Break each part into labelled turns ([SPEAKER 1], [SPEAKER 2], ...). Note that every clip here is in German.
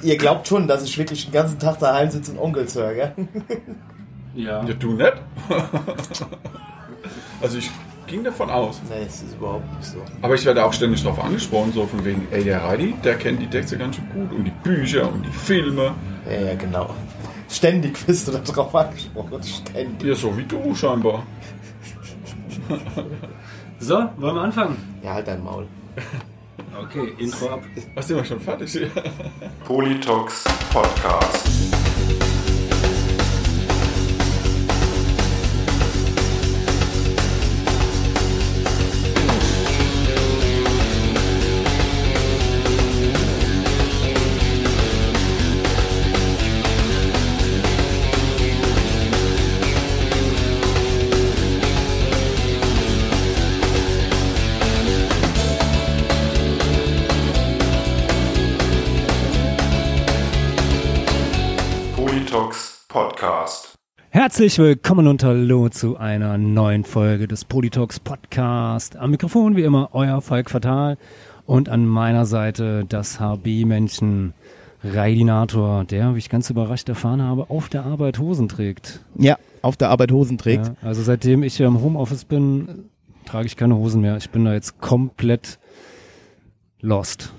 [SPEAKER 1] Ihr glaubt schon, dass ich wirklich den ganzen Tag daheim sitze und Onkel höre, gell?
[SPEAKER 2] Ja.
[SPEAKER 3] Ja, du nicht? also ich ging davon aus.
[SPEAKER 1] Nee, es ist überhaupt nicht so.
[SPEAKER 3] Aber ich werde auch ständig darauf angesprochen, so von wegen, ey, der Heidi, der kennt die Texte ganz schön gut und die Bücher und die Filme.
[SPEAKER 1] Ja, ja, genau. Ständig bist du da drauf angesprochen. Ständig.
[SPEAKER 3] Ja, so wie du scheinbar.
[SPEAKER 2] So, wollen wir anfangen?
[SPEAKER 1] Ja, halt dein Maul.
[SPEAKER 2] Okay, Intro ab.
[SPEAKER 3] Ach, sind wir schon fertig?
[SPEAKER 4] Politox Podcast. Politox Podcast.
[SPEAKER 5] Herzlich willkommen und hallo zu einer neuen Folge des Politox Podcast. Am Mikrofon wie immer euer Falk Fatal und an meiner Seite das HB-Männchen Reidinator, der, wie ich ganz überrascht erfahren habe, auf der Arbeit Hosen trägt.
[SPEAKER 1] Ja, auf der Arbeit Hosen trägt.
[SPEAKER 5] Ja, also seitdem ich hier im Homeoffice bin, trage ich keine Hosen mehr. Ich bin da jetzt komplett lost.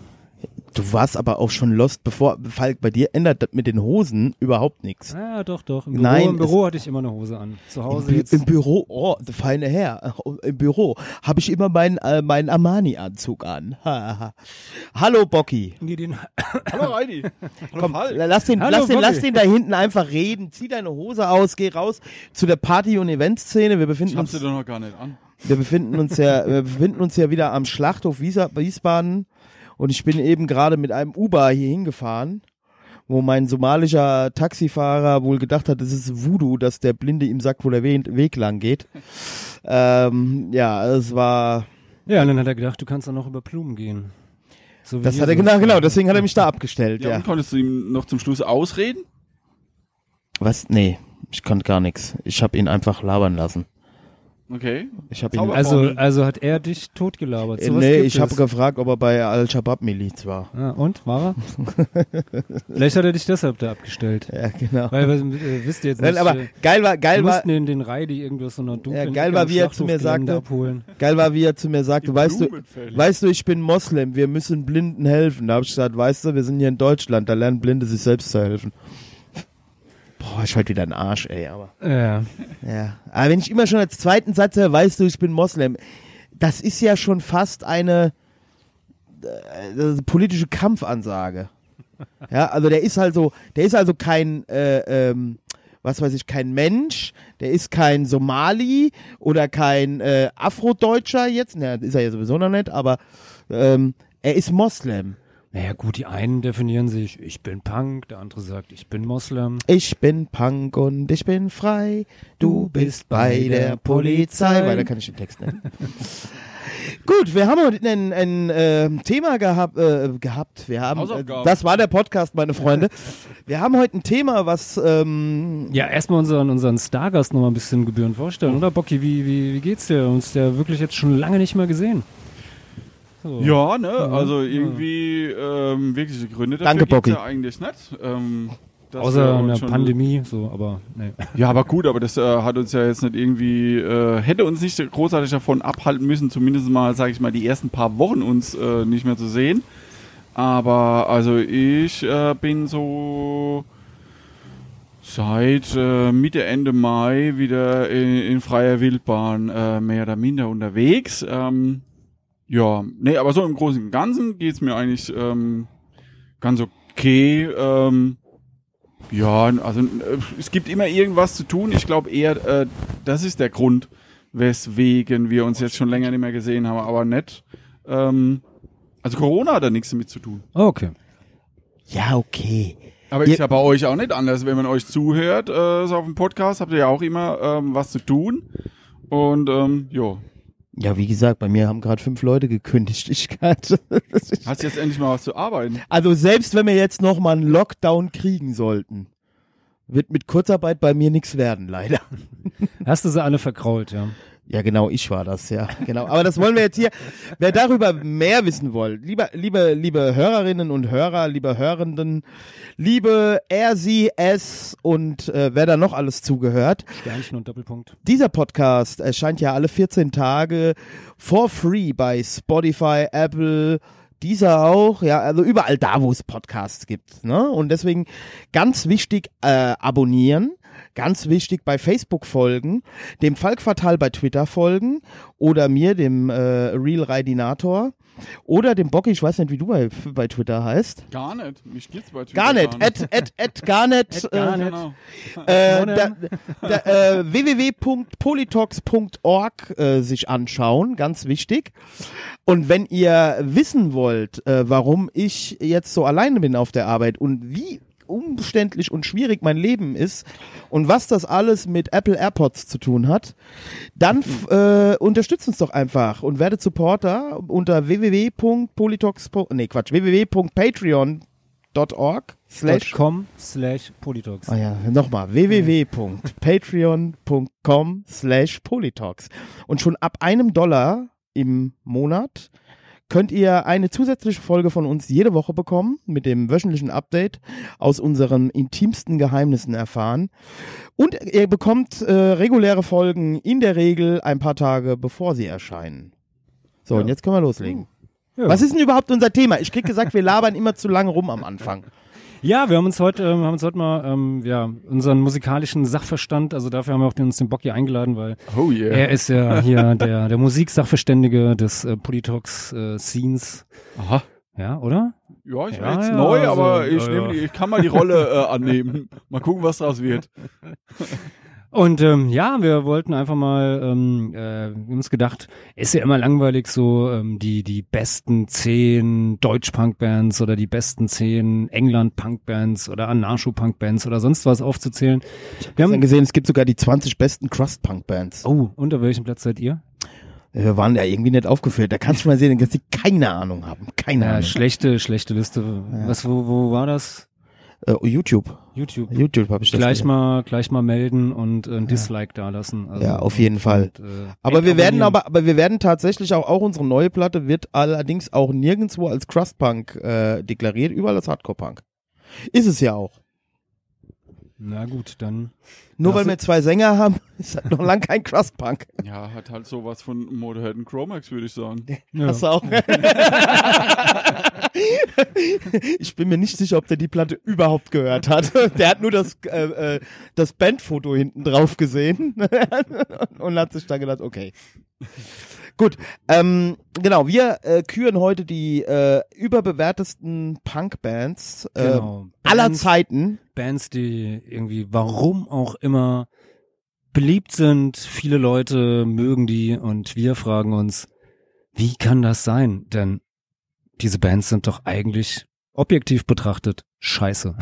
[SPEAKER 1] Du warst aber auch schon lost, bevor Falk bei dir ändert das mit den Hosen überhaupt nichts.
[SPEAKER 5] Ja, doch, doch. Im Büro,
[SPEAKER 1] Nein,
[SPEAKER 5] im Büro hatte ich immer eine Hose an. Zu
[SPEAKER 1] Im,
[SPEAKER 5] Hause
[SPEAKER 1] Bü
[SPEAKER 5] jetzt.
[SPEAKER 1] Im Büro, oh, der feine Herr, im Büro habe ich immer meinen, äh, meinen Armani-Anzug an. Ha, ha. Hallo Bocky.
[SPEAKER 5] Nee, den,
[SPEAKER 3] Hallo Heidi.
[SPEAKER 1] Komm, lass den,
[SPEAKER 5] Hallo,
[SPEAKER 1] lass, den,
[SPEAKER 5] Bobby.
[SPEAKER 1] lass den da hinten einfach reden. Zieh deine Hose aus, geh raus zu der Party- und Eventszene. Wir
[SPEAKER 3] Ich
[SPEAKER 1] befinden
[SPEAKER 3] hab sie
[SPEAKER 1] uns,
[SPEAKER 3] doch noch gar nicht an.
[SPEAKER 1] wir befinden uns ja, wir befinden uns ja wieder am Schlachthof Wiesa- Wiesbaden. Und ich bin eben gerade mit einem Uber hier hingefahren, wo mein somalischer Taxifahrer wohl gedacht hat, es ist Voodoo, dass der Blinde ihm sagt, wo der We- Weg lang geht. Ähm, ja, es war,
[SPEAKER 5] ja, und dann hat er gedacht, du kannst dann noch über Blumen gehen. So wie
[SPEAKER 1] das hat er,
[SPEAKER 5] Jesus.
[SPEAKER 1] genau, genau, deswegen hat er mich da abgestellt,
[SPEAKER 3] Ja,
[SPEAKER 1] ja.
[SPEAKER 3] Und konntest du ihm noch zum Schluss ausreden?
[SPEAKER 1] Was? Nee, ich konnte gar nichts. Ich habe ihn einfach labern lassen.
[SPEAKER 3] Okay.
[SPEAKER 1] Ich habe ihn
[SPEAKER 3] Zauber-
[SPEAKER 5] Also,
[SPEAKER 3] Formel.
[SPEAKER 5] also hat er dich totgelabert.
[SPEAKER 1] Äh,
[SPEAKER 5] So
[SPEAKER 1] nee, ich habe gefragt, ob er bei Al-Shabaab-Miliz war.
[SPEAKER 5] ah, und war er? Vielleicht hat er dich deshalb da abgestellt.
[SPEAKER 1] Ja, genau.
[SPEAKER 5] Weil weil, äh, wisst ihr jetzt
[SPEAKER 1] Nein,
[SPEAKER 5] nicht.
[SPEAKER 1] aber
[SPEAKER 5] äh,
[SPEAKER 1] geil war,
[SPEAKER 5] wir
[SPEAKER 1] geil war,
[SPEAKER 5] mussten den, den Reidi irgendwie aus so einer dunklen
[SPEAKER 1] Ja, geil
[SPEAKER 5] Ecke
[SPEAKER 1] war,
[SPEAKER 5] am
[SPEAKER 1] wie er zu mir
[SPEAKER 5] Schlachthofgelände
[SPEAKER 1] sagte.
[SPEAKER 5] abholen.
[SPEAKER 1] geil war, wie er zu mir sagte,
[SPEAKER 3] Die
[SPEAKER 1] weißt du,
[SPEAKER 3] Blumenfeld.
[SPEAKER 1] weißt du, ich bin Moslem, wir müssen Blinden helfen. Da habe ich gesagt, weißt du, wir sind hier in Deutschland, da lernen Blinde sich selbst zu helfen. Boah, ich heute wieder ein Arsch, ey, aber.
[SPEAKER 5] Ja.
[SPEAKER 1] Ja. Aber wenn ich immer schon als zweiten Satz höre, weißt du, ich bin Moslem, das ist ja schon fast eine äh, politische Kampfansage. Ja, also der ist also, der ist also kein, äh, ähm, was weiß ich, kein Mensch, der ist kein Somali oder kein äh, Afrodeutscher jetzt, na, ist er ja sowieso noch nicht, aber ähm, er ist Moslem.
[SPEAKER 5] Naja, gut, die einen definieren sich, ich bin Punk, der andere sagt, ich bin Moslem.
[SPEAKER 1] Ich bin Punk und ich bin frei. Du bist bei der Polizei. Weiter kann ich den Text nennen. Gut, wir haben heute ein, ein ähm, Thema gehabt, äh, gehabt. Wir haben, äh,
[SPEAKER 3] Hausaufgaben.
[SPEAKER 1] das war der Podcast, meine Freunde. Wir haben heute ein Thema, was ähm,
[SPEAKER 5] Ja, erstmal unseren, unseren Stargast nochmal ein bisschen gebührend vorstellen, oder Bocky? Wie, wie, wie geht's dir? Uns der wirklich jetzt schon lange nicht mehr gesehen. So.
[SPEAKER 3] Ja, ne? Also irgendwie ähm, wirkliche Gründe dafür
[SPEAKER 1] Danke, Bocki.
[SPEAKER 3] gibt's ja eigentlich nicht. Ähm, dass wir
[SPEAKER 5] Außer
[SPEAKER 3] uns
[SPEAKER 5] einer
[SPEAKER 3] schon-
[SPEAKER 5] Pandemie, so, aber nee.
[SPEAKER 3] Ja, aber gut, aber das äh, hat uns ja jetzt nicht irgendwie, äh, hätte uns nicht großartig davon abhalten müssen, zumindest mal, sage ich mal, die ersten paar Wochen uns äh, nicht mehr zu sehen. Aber also ich äh, bin so seit äh, Mitte, Ende Mai wieder in, in freier Wildbahn äh, mehr oder minder unterwegs. Ähm, ja, nee, aber so im Großen und Ganzen geht's mir eigentlich ähm, ganz okay. Ähm, ja, also äh, es gibt immer irgendwas zu tun. Ich glaube eher, äh, das ist der Grund, weswegen wir uns jetzt schon länger nicht mehr gesehen haben, aber nicht. Ähm, also Corona hat da nichts damit zu tun.
[SPEAKER 5] Oh, Okay.
[SPEAKER 1] ja okay.
[SPEAKER 3] Aber
[SPEAKER 1] Ihr-
[SPEAKER 3] ist ja bei euch auch nicht anders. Wenn man euch zuhört, äh, so auf dem Podcast, habt ihr ja auch immer ähm, was zu tun. Und ähm, ja,
[SPEAKER 1] Ja, wie gesagt, bei mir haben gerade fünf Leute gekündigt. Ich kann,
[SPEAKER 3] hast jetzt endlich mal was zu arbeiten.
[SPEAKER 1] also selbst wenn wir jetzt noch mal einen Lockdown kriegen sollten, wird mit Kurzarbeit bei mir nichts werden, leider.
[SPEAKER 5] Hast du sie alle verkrault, ja.
[SPEAKER 1] Ja, genau, ich war das, ja. Genau. Aber das wollen wir jetzt hier. Wer darüber mehr wissen wollt, lieber, liebe, liebe Hörerinnen und Hörer, liebe Hörenden, liebe er, sie, es und äh, wer da noch alles zugehört,
[SPEAKER 5] Sternchen und Doppelpunkt.
[SPEAKER 1] dieser Podcast erscheint ja alle 14 Tage for free bei Spotify, Apple, dieser auch, ja, also überall da, wo es Podcasts gibt. Ne? Und deswegen ganz wichtig äh, abonnieren, ganz wichtig bei Facebook folgen, dem Falk Fatal bei Twitter folgen oder mir, dem äh, Real Raidinator oder dem Bock, ich weiß nicht, wie du bei, bei Twitter heißt.
[SPEAKER 3] Gar nicht. Mich geht's bei Twitter
[SPEAKER 1] Garnet, at, at, at Garnet, äh,
[SPEAKER 5] Garnet.
[SPEAKER 3] Genau.
[SPEAKER 1] äh,
[SPEAKER 5] Ohne.
[SPEAKER 1] da, da, äh, www.politox.org äh, sich anschauen, ganz wichtig. Und wenn ihr wissen wollt, äh, warum ich jetzt so alleine bin auf der Arbeit und wie umständlich und schwierig mein Leben ist und was das alles mit Apple AirPods zu tun hat, dann f- äh, unterstützt uns doch einfach und werdet Supporter unter www.politox. Nee, Quatsch, www.patreon.org slash
[SPEAKER 5] .com slash Politox.
[SPEAKER 1] Ah ja, nochmal, www.patreon.com slash Polytalks. Und schon ab einem Dollar im Monat könnt ihr eine zusätzliche Folge von uns jede Woche bekommen, mit dem wöchentlichen Update aus unseren intimsten Geheimnissen erfahren. Und ihr bekommt äh, reguläre Folgen in der Regel ein paar Tage bevor sie erscheinen. So, und jetzt können wir loslegen.
[SPEAKER 5] Ja.
[SPEAKER 1] Was ist denn überhaupt unser Thema? Ich krieg gesagt, wir labern immer zu lange rum am Anfang.
[SPEAKER 5] Ja, wir haben uns heute, ähm, haben uns heute mal ähm, ja, unseren musikalischen Sachverstand, also dafür haben wir auch den, uns den Bock hier eingeladen, weil
[SPEAKER 3] Oh yeah.
[SPEAKER 5] er ist ja hier der, der Musiksachverständige des äh, Politox-Scenes.
[SPEAKER 3] Aha.
[SPEAKER 5] ja, oder?
[SPEAKER 3] Ja, ich bin
[SPEAKER 5] Ja,
[SPEAKER 3] jetzt
[SPEAKER 5] ja,
[SPEAKER 3] neu,
[SPEAKER 5] also,
[SPEAKER 3] aber ich,
[SPEAKER 5] ja,
[SPEAKER 3] nehm
[SPEAKER 5] ja.
[SPEAKER 3] Die, ich kann mal die Rolle äh, annehmen. Mal gucken, was draus wird.
[SPEAKER 5] Und ähm, ja, wir wollten einfach mal ähm, äh, wir haben uns gedacht, ist ja immer langweilig, so ähm, die, die besten zehn Deutsch-Punk-Bands oder die besten zehn England-Punk-Bands oder Anarcho-Punk-Bands oder sonst was aufzuzählen. Wir
[SPEAKER 1] Ich habe
[SPEAKER 5] haben,
[SPEAKER 1] gesehen, es gibt sogar die 20 besten Crust-Punk-Bands.
[SPEAKER 5] oh, unter welchem Platz seid ihr?
[SPEAKER 1] Wir Äh, waren ja irgendwie nicht aufgeführt. Da kannst du mal sehen, dass die keine Ahnung haben. Keine
[SPEAKER 5] Ja,
[SPEAKER 1] Ahnung.
[SPEAKER 5] schlechte, schlechte Liste. Was, wo, wo war das?
[SPEAKER 1] Äh, YouTube.
[SPEAKER 5] YouTube.
[SPEAKER 1] YouTube habe ich das
[SPEAKER 5] Gleich
[SPEAKER 1] gesehen.
[SPEAKER 5] mal, gleich mal melden und äh, ein Dislike da lassen. Also,
[SPEAKER 1] Ja, auf jeden
[SPEAKER 5] und,
[SPEAKER 1] Fall.
[SPEAKER 5] Und, äh,
[SPEAKER 1] Aber wir werden
[SPEAKER 5] abonnieren.
[SPEAKER 1] aber, aber wir werden tatsächlich auch, auch unsere neue Platte wird allerdings auch nirgendwo als Crust-Punk äh, deklariert, überall als Hardcore-Punk. Ist es ja auch.
[SPEAKER 5] Na gut, dann.
[SPEAKER 1] Nur
[SPEAKER 5] Das
[SPEAKER 1] weil wir zwei Sänger haben, ist halt noch lang kein Crust-Punk.
[SPEAKER 3] Ja, hat halt sowas von Motorhead und Chromax, würde ich sagen.
[SPEAKER 5] Ja.
[SPEAKER 1] Hast du auch? ich bin mir nicht sicher, ob der die Platte überhaupt gehört hat. Der hat nur das, äh, äh, das Bandfoto hinten drauf gesehen und hat sich dann gedacht, okay. Gut, ähm, genau, wir äh, küren heute die äh, überbewertesten Punk-Bands äh,
[SPEAKER 5] Genau.
[SPEAKER 1] aller
[SPEAKER 5] Bands-
[SPEAKER 1] Zeiten.
[SPEAKER 5] Bands, die irgendwie, warum auch immer, beliebt sind. Viele Leute mögen die und wir fragen uns, wie kann das sein? Denn diese Bands sind doch eigentlich objektiv betrachtet scheiße.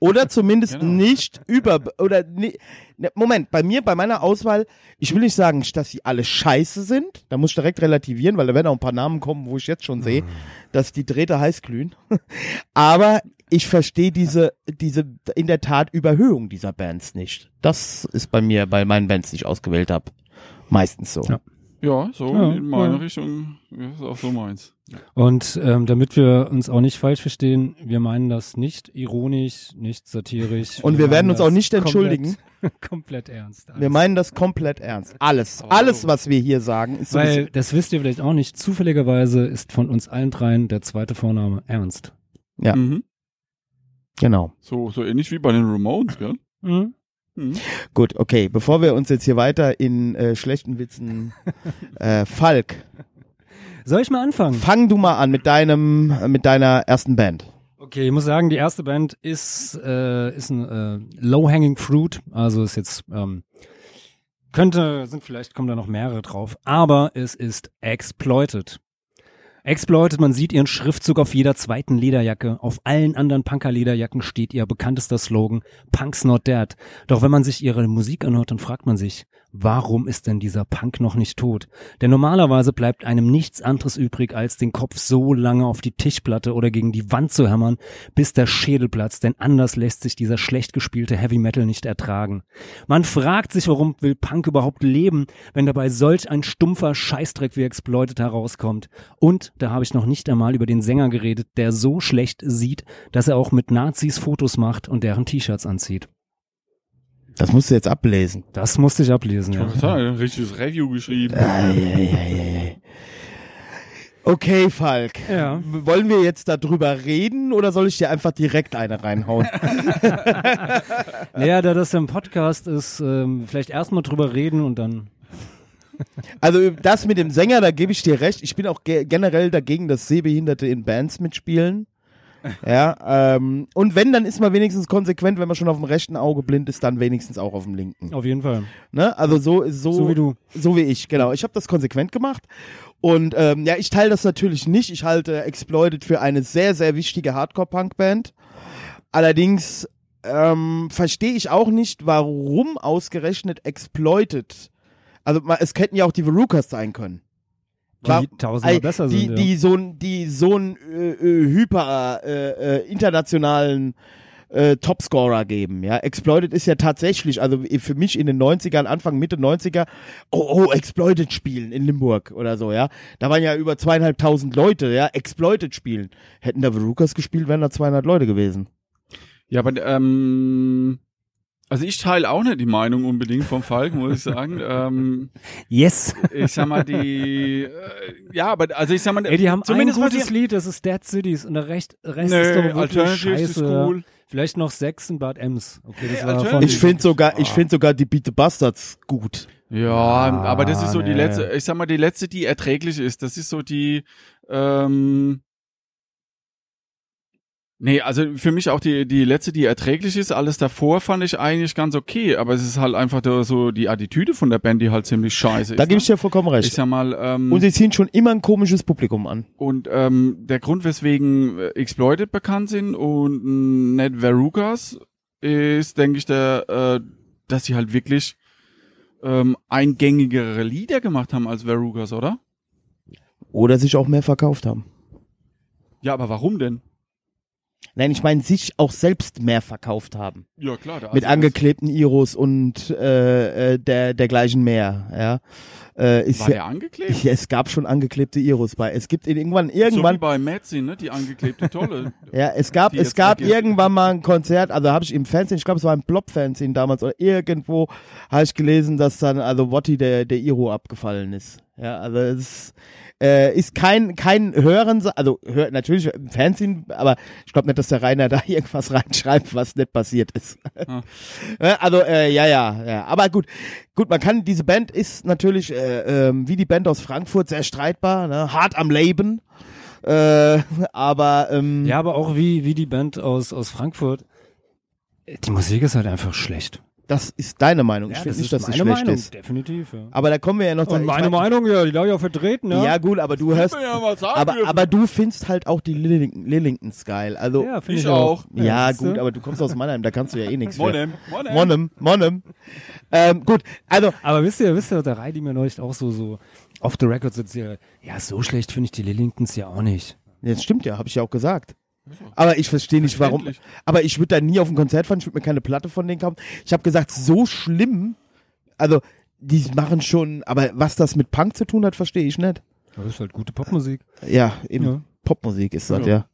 [SPEAKER 1] Oder zumindest
[SPEAKER 3] Genau.
[SPEAKER 1] nicht über oder ni- ne, Moment, bei mir, bei meiner Auswahl, ich will nicht sagen, dass sie alle scheiße sind. Da muss ich direkt relativieren, weil da werden auch ein paar Namen kommen, wo ich jetzt schon sehe,
[SPEAKER 3] Hm.
[SPEAKER 1] dass die Drähte heiß glühen. Aber ich verstehe diese, diese in der Tat Überhöhung dieser Bands nicht. Das ist bei mir, bei meinen Bands, die ich ausgewählt habe. Meistens so.
[SPEAKER 5] Ja.
[SPEAKER 3] Ja, so
[SPEAKER 5] Ja,
[SPEAKER 3] in meine
[SPEAKER 5] ja.
[SPEAKER 3] Richtung. Ja, ist auch so meins.
[SPEAKER 5] Und ähm, damit wir uns auch nicht falsch verstehen, wir meinen das nicht ironisch, nicht satirisch.
[SPEAKER 1] Und wir werden
[SPEAKER 5] meinen
[SPEAKER 1] uns
[SPEAKER 5] das
[SPEAKER 1] auch nicht entschuldigen.
[SPEAKER 5] Komplett, komplett ernst. alles.
[SPEAKER 1] Wir meinen das komplett ernst. Alles,
[SPEAKER 3] Aber
[SPEAKER 1] alles,
[SPEAKER 3] so.
[SPEAKER 1] was wir hier sagen, ist so
[SPEAKER 5] Weil, das wisst ihr vielleicht auch nicht, zufälligerweise ist von uns allen dreien der zweite Vorname Ernst.
[SPEAKER 1] Ja.
[SPEAKER 3] Mhm.
[SPEAKER 1] genau.
[SPEAKER 3] So, so ähnlich wie bei den Ramones, gell?
[SPEAKER 5] Mhm.
[SPEAKER 3] Mhm.
[SPEAKER 1] Gut, okay. Bevor wir uns jetzt hier weiter in äh, schlechten Witzen, äh, Falk,
[SPEAKER 5] Soll ich mal anfangen?
[SPEAKER 1] fang du mal an mit deinem, äh, mit deiner ersten Band.
[SPEAKER 5] Okay, ich muss sagen, die erste Band ist, äh, ist ein äh, Low-Hanging Fruit, also ist jetzt, ähm, könnte, sind vielleicht, kommen da noch mehrere drauf, aber es ist Exploited. Exploited, man sieht ihren Schriftzug auf jeder zweiten Lederjacke. Auf allen anderen Punker-Lederjacken steht ihr bekanntester Slogan, Punk's not dead. Doch wenn man sich ihre Musik anhört, dann fragt man sich, warum ist denn dieser Punk noch nicht tot? Denn normalerweise bleibt einem nichts anderes übrig, als den Kopf so lange auf die Tischplatte oder gegen die Wand zu hämmern, bis der Schädel platzt, denn anders lässt sich dieser schlecht gespielte Heavy Metal nicht ertragen. Man fragt sich, warum will Punk überhaupt leben, wenn dabei solch ein stumpfer Scheißdreck wie Exploited herauskommt. Und da habe ich noch nicht einmal über den Sänger geredet, der so schlecht sieht, dass er auch mit Nazis Fotos macht und deren T-Shirts anzieht.
[SPEAKER 1] Das musst du jetzt ablesen.
[SPEAKER 5] Das musste ich ablesen, ja.
[SPEAKER 3] Was hat er? halt Ein richtiges Review geschrieben.
[SPEAKER 5] Äh.
[SPEAKER 1] Eieieiei. Okay, Falk.
[SPEAKER 5] Ja.
[SPEAKER 1] Wollen wir jetzt darüber reden oder soll ich dir einfach direkt eine reinhauen?
[SPEAKER 5] Naja, da das ja ein Podcast ist, ähm, vielleicht erstmal drüber reden und dann.
[SPEAKER 1] Also das mit dem Sänger, da gebe ich dir recht. Ich bin auch ge generell dagegen, dass Sehbehinderte in Bands mitspielen. Ja, ähm, und wenn, dann ist man wenigstens konsequent, wenn man schon auf dem rechten Auge blind ist, dann wenigstens auch auf dem linken.
[SPEAKER 5] Auf jeden Fall.
[SPEAKER 1] Ne? Also so, so,
[SPEAKER 5] So wie du.
[SPEAKER 1] So wie ich, genau. Ich habe das konsequent gemacht. Und ähm, ja, ich teile das natürlich nicht. Ich halte Exploited für eine sehr, sehr wichtige Hardcore-Punk-Band. Allerdings ähm, verstehe ich auch nicht, warum ausgerechnet Exploited. Also ma- es hätten ja auch die Verrucas sein können. Wa-
[SPEAKER 5] die tausendmal
[SPEAKER 1] Ey,
[SPEAKER 5] besser
[SPEAKER 1] die,
[SPEAKER 5] sind. ja.
[SPEAKER 1] die so ein die so ein äh, äh, hyper äh, äh, internationalen äh, Topscorer geben, ja. Exploited ist ja tatsächlich, also für mich in den 90ern, Anfang Mitte 90er, oh, oh, Exploited spielen in Limburg oder so, ja. Da waren ja über zweieinhalbtausend Leute, ja, Exploited spielen. Hätten da Verucas gespielt, wären da 200 Leute gewesen.
[SPEAKER 3] Ja, aber ähm, also ich teile auch nicht die Meinung unbedingt vom Falk, muss ich sagen. ähm,
[SPEAKER 5] yes.
[SPEAKER 3] ich sag mal die, äh, ja, aber also ich sag mal,
[SPEAKER 5] Ey, die haben
[SPEAKER 3] zumindest
[SPEAKER 5] ein
[SPEAKER 3] was die-
[SPEAKER 5] gutes Lied, das ist Dead Cities und der Recht, Rest
[SPEAKER 3] Nö,
[SPEAKER 5] ist doch wirklich
[SPEAKER 3] Alternatives
[SPEAKER 5] scheiße.
[SPEAKER 3] ist cool.
[SPEAKER 5] ja. Vielleicht noch Sechsenbad Ems. Okay, das
[SPEAKER 3] Ey,
[SPEAKER 5] war
[SPEAKER 3] Alternatives-
[SPEAKER 5] von
[SPEAKER 1] Ich finde sogar, ich finde sogar die Beat the Bastards gut.
[SPEAKER 3] Ja,
[SPEAKER 1] Ah,
[SPEAKER 3] aber das ist so die
[SPEAKER 5] nee.
[SPEAKER 3] letzte, ich sag mal, die letzte, die erträglich ist. Das ist so die, ähm, nee, also für mich auch die, die letzte, die erträglich ist. Alles davor fand ich eigentlich ganz okay, aber es ist halt einfach da so die Attitüde von der Band, die halt ziemlich scheiße
[SPEAKER 1] Da
[SPEAKER 3] ist.
[SPEAKER 1] gebe ich dir vollkommen
[SPEAKER 3] ich
[SPEAKER 1] recht.
[SPEAKER 3] sag mal, ähm,
[SPEAKER 1] Und sie ziehen schon immer ein komisches Publikum an.
[SPEAKER 3] und ähm, der Grund, weswegen äh, Exploited bekannt sind und mh, Ned Verucas, ist, denke ich, der, äh, dass sie halt wirklich ähm, eingängigere Lieder gemacht haben als Verucas, oder?
[SPEAKER 1] Oder sich auch mehr verkauft haben.
[SPEAKER 3] Ja, aber warum denn?
[SPEAKER 1] Nein, ich meine, sich auch selbst mehr verkauft haben.
[SPEAKER 3] Ja, klar. Da also
[SPEAKER 1] mit angeklebten Iros und äh, äh, der, dergleichen mehr. Ja. Äh, ist
[SPEAKER 3] War
[SPEAKER 1] ja,
[SPEAKER 3] der angeklebt?
[SPEAKER 1] ja, es gab schon angeklebte Iros bei. Es gibt in irgendwann
[SPEAKER 3] So wie
[SPEAKER 1] irgendwann.
[SPEAKER 3] bei Madsen, ne? Die angeklebte Tolle.
[SPEAKER 1] ja, es gab,
[SPEAKER 3] die
[SPEAKER 1] es
[SPEAKER 3] jetzt
[SPEAKER 1] gab
[SPEAKER 3] weg ist.
[SPEAKER 1] irgendwann mal ein Konzert, also habe ich im Fernsehen, ich glaube es war im Blob-Fernsehen damals oder irgendwo, habe ich gelesen, dass dann also Wotti der, der Iro abgefallen ist. Ja, also es äh, ist kein, kein Hören, also hör, natürlich im Fernsehen, aber ich glaube nicht, dass der Rainer da irgendwas reinschreibt, was nicht passiert ist. Ne, Also, äh, ja, ja, ja. Aber gut, gut, man kann, diese Band ist natürlich, äh, ähm, wie die Band aus Frankfurt, sehr streitbar, ne? hart am Leben. Äh, aber ähm,
[SPEAKER 5] Ja, aber auch wie, wie die Band aus, aus Frankfurt. Die Musik ist halt einfach schlecht.
[SPEAKER 1] das ist deine Meinung. ich
[SPEAKER 5] Ja,
[SPEAKER 1] finde
[SPEAKER 5] das
[SPEAKER 1] nicht,
[SPEAKER 5] ist
[SPEAKER 1] dass sie
[SPEAKER 5] meine
[SPEAKER 1] schlecht
[SPEAKER 5] Meinung,
[SPEAKER 1] ist.
[SPEAKER 5] definitiv. Ja.
[SPEAKER 1] Aber da kommen wir ja noch
[SPEAKER 5] Und
[SPEAKER 1] ich
[SPEAKER 5] meine
[SPEAKER 1] mein-
[SPEAKER 5] Meinung, ja, die darf ich auch vertreten, ja.
[SPEAKER 1] Ja, gut, aber du hörst.
[SPEAKER 3] ja mal sagen
[SPEAKER 1] Aber,
[SPEAKER 3] dürfen.
[SPEAKER 1] aber du findest halt auch die Lillington, Lillingtons geil. Also, ja,
[SPEAKER 5] Ja, finde
[SPEAKER 3] Ich
[SPEAKER 5] ich
[SPEAKER 3] auch.
[SPEAKER 5] auch.
[SPEAKER 1] gut, aber du kommst aus Mannheim, da kannst du ja eh nichts für.
[SPEAKER 3] Monem, Monem.
[SPEAKER 1] Monem, Monem. Ähm, gut, also
[SPEAKER 5] Aber wisst ihr, wisst ihr, der Rai, die mir neulich auch so, so off the record sitzt hier, ja, so schlecht finde ich die Lillingtons ja auch nicht.
[SPEAKER 1] Das stimmt ja, habe ich ja auch gesagt. Aber ich verstehe nicht, warum.
[SPEAKER 3] Verständlich.
[SPEAKER 1] Aber ich würde da nie auf ein Konzert fahren, ich würde mir keine Platte von denen kaufen. Ich habe gesagt, so schlimm. Also, die machen schon, aber was das mit Punk zu tun hat, verstehe ich nicht.
[SPEAKER 5] Das ist halt gute Popmusik.
[SPEAKER 1] Ja, eben.
[SPEAKER 5] Ja.
[SPEAKER 1] Popmusik ist das, ja.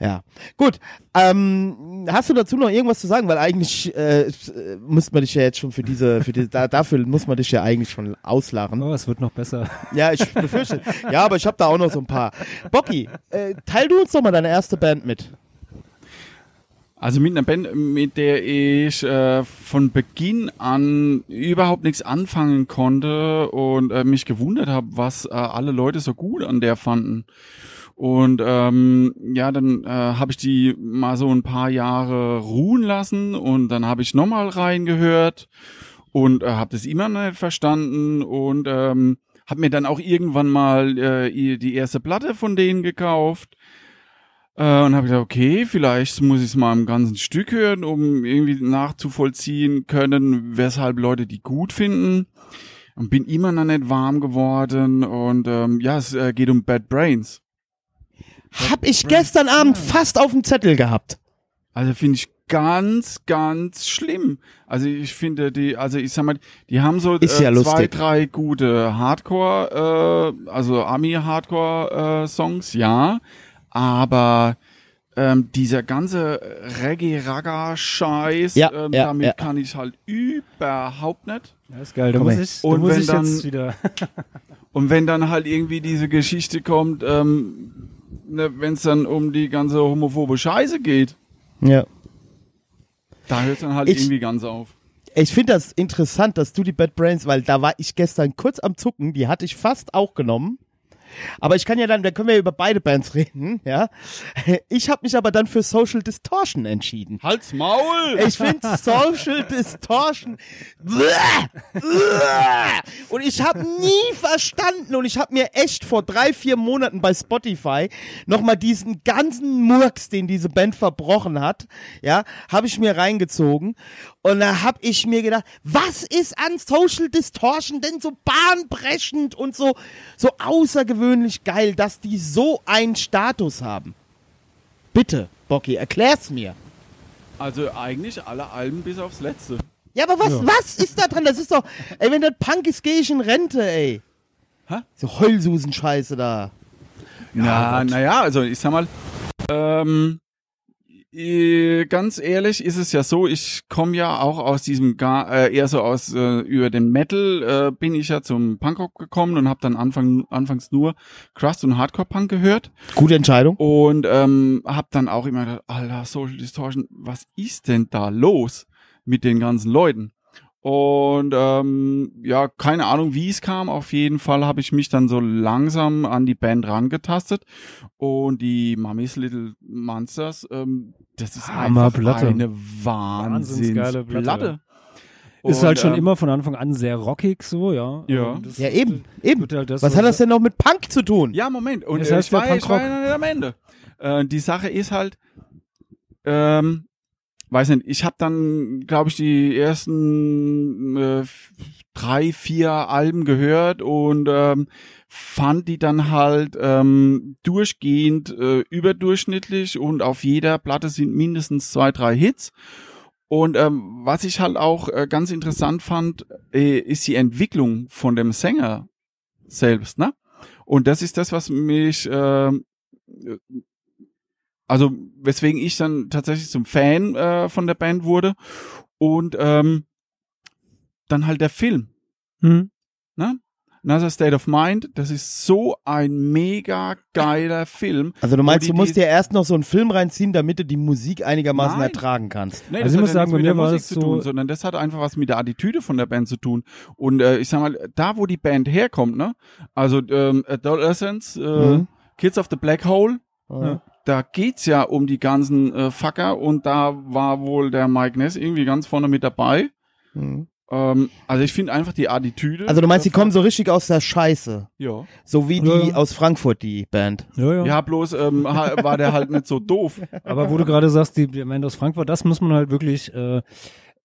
[SPEAKER 1] Ja. Gut. Ähm, hast du dazu noch irgendwas zu sagen? Weil eigentlich äh, äh, muss man dich ja jetzt schon für diese, für diese, da, dafür muss man dich ja eigentlich schon auslachen.
[SPEAKER 5] Oh, es wird noch besser.
[SPEAKER 1] Ja, ich befürchte. ja, aber ich habe da auch noch so ein paar. Bocky, äh, teil du uns doch mal deine erste Band mit.
[SPEAKER 3] Also mit einer Band, mit der ich äh, von Beginn an überhaupt nichts anfangen konnte und äh, mich gewundert habe, was äh, alle Leute so gut an der fanden. Und ähm, ja, dann äh, habe ich die mal so ein paar Jahre ruhen lassen und dann habe ich nochmal reingehört und äh, habe das immer noch nicht verstanden und ähm, habe mir dann auch irgendwann mal äh, die erste Platte von denen gekauft Äh, und habe gedacht, okay, vielleicht muss ich es mal im ganzen Stück hören, um irgendwie nachzuvollziehen können, weshalb Leute die gut finden. Und bin immer noch nicht warm geworden. Und ähm, ja, es äh, geht um Bad Brains.
[SPEAKER 1] Hab ich gestern Abend fast auf dem Zettel gehabt.
[SPEAKER 3] Also finde ich ganz, ganz schlimm. Also ich finde die, also ich sag mal, die haben so
[SPEAKER 1] Ist ja
[SPEAKER 3] äh, zwei,
[SPEAKER 1] lustig.
[SPEAKER 3] drei gute Hardcore, äh, also Ami-Hardcore-Songs, ja. Aber ähm, dieser ganze Reggae-Raga-Scheiß,
[SPEAKER 1] Ja,
[SPEAKER 3] ähm,
[SPEAKER 1] ja,
[SPEAKER 3] damit
[SPEAKER 1] ja.
[SPEAKER 3] kann ich halt überhaupt nicht.
[SPEAKER 5] Das ist geil. Da
[SPEAKER 1] Komm
[SPEAKER 5] muss
[SPEAKER 1] her.
[SPEAKER 5] ich, da
[SPEAKER 3] Und
[SPEAKER 5] muss
[SPEAKER 3] wenn
[SPEAKER 5] ich
[SPEAKER 3] dann-
[SPEAKER 5] jetzt wieder.
[SPEAKER 3] Und wenn dann halt irgendwie diese Geschichte kommt, ähm, ne, wenn es dann um die ganze homophobe Scheiße geht,
[SPEAKER 1] Ja.
[SPEAKER 3] da hört dann halt
[SPEAKER 1] Ich-
[SPEAKER 3] irgendwie ganz auf.
[SPEAKER 1] Ich finde das interessant, dass du die Bad Brains, weil da war ich gestern kurz am Zucken, die hatte ich fast auch genommen. Aber ich kann ja dann, da können wir ja über beide Bands reden, ja. Ich habe mich aber dann für Social Distortion entschieden.
[SPEAKER 3] Halt's Maul!
[SPEAKER 1] Ich finde Social Distortion. Bäh, bäh. Und ich habe nie verstanden und ich habe mir echt vor drei, vier Monaten bei Spotify nochmal diesen ganzen Murks, den diese Band verbrochen hat, ja, habe ich mir reingezogen und da habe ich mir gedacht, was ist an Social Distortion denn so bahnbrechend und so, so außergewöhnlich geil, dass die so einen Status haben? Bitte, Bocky, erklär's mir.
[SPEAKER 3] Also eigentlich alle Alben bis aufs letzte.
[SPEAKER 1] Ja, aber was, was ist da dran? Das ist doch, ey, wenn das Punk ist, gehe ich in Rente, ey.
[SPEAKER 3] Hä?
[SPEAKER 1] So Heulsusen-Scheiße da.
[SPEAKER 3] Na, naja, also ich sag mal, ähm, äh, ganz ehrlich ist es ja so, ich komme ja auch aus diesem, Ga äh, eher so aus, äh, über den Metal äh, bin ich ja zum Punkrock gekommen und habe dann Anfang, anfangs nur Crust und Hardcore-Punk gehört.
[SPEAKER 1] Gute Entscheidung.
[SPEAKER 5] Genau.
[SPEAKER 3] Und ähm, habe dann auch immer gedacht, Alter, Social Distortion, was ist denn da los mit den ganzen Leuten? Und ähm, ja, keine Ahnung, wie es kam. Auf jeden Fall habe ich mich dann so langsam an die Band rangetastet. Und die Mummies Little Monsters, ähm, das ist
[SPEAKER 5] Hammer
[SPEAKER 3] einfach
[SPEAKER 5] Platte.
[SPEAKER 3] eine
[SPEAKER 5] Wahnsinnsgeile
[SPEAKER 3] Wahnsinnsplatte.
[SPEAKER 5] Platte.
[SPEAKER 3] Platte.
[SPEAKER 5] Ist
[SPEAKER 3] Und,
[SPEAKER 5] halt schon
[SPEAKER 3] ähm,
[SPEAKER 5] immer von Anfang an sehr rockig so, ja.
[SPEAKER 3] Ja.
[SPEAKER 5] Und das-
[SPEAKER 1] Ja, eben, eben.
[SPEAKER 5] Tut halt das
[SPEAKER 1] Was
[SPEAKER 5] so-
[SPEAKER 1] hat das denn noch mit Punk zu tun?
[SPEAKER 3] Ja, Moment. Und
[SPEAKER 5] Das
[SPEAKER 3] äh,
[SPEAKER 5] heißt
[SPEAKER 3] ich,
[SPEAKER 5] ja
[SPEAKER 3] war, ja- ich war
[SPEAKER 5] Punkrock.
[SPEAKER 3] ja noch nicht am Ende. Äh, die Sache ist halt, ähm, weiß nicht, ich habe dann, glaube ich, die ersten äh, f- drei, vier Alben gehört und ähm, fand die dann halt ähm, durchgehend äh, überdurchschnittlich und auf jeder Platte sind mindestens zwei, drei Hits. Und ähm, was ich halt auch äh, ganz interessant fand, äh, ist die Entwicklung von dem Sänger selbst, ne? Und das ist das, was mich, ähm, äh, also weswegen ich dann tatsächlich zum Fan äh, von der Band wurde und ähm, dann halt der Film. Ne?
[SPEAKER 5] Hm?
[SPEAKER 3] Another State of Mind, das ist so ein mega geiler Film.
[SPEAKER 1] Also du meinst,
[SPEAKER 3] Wo die-
[SPEAKER 1] du musst
[SPEAKER 3] die-
[SPEAKER 1] dir erst noch so einen Film reinziehen, damit du die Musik einigermaßen
[SPEAKER 3] Nein.
[SPEAKER 1] ertragen kannst.
[SPEAKER 3] Nee,
[SPEAKER 5] Also
[SPEAKER 3] das
[SPEAKER 5] ich
[SPEAKER 3] hat
[SPEAKER 5] muss
[SPEAKER 3] ja
[SPEAKER 5] sagen,
[SPEAKER 3] nichts
[SPEAKER 5] bei
[SPEAKER 3] mit
[SPEAKER 5] mir
[SPEAKER 3] der
[SPEAKER 5] war
[SPEAKER 3] Musik
[SPEAKER 5] es
[SPEAKER 3] zu
[SPEAKER 5] so-
[SPEAKER 3] tun, sondern das hat einfach was mit der Attitüde von der Band zu tun. Und äh, ich sag mal, da wo die Band herkommt, ne? Also ähm, Adolescence, äh,
[SPEAKER 1] Mhm.
[SPEAKER 3] Kids of the Black Hole,
[SPEAKER 1] Ja.
[SPEAKER 3] da geht's ja um die ganzen äh, Fucker und da war wohl der Mike Ness irgendwie ganz vorne mit dabei.
[SPEAKER 1] Mhm.
[SPEAKER 3] Ähm, also ich finde einfach die Attitüde.
[SPEAKER 1] Also du meinst, die
[SPEAKER 3] davon-
[SPEAKER 1] kommen so richtig aus der Scheiße.
[SPEAKER 3] Ja.
[SPEAKER 1] So wie
[SPEAKER 5] Ja,
[SPEAKER 1] die
[SPEAKER 5] ja.
[SPEAKER 1] aus Frankfurt, die Band.
[SPEAKER 5] Ja, ja.
[SPEAKER 3] Ja, bloß ähm, ha- war der halt nicht so doof.
[SPEAKER 5] Aber wo du gerade sagst, die, die Band aus Frankfurt, das muss man halt wirklich, äh,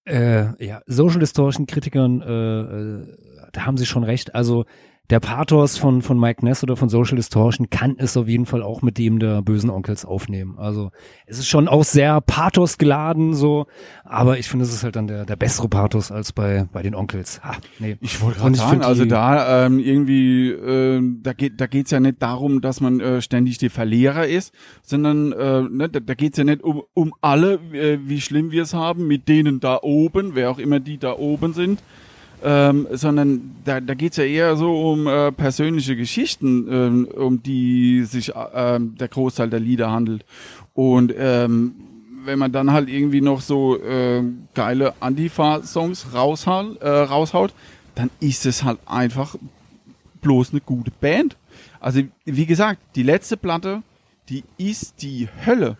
[SPEAKER 5] äh, ja, Social Distortion Kritikern, äh, äh, da haben sie schon recht. Also der Pathos von, von Mike Ness oder von Social Distortion kann es auf jeden Fall auch mit dem der bösen Onkels aufnehmen. Also es ist schon auch sehr Pathos geladen, so, aber ich finde, es ist halt dann der, der bessere Pathos als bei, bei den Onkels. Ha, nee.
[SPEAKER 3] Ich wollte
[SPEAKER 5] Und
[SPEAKER 3] gerade
[SPEAKER 5] ich
[SPEAKER 3] sagen,
[SPEAKER 5] find die-
[SPEAKER 3] also da ähm, irgendwie, ähm, da geht da geht's ja nicht darum, dass man äh, ständig der Verlierer ist, sondern äh, ne, da, da geht's ja nicht um, um alle, äh, wie schlimm wir es haben, mit denen da oben, wer auch immer die da oben sind, ähm, sondern da, da geht's ja eher so um äh, persönliche Geschichten, ähm, um die sich äh, ähm, der Großteil der Lieder handelt. Und ähm, wenn man dann halt irgendwie noch so ähm, geile Antifa-Songs raushaut, äh, raushaut, dann ist es halt einfach bloß eine gute Band. Also wie gesagt, die letzte Platte, die ist die Hölle.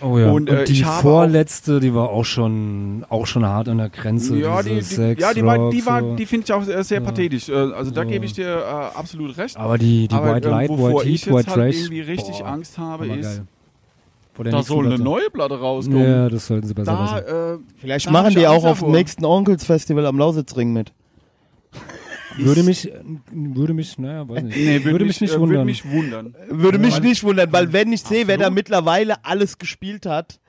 [SPEAKER 5] Oh ja.
[SPEAKER 3] Und,
[SPEAKER 5] Und,
[SPEAKER 3] äh,
[SPEAKER 5] die
[SPEAKER 3] ich habe
[SPEAKER 5] vorletzte, die war auch schon, auch schon hart an der Grenze.
[SPEAKER 3] ja,
[SPEAKER 5] diese
[SPEAKER 3] die, die,
[SPEAKER 5] Sex,
[SPEAKER 3] ja, die, war,
[SPEAKER 5] Rock,
[SPEAKER 3] die, war,
[SPEAKER 5] so.
[SPEAKER 3] die finde ich auch sehr, sehr pathetisch. Äh, Also da
[SPEAKER 5] So.
[SPEAKER 3] gebe ich dir äh, absolut recht.
[SPEAKER 5] Aber die, die
[SPEAKER 3] Aber,
[SPEAKER 5] White
[SPEAKER 3] ähm,
[SPEAKER 5] Light,
[SPEAKER 3] wovor
[SPEAKER 5] White
[SPEAKER 3] ich
[SPEAKER 5] Heat,
[SPEAKER 3] jetzt
[SPEAKER 5] White
[SPEAKER 3] halt
[SPEAKER 5] Trash.
[SPEAKER 3] irgendwie richtig Angst habe, ist
[SPEAKER 5] Vor der
[SPEAKER 3] Da
[SPEAKER 5] nächsten
[SPEAKER 3] soll eine
[SPEAKER 5] Platte.
[SPEAKER 3] neue Platte rauskommen.
[SPEAKER 5] Ja, das sollten sie besser
[SPEAKER 3] Da,
[SPEAKER 5] lassen.
[SPEAKER 3] äh,
[SPEAKER 1] Vielleicht
[SPEAKER 3] da hab
[SPEAKER 1] machen
[SPEAKER 3] ich
[SPEAKER 1] die
[SPEAKER 3] Angst
[SPEAKER 1] auch auf dem
[SPEAKER 3] davor.
[SPEAKER 1] nächsten Onkels-Festival am Lausitzring mit.
[SPEAKER 5] Würde mich, äh, würde mich, naja, weiß nicht.
[SPEAKER 3] Nee,
[SPEAKER 5] würde mich nicht
[SPEAKER 3] äh,
[SPEAKER 5] wundern.
[SPEAKER 3] Würde mich wundern.
[SPEAKER 1] Würde mich nicht wundern, weil wenn ich sehe, wer da mittlerweile alles gespielt hat,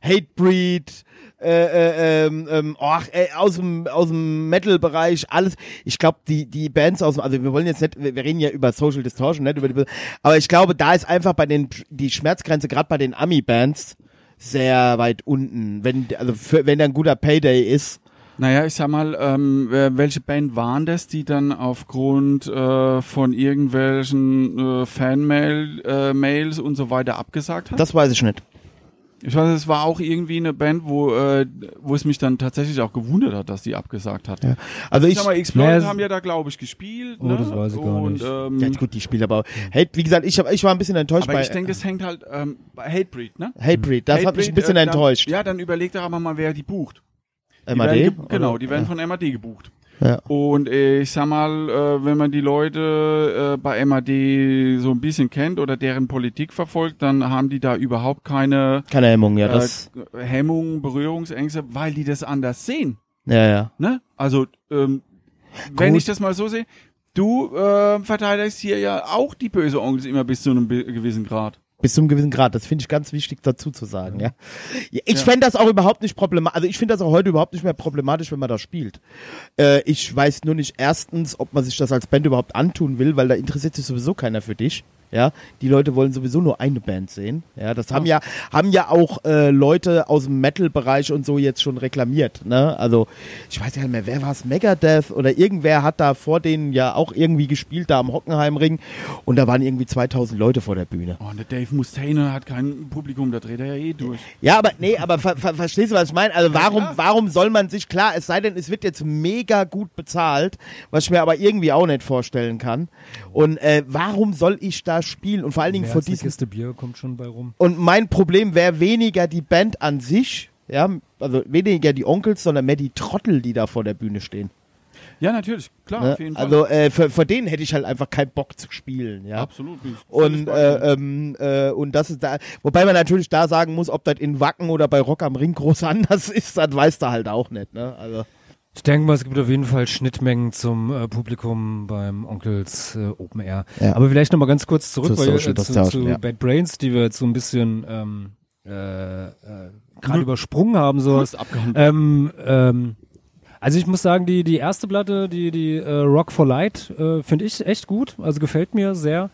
[SPEAKER 1] Hatebreed, äh, äh, ähm, ähm, och, äh, aus dem aus dem Metal-Bereich, alles. Ich glaube, die die Bands aus, dem- also wir wollen jetzt nicht, wir wir reden ja über Social Distortion, nicht über die, aber ich glaube, da ist einfach bei den die Schmerzgrenze gerade bei den Ami-Bands sehr weit unten. Wenn also für, wenn da ein guter Payday ist,
[SPEAKER 3] Naja, ich sag mal, ähm, wer- welche Band waren das, die dann aufgrund äh, von irgendwelchen äh, Fanmail-Mails und so weiter abgesagt hat?
[SPEAKER 1] das weiß ich nicht.
[SPEAKER 3] Ich weiß, es war auch irgendwie eine Band, wo, äh, wo es mich dann tatsächlich auch gewundert hat, dass die abgesagt hat.
[SPEAKER 1] Also
[SPEAKER 3] Ich
[SPEAKER 1] ich
[SPEAKER 3] sag mal, Exploit
[SPEAKER 5] Ja,
[SPEAKER 3] haben ja da, glaube ich, gespielt.
[SPEAKER 5] Oh,
[SPEAKER 3] ne?
[SPEAKER 5] das weiß ich gar
[SPEAKER 3] und,
[SPEAKER 5] nicht.
[SPEAKER 3] Ähm,
[SPEAKER 1] ja, gut, die Spieler, aber Hate, wie gesagt, ich, hab, ich war ein bisschen enttäuscht
[SPEAKER 3] aber
[SPEAKER 1] bei
[SPEAKER 3] ich denke, es hängt halt ähm, bei Hatebreed, ne?
[SPEAKER 1] Hatebreed, das hat mich ein
[SPEAKER 3] Hatebreed,
[SPEAKER 1] bisschen
[SPEAKER 3] äh,
[SPEAKER 1] enttäuscht. Äh,
[SPEAKER 3] Dann, ja, dann überlegt doch aber mal, wer die bucht. Die
[SPEAKER 1] MAD?
[SPEAKER 3] Werden, ge- genau,
[SPEAKER 1] Oder?
[SPEAKER 3] die werden von MAD gebucht.
[SPEAKER 1] Ja.
[SPEAKER 3] Und äh, ich sag mal, äh, wenn man die Leute äh, bei MAD so ein bisschen kennt oder deren Politik verfolgt, dann haben die da überhaupt keine
[SPEAKER 1] Keine Hemmung, ja, das.
[SPEAKER 3] äh, Hemmungen, Berührungsängste, weil die das anders sehen.
[SPEAKER 1] ja, ja.
[SPEAKER 3] Ne? Also, ähm, wenn
[SPEAKER 1] Gut.
[SPEAKER 3] ich das mal so sehe, du äh, verteidigst hier ja auch die böse Onkels immer bis zu einem be- gewissen Grad.
[SPEAKER 1] Bis zu einem gewissen Grad. Das finde ich ganz wichtig dazu zu sagen, ja. ja ich fände das auch überhaupt nicht problematisch. Also ich finde das auch heute überhaupt nicht mehr problematisch, wenn man das spielt. Äh, ich weiß nur nicht erstens, ob man sich das als Band überhaupt antun will, weil da interessiert sich sowieso keiner für dich. Ja, die Leute wollen sowieso nur eine Band sehen. Ja, das haben ja, haben ja auch äh, Leute aus dem Metal-Bereich und so jetzt schon reklamiert. Ne? Also ich weiß ja nicht mehr, wer war es, Megadeth oder irgendwer hat da vor denen ja auch irgendwie gespielt, da am Hockenheimring. Und da waren irgendwie 2000 Leute vor der Bühne.
[SPEAKER 3] Oh, und der Dave Mustaine hat kein Publikum, da dreht er ja eh durch.
[SPEAKER 1] Ja, aber nee, aber ver ver verstehst du, was ich meine? Also warum, warum soll man sich klar, es sei denn, es wird jetzt mega gut bezahlt, was ich mir aber irgendwie auch nicht vorstellen kann. Und äh, warum soll ich da spielen? Und vor allen Dingen
[SPEAKER 5] Mehr
[SPEAKER 1] vor
[SPEAKER 5] als eine
[SPEAKER 1] diesem
[SPEAKER 5] Kiste Bier kommt schon bei rum.
[SPEAKER 1] und mein Problem wäre weniger die Band an sich, ja, also weniger die Onkels, sondern mehr die Trottel, die da vor der Bühne stehen.
[SPEAKER 3] Ja, natürlich, klar,
[SPEAKER 1] Ne?
[SPEAKER 3] auf jeden Fall.
[SPEAKER 1] Also äh, für, für denen hätte ich halt einfach keinen Bock zu spielen, ja.
[SPEAKER 3] Absolut. bin ich völlig
[SPEAKER 1] Und,
[SPEAKER 3] bei dir.
[SPEAKER 1] äh, ähm, äh, und das ist da, wobei man natürlich da sagen muss, ob das in Wacken oder bei Rock am Ring groß anders ist, das weiß da halt auch nicht, ne? Also,
[SPEAKER 5] Ich denke mal, es gibt auf jeden Fall Schnittmengen zum äh, Publikum beim Onkels äh, Open Air.
[SPEAKER 1] Ja.
[SPEAKER 5] Aber vielleicht nochmal ganz kurz zurück
[SPEAKER 1] Zu
[SPEAKER 5] weil,
[SPEAKER 1] Social
[SPEAKER 5] äh, zu, zu
[SPEAKER 1] Distortion, ja.
[SPEAKER 5] Bad Brains, die wir jetzt so ein bisschen ähm, äh, äh, gerade
[SPEAKER 1] Mhm.
[SPEAKER 5] übersprungen haben. So.
[SPEAKER 3] Kurz abgehandelt.
[SPEAKER 5] Ähm, ähm, also ich muss sagen, die, die erste Platte, die, die äh, Rock for Light, äh, finde ich echt gut. Also gefällt mir sehr.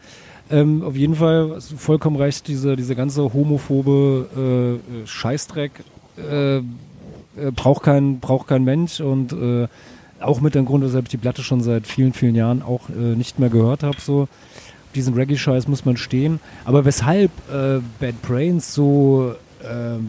[SPEAKER 5] Ähm, auf jeden Fall hast du vollkommen recht, diese, diese ganze homophobe äh, äh, Scheißdreck äh, äh, braucht, kein, braucht kein Mensch und äh, auch mit dem Grund, weshalb ich die Platte schon seit vielen, vielen Jahren auch äh, nicht mehr gehört habe. So diesen Reggae-Scheiß muss man stehen. Aber weshalb äh, Bad Brains so ähm,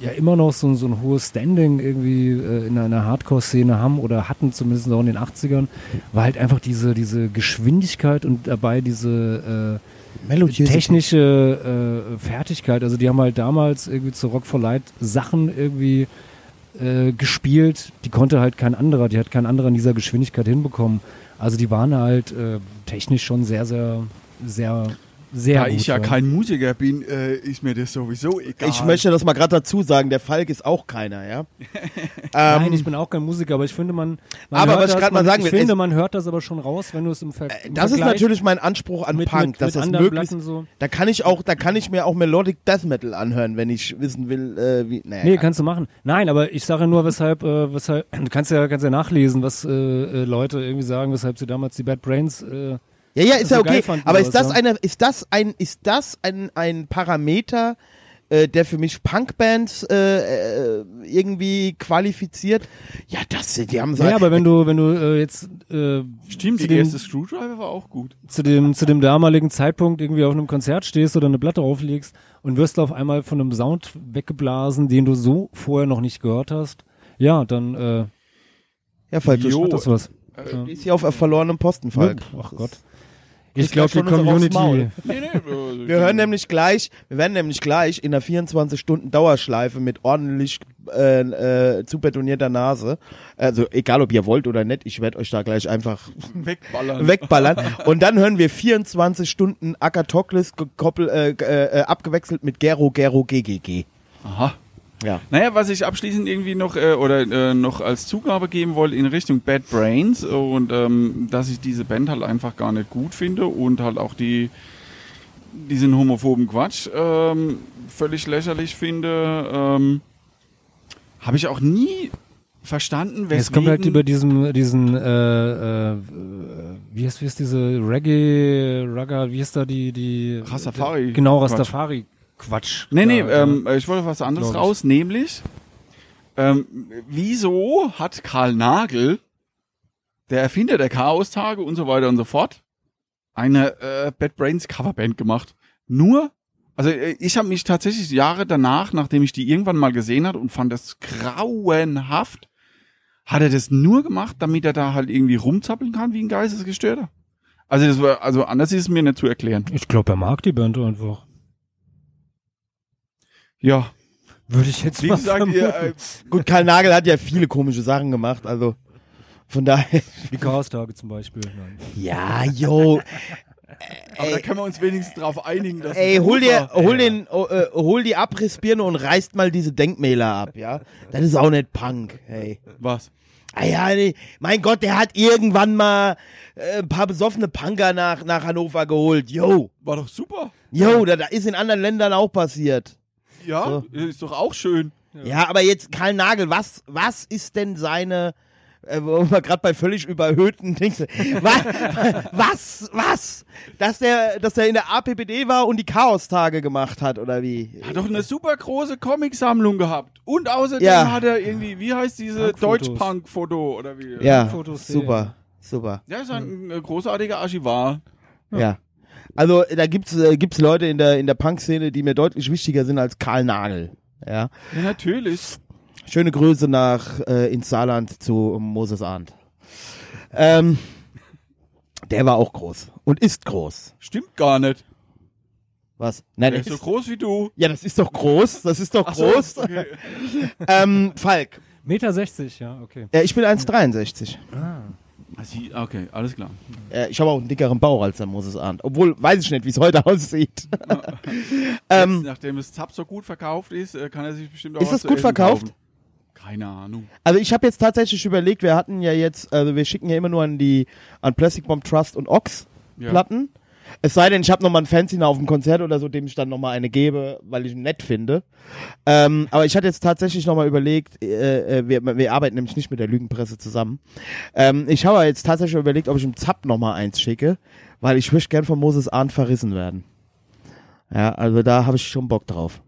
[SPEAKER 5] ja immer noch so, ein- so ein hohes Standing irgendwie äh, in einer Hardcore-Szene haben oder hatten, zumindest auch in den 80ern, war halt einfach diese, diese Geschwindigkeit und dabei diese äh, technische äh, Fertigkeit. Also die haben halt damals irgendwie zu Rock for Light Sachen irgendwie äh, gespielt, die konnte halt kein anderer, die hat kein anderer in dieser Geschwindigkeit hinbekommen. Also die waren halt äh, technisch schon sehr, sehr, sehr, sehr
[SPEAKER 3] da
[SPEAKER 5] gut.
[SPEAKER 3] ich ja
[SPEAKER 5] ja.
[SPEAKER 3] kein Musiker bin, äh, ist mir das sowieso egal.
[SPEAKER 1] ich möchte das mal gerade dazu sagen, der Falk ist auch keiner, ja.
[SPEAKER 5] Nein, ich bin auch kein Musiker, aber ich finde, man, man
[SPEAKER 1] Ähm, Aber
[SPEAKER 5] hört
[SPEAKER 1] was ich
[SPEAKER 5] das,
[SPEAKER 1] grad
[SPEAKER 5] man,
[SPEAKER 1] mal sagen
[SPEAKER 5] ich
[SPEAKER 1] will,
[SPEAKER 5] finde,
[SPEAKER 1] es- Äh,
[SPEAKER 5] man hört das aber schon raus, wenn du es im, Ver im
[SPEAKER 1] das ist
[SPEAKER 5] Vergleich
[SPEAKER 1] natürlich mein Anspruch an
[SPEAKER 5] mit,
[SPEAKER 1] Punk,
[SPEAKER 5] mit,
[SPEAKER 1] dass
[SPEAKER 5] mit
[SPEAKER 1] das
[SPEAKER 5] anderen
[SPEAKER 1] möglichst,
[SPEAKER 5] Platten so.
[SPEAKER 1] da kann ich auch, da kann ich mir auch Melodic Death Metal anhören, wenn ich wissen will, äh, wie, naja.
[SPEAKER 5] Nee, kannst du machen. Nein, aber ich sage nur, weshalb, äh, weshalb, du kannst ja, kannst ja nachlesen, was äh, äh, Leute irgendwie sagen, weshalb sie damals die Bad Brains äh,
[SPEAKER 1] Ja, ja, ist
[SPEAKER 5] so
[SPEAKER 1] ja
[SPEAKER 5] geil
[SPEAKER 1] okay.
[SPEAKER 5] fanden
[SPEAKER 1] Aber
[SPEAKER 5] oder
[SPEAKER 1] ist das
[SPEAKER 5] so.
[SPEAKER 1] eine, ist das ein, ist das ein, ein Parameter, äh, der für mich Punkbands äh, äh, irgendwie qualifiziert? Ja, das, sind- die haben halt- so.
[SPEAKER 5] Ja, aber wenn du, wenn du äh, jetzt äh,
[SPEAKER 3] Stimmt,
[SPEAKER 5] zu,
[SPEAKER 3] die
[SPEAKER 5] dem,
[SPEAKER 3] erste Screwdriver war auch gut.
[SPEAKER 5] zu, dem, zu dem damaligen Zeitpunkt irgendwie auf einem Konzert stehst oder eine Platte auflegst und wirst auf einmal von einem Sound weggeblasen, den du so vorher noch nicht gehört hast, ja, dann äh,
[SPEAKER 1] ja, Falk,
[SPEAKER 3] Jo.
[SPEAKER 1] du
[SPEAKER 5] hat das was.
[SPEAKER 1] stehst hier auf äh, verlorenem Posten, Falk.
[SPEAKER 5] Ach Gott.
[SPEAKER 1] Kriegt
[SPEAKER 5] Ich
[SPEAKER 1] gleich
[SPEAKER 5] glaube, die
[SPEAKER 1] halt schon unsere aufs
[SPEAKER 5] Community.
[SPEAKER 1] Maul.
[SPEAKER 3] Nee, nee, äh,
[SPEAKER 1] Wir hören nämlich gleich, wir werden nämlich gleich in einer 24 Stunden Dauerschleife mit ordentlich äh, äh, zu betonierter Nase. Also egal, ob ihr wollt oder nicht, ich werde euch da gleich einfach
[SPEAKER 3] Wegballern.
[SPEAKER 1] wegballern. Und dann hören wir 24 Stunden Acker Toklis gekoppel- äh, äh, äh, abgewechselt mit Gero Gero GGG.
[SPEAKER 3] Aha.
[SPEAKER 1] Ja.
[SPEAKER 3] Naja, was ich abschließend irgendwie noch äh, oder äh, noch als Zugabe geben wollte in Richtung Bad Brains und ähm, dass ich diese Band halt einfach gar nicht gut finde und halt auch die diesen homophoben Quatsch ähm, völlig lächerlich finde, ähm, habe ich auch nie verstanden, weswegen.
[SPEAKER 5] Jetzt kommt halt über diesen, diesen, äh, äh, wie heißt, wie heißt diese Reggae, Rugger, wie heißt da die, die.
[SPEAKER 3] Rastafari.
[SPEAKER 5] Genau,
[SPEAKER 3] Quatsch.
[SPEAKER 5] Rastafari. Quatsch.
[SPEAKER 3] Nee, nee,
[SPEAKER 5] Ja,
[SPEAKER 3] ähm, ich wollte was anderes
[SPEAKER 5] Glaub ich.
[SPEAKER 3] raus, nämlich, ähm, wieso hat Karl Nagel, der Erfinder der Chaostage und so weiter und so fort, eine äh, Bad Brains Coverband gemacht? Nur, also äh, ich habe mich tatsächlich Jahre danach, nachdem ich die irgendwann mal gesehen hat und fand das grauenhaft, hat er das nur gemacht, damit er da halt irgendwie rumzappeln kann wie ein Geistesgestörter. Also, das war, also anders ist es mir nicht zu erklären.
[SPEAKER 5] Ich glaube, er mag die Band einfach.
[SPEAKER 3] Ja,
[SPEAKER 5] Würde ich jetzt
[SPEAKER 3] wie
[SPEAKER 5] mal
[SPEAKER 3] gesagt, ihr, äh,
[SPEAKER 1] Gut, Karl Nagel hat ja viele komische Sachen gemacht, also von daher.
[SPEAKER 5] Die Chaos-Tage zum Beispiel. Nein.
[SPEAKER 1] Ja, yo.
[SPEAKER 3] Aber da können wir uns wenigstens drauf einigen, dass
[SPEAKER 1] Ey,
[SPEAKER 3] es
[SPEAKER 1] hol
[SPEAKER 3] gut
[SPEAKER 1] dir,
[SPEAKER 3] war.
[SPEAKER 1] hol den, oh, äh, hol die Abrissbirne und reißt mal diese Denkmäler ab, ja. Das ist auch nicht Punk, hey.
[SPEAKER 3] was?
[SPEAKER 1] Ah ja, nee. mein Gott, der hat irgendwann mal äh, ein paar besoffene Punker nach, nach Hannover geholt. Yo,
[SPEAKER 3] War doch super.
[SPEAKER 1] yo, da, da ist in anderen Ländern auch passiert.
[SPEAKER 3] Ja, ist doch auch schön.
[SPEAKER 1] Ja, aber jetzt Karl Nagel, was, was ist denn seine, äh, wo wir gerade bei völlig überhöhten Dings, was, was, was, dass der, dass der in der APPD war und die Chaostage gemacht hat oder wie?
[SPEAKER 3] Hat doch eine super große Comicsammlung gehabt. Und außerdem
[SPEAKER 1] Ja.
[SPEAKER 3] hat er irgendwie, wie heißt diese
[SPEAKER 5] Punk-Fotos.
[SPEAKER 3] Deutsch-Punk-Foto oder wie?
[SPEAKER 1] Ja,
[SPEAKER 5] Fotos sehen.
[SPEAKER 1] super, super,
[SPEAKER 3] Der ist ein äh, großartiger Archivar.
[SPEAKER 1] ja. Also da gibt's äh, gibt's Leute in der in der Punk-Szene, die mir deutlich wichtiger sind als Karl Nagel. Ja.
[SPEAKER 3] Ja, natürlich.
[SPEAKER 1] Schöne Grüße nach äh, ins Saarland zu Moses Arndt. Ähm, der war auch groß und ist groß.
[SPEAKER 3] Stimmt gar nicht.
[SPEAKER 1] Was? Nein,
[SPEAKER 3] Der ist so groß wie du.
[SPEAKER 1] ja, das ist doch groß. Das ist doch
[SPEAKER 3] Ach so,
[SPEAKER 1] groß.
[SPEAKER 3] okay.
[SPEAKER 1] ähm, Falk,
[SPEAKER 5] Meter 60, ja, okay.
[SPEAKER 1] äh, ich bin 1,63.
[SPEAKER 3] Ah, sie- Okay, alles klar.
[SPEAKER 1] Äh, ich habe auch einen dickeren Bauch als der Moses Arndt. Obwohl, weiß ich nicht, wie es heute aussieht. ähm,
[SPEAKER 3] Jetzt, nachdem es Zap so gut verkauft ist, äh, kann er sich bestimmt auch
[SPEAKER 1] Ist
[SPEAKER 3] was
[SPEAKER 1] das
[SPEAKER 3] zu
[SPEAKER 1] gut
[SPEAKER 3] essen
[SPEAKER 1] verkauft?
[SPEAKER 3] Kaufen. Keine Ahnung.
[SPEAKER 1] Also ich habe jetzt tatsächlich überlegt, wir hatten ja jetzt, also wir schicken ja immer nur an die an Plastic Bomb Trust und Ox
[SPEAKER 3] Ja.
[SPEAKER 1] Platten. Es sei denn, ich habe nochmal einen Fanziner auf dem Konzert oder so, dem ich dann nochmal eine gebe, weil ich ihn nett finde. Ähm, aber ich hatte jetzt tatsächlich nochmal überlegt, äh, äh, wir, wir arbeiten nämlich nicht mit der Lügenpresse zusammen. Ähm, ich habe jetzt tatsächlich überlegt, ob ich im Zap nochmal eins schicke, weil ich möchte gern von Moses Arndt verrissen werden. Ja, also da habe ich schon Bock drauf.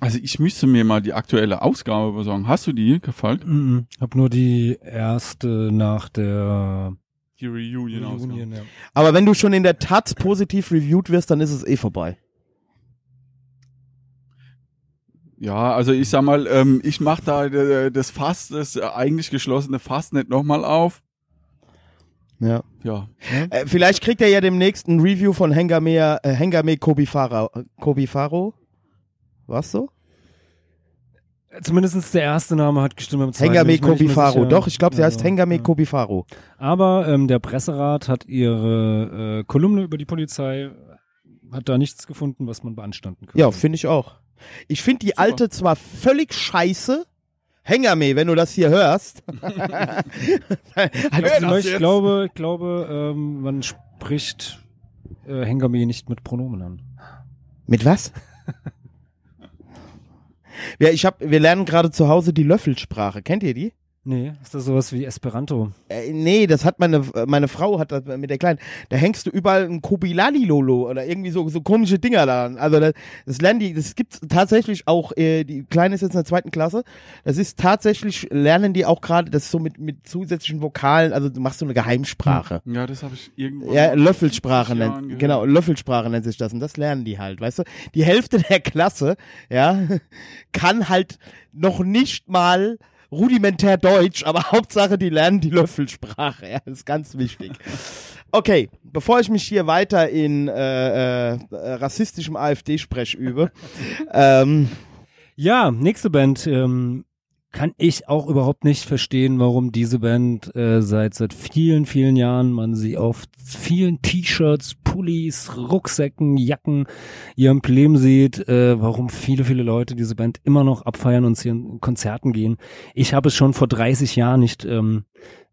[SPEAKER 3] Also ich müsste mir mal die aktuelle Ausgabe besorgen. Hast du die, Falk?
[SPEAKER 5] Mhm. Hab nur die erste nach der
[SPEAKER 3] Die Reunion-Ausgabe.
[SPEAKER 5] Union, ja.
[SPEAKER 1] Aber wenn du schon in der Taz positiv reviewed wirst, dann ist es eh vorbei.
[SPEAKER 3] Ja, also ich sag mal, ähm, ich mach da äh, das Fass, das äh, eigentlich geschlossene Fass nicht nochmal auf.
[SPEAKER 1] Ja.
[SPEAKER 3] Ja.
[SPEAKER 1] Äh, vielleicht kriegt er ja demnächst ein Review von Hengame, äh, Hengame Kobifaro. Kobifaro? Was so?
[SPEAKER 5] Zumindest der erste Name hat gestimmt beim zweiten. bin
[SPEAKER 1] Hengame
[SPEAKER 5] ich mir nicht mehr
[SPEAKER 1] Kobifaro.
[SPEAKER 5] sicher.
[SPEAKER 1] Doch, ich glaube, sie heißt
[SPEAKER 5] Also,
[SPEAKER 1] Hengame
[SPEAKER 5] ja.
[SPEAKER 1] Kobifaro.
[SPEAKER 5] Aber ähm, der Presserat hat ihre äh, Kolumne über die Polizei, hat da nichts gefunden, was man beanstanden könnte.
[SPEAKER 1] Ja, finde ich auch. Ich finde die alte zwar völlig scheiße. Hengame, wenn du das hier hörst.
[SPEAKER 5] also,
[SPEAKER 3] das
[SPEAKER 5] ich
[SPEAKER 3] jetzt.
[SPEAKER 5] glaube, ich glaube ähm, man spricht äh, Hengame nicht mit Pronomen an.
[SPEAKER 1] Mit was? Ja, ich hab, wir lernen gerade zu Hause die Löffelsprache. Kennt ihr die?
[SPEAKER 5] Nee, ist das sowas wie Esperanto?
[SPEAKER 1] Äh, nee, das hat meine, äh, meine Frau hat das mit der Kleinen. Da hängst du überall ein Kobilali-Lolo oder irgendwie so, so komische Dinger da an. Also das, das lernen die, das gibt's tatsächlich auch, äh, die Kleine ist jetzt in der zweiten Klasse. Das ist tatsächlich, lernen die auch gerade, das so mit, mit zusätzlichen Vokalen, also du machst so eine Geheimsprache.
[SPEAKER 3] Ja, das habe ich irgendwo.
[SPEAKER 1] Ja, Löffelsprache
[SPEAKER 3] Jahren
[SPEAKER 1] nennt,
[SPEAKER 3] gehört.
[SPEAKER 1] genau, Löffelsprache nennt sich das und das lernen die halt, weißt du? Die Hälfte der Klasse, ja, kann halt noch nicht mal rudimentär Deutsch, aber Hauptsache, die lernen die Löffelsprache, ja, das ist ganz wichtig. Okay, bevor ich mich hier weiter in äh, äh, rassistischem AfD-Sprech übe, ähm,
[SPEAKER 5] Ja, nächste Band. Ähm, kann ich auch überhaupt nicht verstehen, warum diese Band äh, seit seit vielen, vielen Jahren man sie auf vielen T-Shirts, Pullis, Rucksäcken, Jacken, ihr Emblem sieht, äh, warum viele, viele Leute diese Band immer noch abfeiern und zu ihren Konzerten gehen. Ich habe es schon vor 30 Jahren nicht ähm,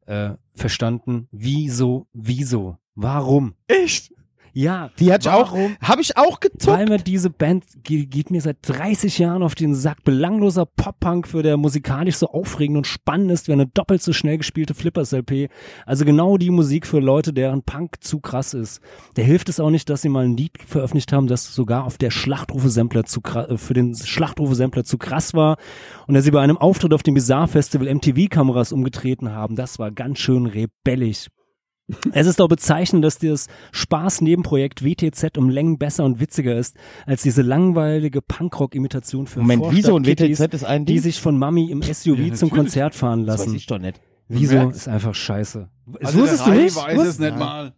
[SPEAKER 5] äh, verstanden. Wieso, wieso, warum?
[SPEAKER 3] Echt?
[SPEAKER 5] Ja,
[SPEAKER 1] Die hat ich auch,
[SPEAKER 5] Warum?
[SPEAKER 1] habe ich auch
[SPEAKER 5] weil
[SPEAKER 1] gezuckt.
[SPEAKER 5] mir diese Band ge- geht mir seit 30 Jahren auf den Sack. Belangloser Pop-Punk, für der musikalisch so aufregend und spannend ist, wie eine doppelt so schnell gespielte Flippers-LP. Also genau die Musik für Leute, deren Punk zu krass ist. Der hilft es auch nicht, dass sie mal ein Lied veröffentlicht haben, das sogar auf der Schlachtrufe-Sampler zu kra- äh, für den Schlachtrufe-Sampler zu krass war und dass sie bei einem Auftritt auf dem Bizarre-Festival MTV-Kameras umgetreten haben. Das war ganz schön rebellisch. Es ist doch bezeichnend, dass dieses Spaß-Nebenprojekt WTZ um Längen besser und witziger ist als diese langweilige Punkrock-Imitation für
[SPEAKER 1] Moment, wieso und WTZ
[SPEAKER 5] Vorstadt-Kitties,
[SPEAKER 1] ist ein
[SPEAKER 5] die
[SPEAKER 1] Ding?
[SPEAKER 5] sich von Mami im SUV
[SPEAKER 3] Ja,
[SPEAKER 5] zum
[SPEAKER 3] natürlich.
[SPEAKER 5] Konzert fahren
[SPEAKER 1] Das weiß
[SPEAKER 5] lassen.
[SPEAKER 1] ich doch nicht.
[SPEAKER 5] Wieso?
[SPEAKER 3] merkst.
[SPEAKER 5] Ist einfach scheiße. Das
[SPEAKER 3] Also
[SPEAKER 5] wusstest
[SPEAKER 3] der
[SPEAKER 5] du
[SPEAKER 3] Rai
[SPEAKER 5] nicht?
[SPEAKER 3] weiß
[SPEAKER 5] Wusst-
[SPEAKER 3] es nicht mal.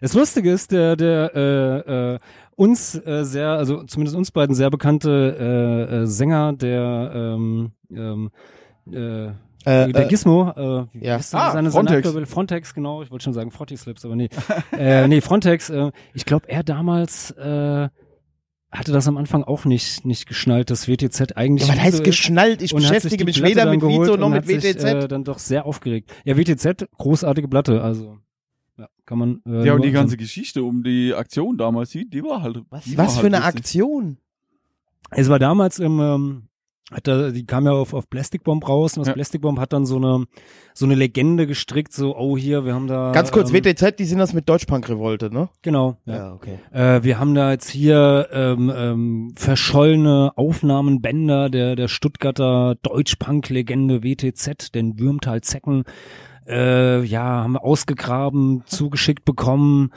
[SPEAKER 5] das Lustige ist, der, der äh, äh, uns äh, sehr, also zumindest uns beiden sehr bekannte äh, äh, Sänger, der ähm, ähm, äh,
[SPEAKER 1] Äh,
[SPEAKER 5] der
[SPEAKER 1] äh,
[SPEAKER 5] Gizmo, äh, wie
[SPEAKER 1] ja.
[SPEAKER 5] heißt der?
[SPEAKER 3] Ah,
[SPEAKER 5] seine,
[SPEAKER 3] Frontex.
[SPEAKER 5] Seine Aktuelle- Frontex, genau, ich wollte schon sagen Frotti Slips, aber nee. äh, nee, Frontex, äh, ich glaube, er damals äh, hatte das am Anfang auch nicht, nicht geschnallt, dass WTZ eigentlich.
[SPEAKER 1] ja, was
[SPEAKER 5] nicht
[SPEAKER 1] heißt
[SPEAKER 5] so ist
[SPEAKER 1] geschnallt? Ich
[SPEAKER 5] und hat sich
[SPEAKER 1] beschäftige
[SPEAKER 5] die
[SPEAKER 1] mich
[SPEAKER 5] Platte
[SPEAKER 1] weder
[SPEAKER 5] dann
[SPEAKER 1] mit
[SPEAKER 5] geholt
[SPEAKER 1] Vito noch
[SPEAKER 5] und
[SPEAKER 1] mit
[SPEAKER 5] hat Sich,
[SPEAKER 1] WTZ.
[SPEAKER 5] äh, dann doch sehr aufgeregt. Ja, WTZ, großartige Platte, also ja, kann man. Äh,
[SPEAKER 3] Ja, und
[SPEAKER 5] nur
[SPEAKER 3] die ganze Geschichte um die Aktion damals, die, die war halt.
[SPEAKER 1] was
[SPEAKER 3] die war
[SPEAKER 1] was
[SPEAKER 3] halt
[SPEAKER 1] für eine
[SPEAKER 3] lustig.
[SPEAKER 1] Aktion?
[SPEAKER 5] Es war damals im, ähm, hat da, die kam ja auf, auf Plastic Bomb raus und das
[SPEAKER 3] Ja.
[SPEAKER 5] Plastic Bomb hat dann so eine, so eine Legende gestrickt, so, oh hier, wir haben da.
[SPEAKER 1] Ganz kurz,
[SPEAKER 5] ähm,
[SPEAKER 1] WTZ, die sind das mit Deutschpunk-Revolte, ne?
[SPEAKER 5] Genau, ja.
[SPEAKER 1] okay.
[SPEAKER 5] Äh, wir haben da jetzt hier ähm, ähm, verschollene Aufnahmenbänder der, der Stuttgarter Deutsch-Punk-Legende WTZ, den Würmtal Zecken. Äh, ja, haben wir ausgegraben, zugeschickt bekommen.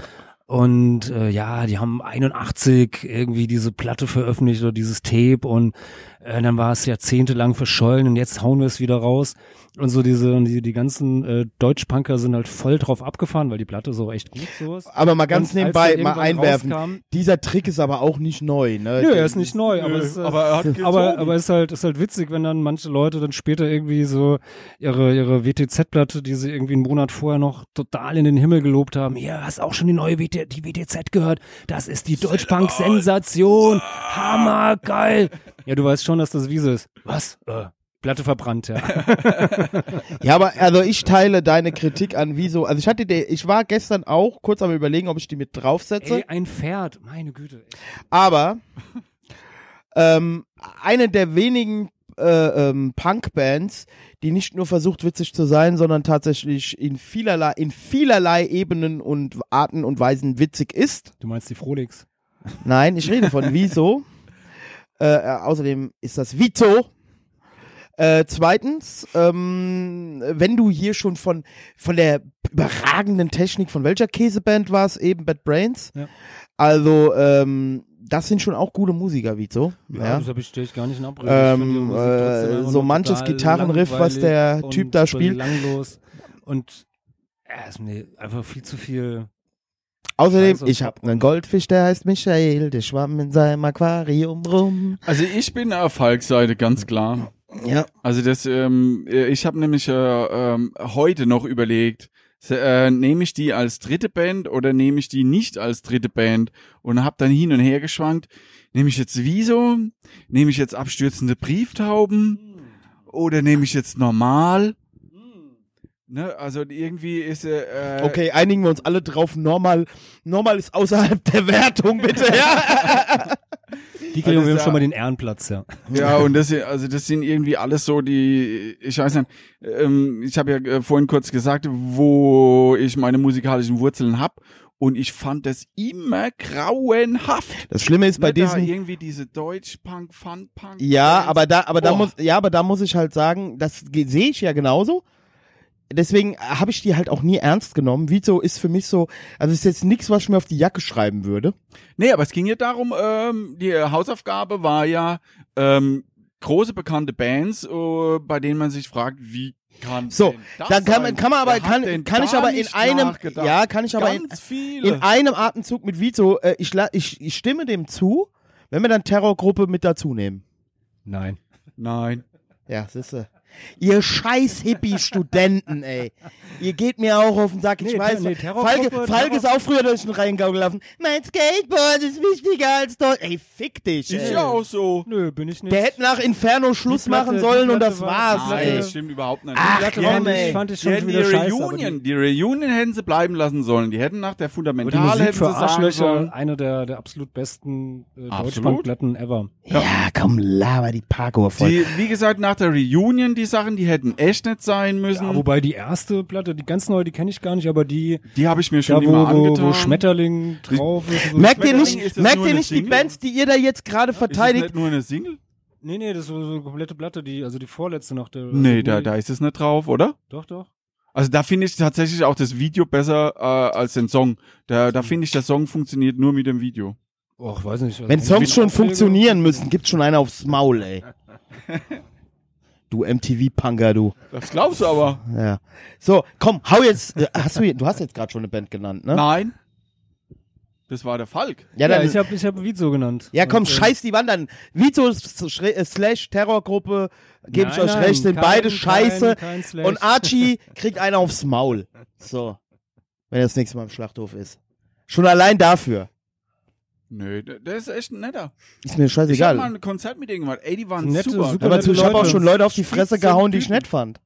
[SPEAKER 5] Und äh, ja, die haben 81 irgendwie diese Platte veröffentlicht oder dieses Tape und äh, dann war es jahrzehntelang verschollen und jetzt hauen wir es wieder raus. Und so diese, die, die ganzen äh, Deutschpunker sind halt voll drauf abgefahren, weil die Platte so echt gut so ist.
[SPEAKER 1] Aber mal ganz
[SPEAKER 5] Und als
[SPEAKER 1] nebenbei,
[SPEAKER 5] dann
[SPEAKER 1] mal
[SPEAKER 5] irgendwann
[SPEAKER 1] einwerfen.
[SPEAKER 5] rauskam-
[SPEAKER 1] Dieser Trick ist aber auch nicht neu, ne?
[SPEAKER 5] Nö,
[SPEAKER 1] Der-
[SPEAKER 5] er ist nicht neu, aber
[SPEAKER 3] Nö,
[SPEAKER 5] es, äh,
[SPEAKER 3] aber er hat gezogen.
[SPEAKER 5] aber, aber es ist halt, ist halt witzig, wenn dann manche Leute dann später irgendwie so ihre, ihre WTZ-Platte, die sie irgendwie einen Monat vorher noch total in den Himmel gelobt haben. Hier, hast auch schon die neue WT, die WTZ gehört? Das ist die Deutschpunk-Sensation. Hammer, geil. Ja, du weißt schon, dass das Wiese ist. Was? Äh, Platte verbrannt, ja.
[SPEAKER 1] Ja, aber also ich teile deine Kritik an wieso. Also ich hatte die, ich war gestern auch kurz am überlegen, ob ich die mit draufsetze.
[SPEAKER 5] Ey, ein Pferd, meine Güte.
[SPEAKER 1] Aber ähm, eine der wenigen äh, ähm, Punk-Bands, die nicht nur versucht, witzig zu sein, sondern tatsächlich in vielerlei, in vielerlei Ebenen und Arten und Weisen witzig ist.
[SPEAKER 5] Du meinst die Frolix?
[SPEAKER 1] Nein, ich rede von Wieso. Äh, äh, außerdem ist das Vito. Äh, zweitens, ähm, wenn du hier schon von, von der überragenden Technik, von welcher Käseband war es eben, Bad Brains?
[SPEAKER 5] Ja.
[SPEAKER 1] Also, ähm, das sind schon auch gute Musiker, Vito. Ja.
[SPEAKER 5] das habe ich, stell ich gar nicht in Abrede. Ich finde die
[SPEAKER 1] Ähm,
[SPEAKER 5] Musik trotzdem
[SPEAKER 1] äh,
[SPEAKER 5] einfach
[SPEAKER 1] so
[SPEAKER 5] nur
[SPEAKER 1] manches
[SPEAKER 5] total
[SPEAKER 1] Gitarrenriff, was der
[SPEAKER 5] langweilig
[SPEAKER 1] Typ da
[SPEAKER 5] und
[SPEAKER 1] spielt.
[SPEAKER 5] Belanglos und äh, ist mir einfach viel zu viel.
[SPEAKER 1] Außerdem,
[SPEAKER 5] Also,
[SPEAKER 1] ich habe einen Goldfisch, der heißt Michael, der schwamm in seinem Aquarium rum.
[SPEAKER 3] Also ich bin auf Falkseite, ganz klar.
[SPEAKER 1] Ja.
[SPEAKER 3] Also das, ähm, äh, ich habe nämlich äh, ähm, heute noch überlegt, se- äh, nehme ich die als dritte Band oder nehme ich die nicht als dritte Band und habe dann hin und her geschwankt, nehme ich jetzt Wieso, nehme ich jetzt abstürzende Brieftauben oder nehme ich jetzt normal? Ne, also irgendwie ist äh, äh,
[SPEAKER 1] Okay, einigen wir uns alle drauf. Normal, normal ist außerhalb der Wertung, bitte. Ja.
[SPEAKER 5] Die
[SPEAKER 3] kriegen Also wir
[SPEAKER 5] kriegen wir
[SPEAKER 3] ist schon
[SPEAKER 5] schon
[SPEAKER 3] ja- mal
[SPEAKER 5] mal den Ehrenplatz, ja.
[SPEAKER 3] Ja, und das, sind- also das sind irgendwie alles so die, ich weiß nicht, ähm, ich habe ja äh, vorhin kurz gesagt, wo ich meine musikalischen Wurzeln hab und ich fand das immer grauenhaft.
[SPEAKER 1] Das Schlimme ist bei
[SPEAKER 3] Ne, da
[SPEAKER 1] diesen.
[SPEAKER 3] irgendwie diese Deutsch-Punk, Fun-Punk.
[SPEAKER 1] Ja, aber da, aber da
[SPEAKER 3] Boah.
[SPEAKER 1] muss, ja, aber da muss ich halt sagen, das ge- sehe ich ja genauso. Deswegen habe ich die halt auch nie ernst genommen. Vito ist für mich so, also ist jetzt nichts, was ich mir auf die Jacke schreiben würde.
[SPEAKER 3] Nee, aber es ging ja darum, ähm, die Hausaufgabe war ja ähm, große bekannte Bands, äh, bei denen man sich fragt, wie kann
[SPEAKER 1] So,
[SPEAKER 3] denn das
[SPEAKER 1] dann kann man,
[SPEAKER 3] sein?
[SPEAKER 1] kann man aber,
[SPEAKER 3] Wer hat
[SPEAKER 1] kann,
[SPEAKER 3] denn
[SPEAKER 1] kann ich
[SPEAKER 3] da
[SPEAKER 1] aber in
[SPEAKER 3] nicht
[SPEAKER 1] einem,
[SPEAKER 3] nachgedacht?
[SPEAKER 1] ja, kann ich aber in,
[SPEAKER 3] Ganz viele.
[SPEAKER 1] in einem Atemzug mit Vito, äh, ich, la- ich, ich stimme dem zu, wenn wir dann Terrorgruppe mit dazu nehmen.
[SPEAKER 5] Nein.
[SPEAKER 3] Nein.
[SPEAKER 1] Ja, siehste. Ihr scheiß Hippie-Studenten, ey. Ihr geht mir auch auf den Sack. Ich
[SPEAKER 5] Nee,
[SPEAKER 1] weiß,
[SPEAKER 5] nee, Terrorgruppe,
[SPEAKER 1] Falke, Falke ist auch früher durch den Rheingau gelaufen. Mein Skateboard ist wichtiger als Deutsch. Ey, fick dich,
[SPEAKER 3] Ist
[SPEAKER 1] ey.
[SPEAKER 3] ja auch so.
[SPEAKER 5] Nö, bin ich nicht.
[SPEAKER 1] Der hätte nach Inferno Schluss
[SPEAKER 5] Die Platte-
[SPEAKER 1] machen sollen
[SPEAKER 5] die
[SPEAKER 1] und
[SPEAKER 5] Platte
[SPEAKER 1] das
[SPEAKER 5] war-
[SPEAKER 1] war's,
[SPEAKER 5] Nein,
[SPEAKER 1] ey.
[SPEAKER 5] das
[SPEAKER 3] stimmt überhaupt nicht.
[SPEAKER 1] Ach,
[SPEAKER 5] Platte
[SPEAKER 1] komm,
[SPEAKER 5] fand ich-
[SPEAKER 1] ey.
[SPEAKER 5] fand ich
[SPEAKER 3] Die
[SPEAKER 5] schon
[SPEAKER 3] hätten die
[SPEAKER 5] wieder scheiße. aber
[SPEAKER 3] Reunion, die, Reunion hätten sie bleiben lassen sollen. Die hätten nach der
[SPEAKER 5] Und die
[SPEAKER 3] Fundamental
[SPEAKER 5] Musik
[SPEAKER 3] hätten
[SPEAKER 5] für
[SPEAKER 3] sie sagen
[SPEAKER 5] Arschlöcher,
[SPEAKER 3] sollen.
[SPEAKER 5] eine der, der absolut besten äh,
[SPEAKER 3] Absolut.
[SPEAKER 5] Deutschlandplatten ever.
[SPEAKER 1] Mhm. Ja, komm, laber die Parkour voll.
[SPEAKER 3] Die, wie gesagt, nach der Reunion, die Sachen, die hätten echt nicht sein müssen.
[SPEAKER 5] Ja, wobei die erste Platte, die ganz neue, die kenne ich gar nicht, aber die,
[SPEAKER 3] die habe ich mir schon
[SPEAKER 5] da wo,
[SPEAKER 3] immer
[SPEAKER 5] wo,
[SPEAKER 3] angetan.
[SPEAKER 5] wo Schmetterling drauf ist. So
[SPEAKER 1] merkt ihr
[SPEAKER 3] Schmetterling
[SPEAKER 1] nicht,
[SPEAKER 3] ist das
[SPEAKER 1] merkt
[SPEAKER 3] nur
[SPEAKER 1] ihr
[SPEAKER 3] eine
[SPEAKER 1] nicht die
[SPEAKER 3] Single?
[SPEAKER 1] Bands, die ihr da jetzt gerade
[SPEAKER 3] ist das
[SPEAKER 1] verteidigt?
[SPEAKER 3] nicht nur eine Single?
[SPEAKER 5] Nee, nee, das ist so so eine komplette Platte, die, also die vorletzte nach der.
[SPEAKER 3] Nee, da, da ist es nicht drauf, oder?
[SPEAKER 5] Doch, doch.
[SPEAKER 3] Also da finde ich tatsächlich auch das Video besser äh, als den Song. Da, da finde ich, der Song funktioniert nur mit dem Video.
[SPEAKER 5] Och, weiß nicht. also
[SPEAKER 1] Wenn Songs schon
[SPEAKER 5] Aufregung-
[SPEAKER 1] funktionieren müssen, gibt's schon einen aufs Maul, ey. Du MTV-Punker, du.
[SPEAKER 3] Das glaubst du aber.
[SPEAKER 1] Ja. So, komm, hau jetzt. äh, Hast du, du hast jetzt gerade schon eine Band genannt, ne?
[SPEAKER 3] Nein. Das war der Falk.
[SPEAKER 1] Ja,
[SPEAKER 5] Ja,
[SPEAKER 1] dann.
[SPEAKER 5] ich habe ich hab Vizo genannt.
[SPEAKER 1] ja, komm,
[SPEAKER 5] Und, äh,
[SPEAKER 1] scheiß die Wandern. Vito s- schre- äh, slash Terrorgruppe, gebe ich
[SPEAKER 5] nein,
[SPEAKER 1] euch
[SPEAKER 5] nein,
[SPEAKER 1] recht, sind
[SPEAKER 5] kein-
[SPEAKER 1] beide
[SPEAKER 5] kein-
[SPEAKER 1] scheiße.
[SPEAKER 5] kein Slash.
[SPEAKER 1] Und Archie kriegt einen aufs Maul. So. Wenn er das nächste Mal im Schlachthof ist. Schon allein dafür.
[SPEAKER 3] Nö, der, der ist echt ein netter.
[SPEAKER 1] Ist mir
[SPEAKER 3] Ich hab mal
[SPEAKER 1] scheißegal.
[SPEAKER 3] ein Konzert mit denen gemacht. Ey, die waren
[SPEAKER 5] Nette,
[SPEAKER 3] super.
[SPEAKER 5] super.
[SPEAKER 1] Aber
[SPEAKER 5] nette
[SPEAKER 1] ich habe auch
[SPEAKER 5] Leute.
[SPEAKER 1] schon Leute auf die Fresse
[SPEAKER 3] Spitzen
[SPEAKER 1] gehauen, die ich
[SPEAKER 3] Typen.
[SPEAKER 1] nett fand.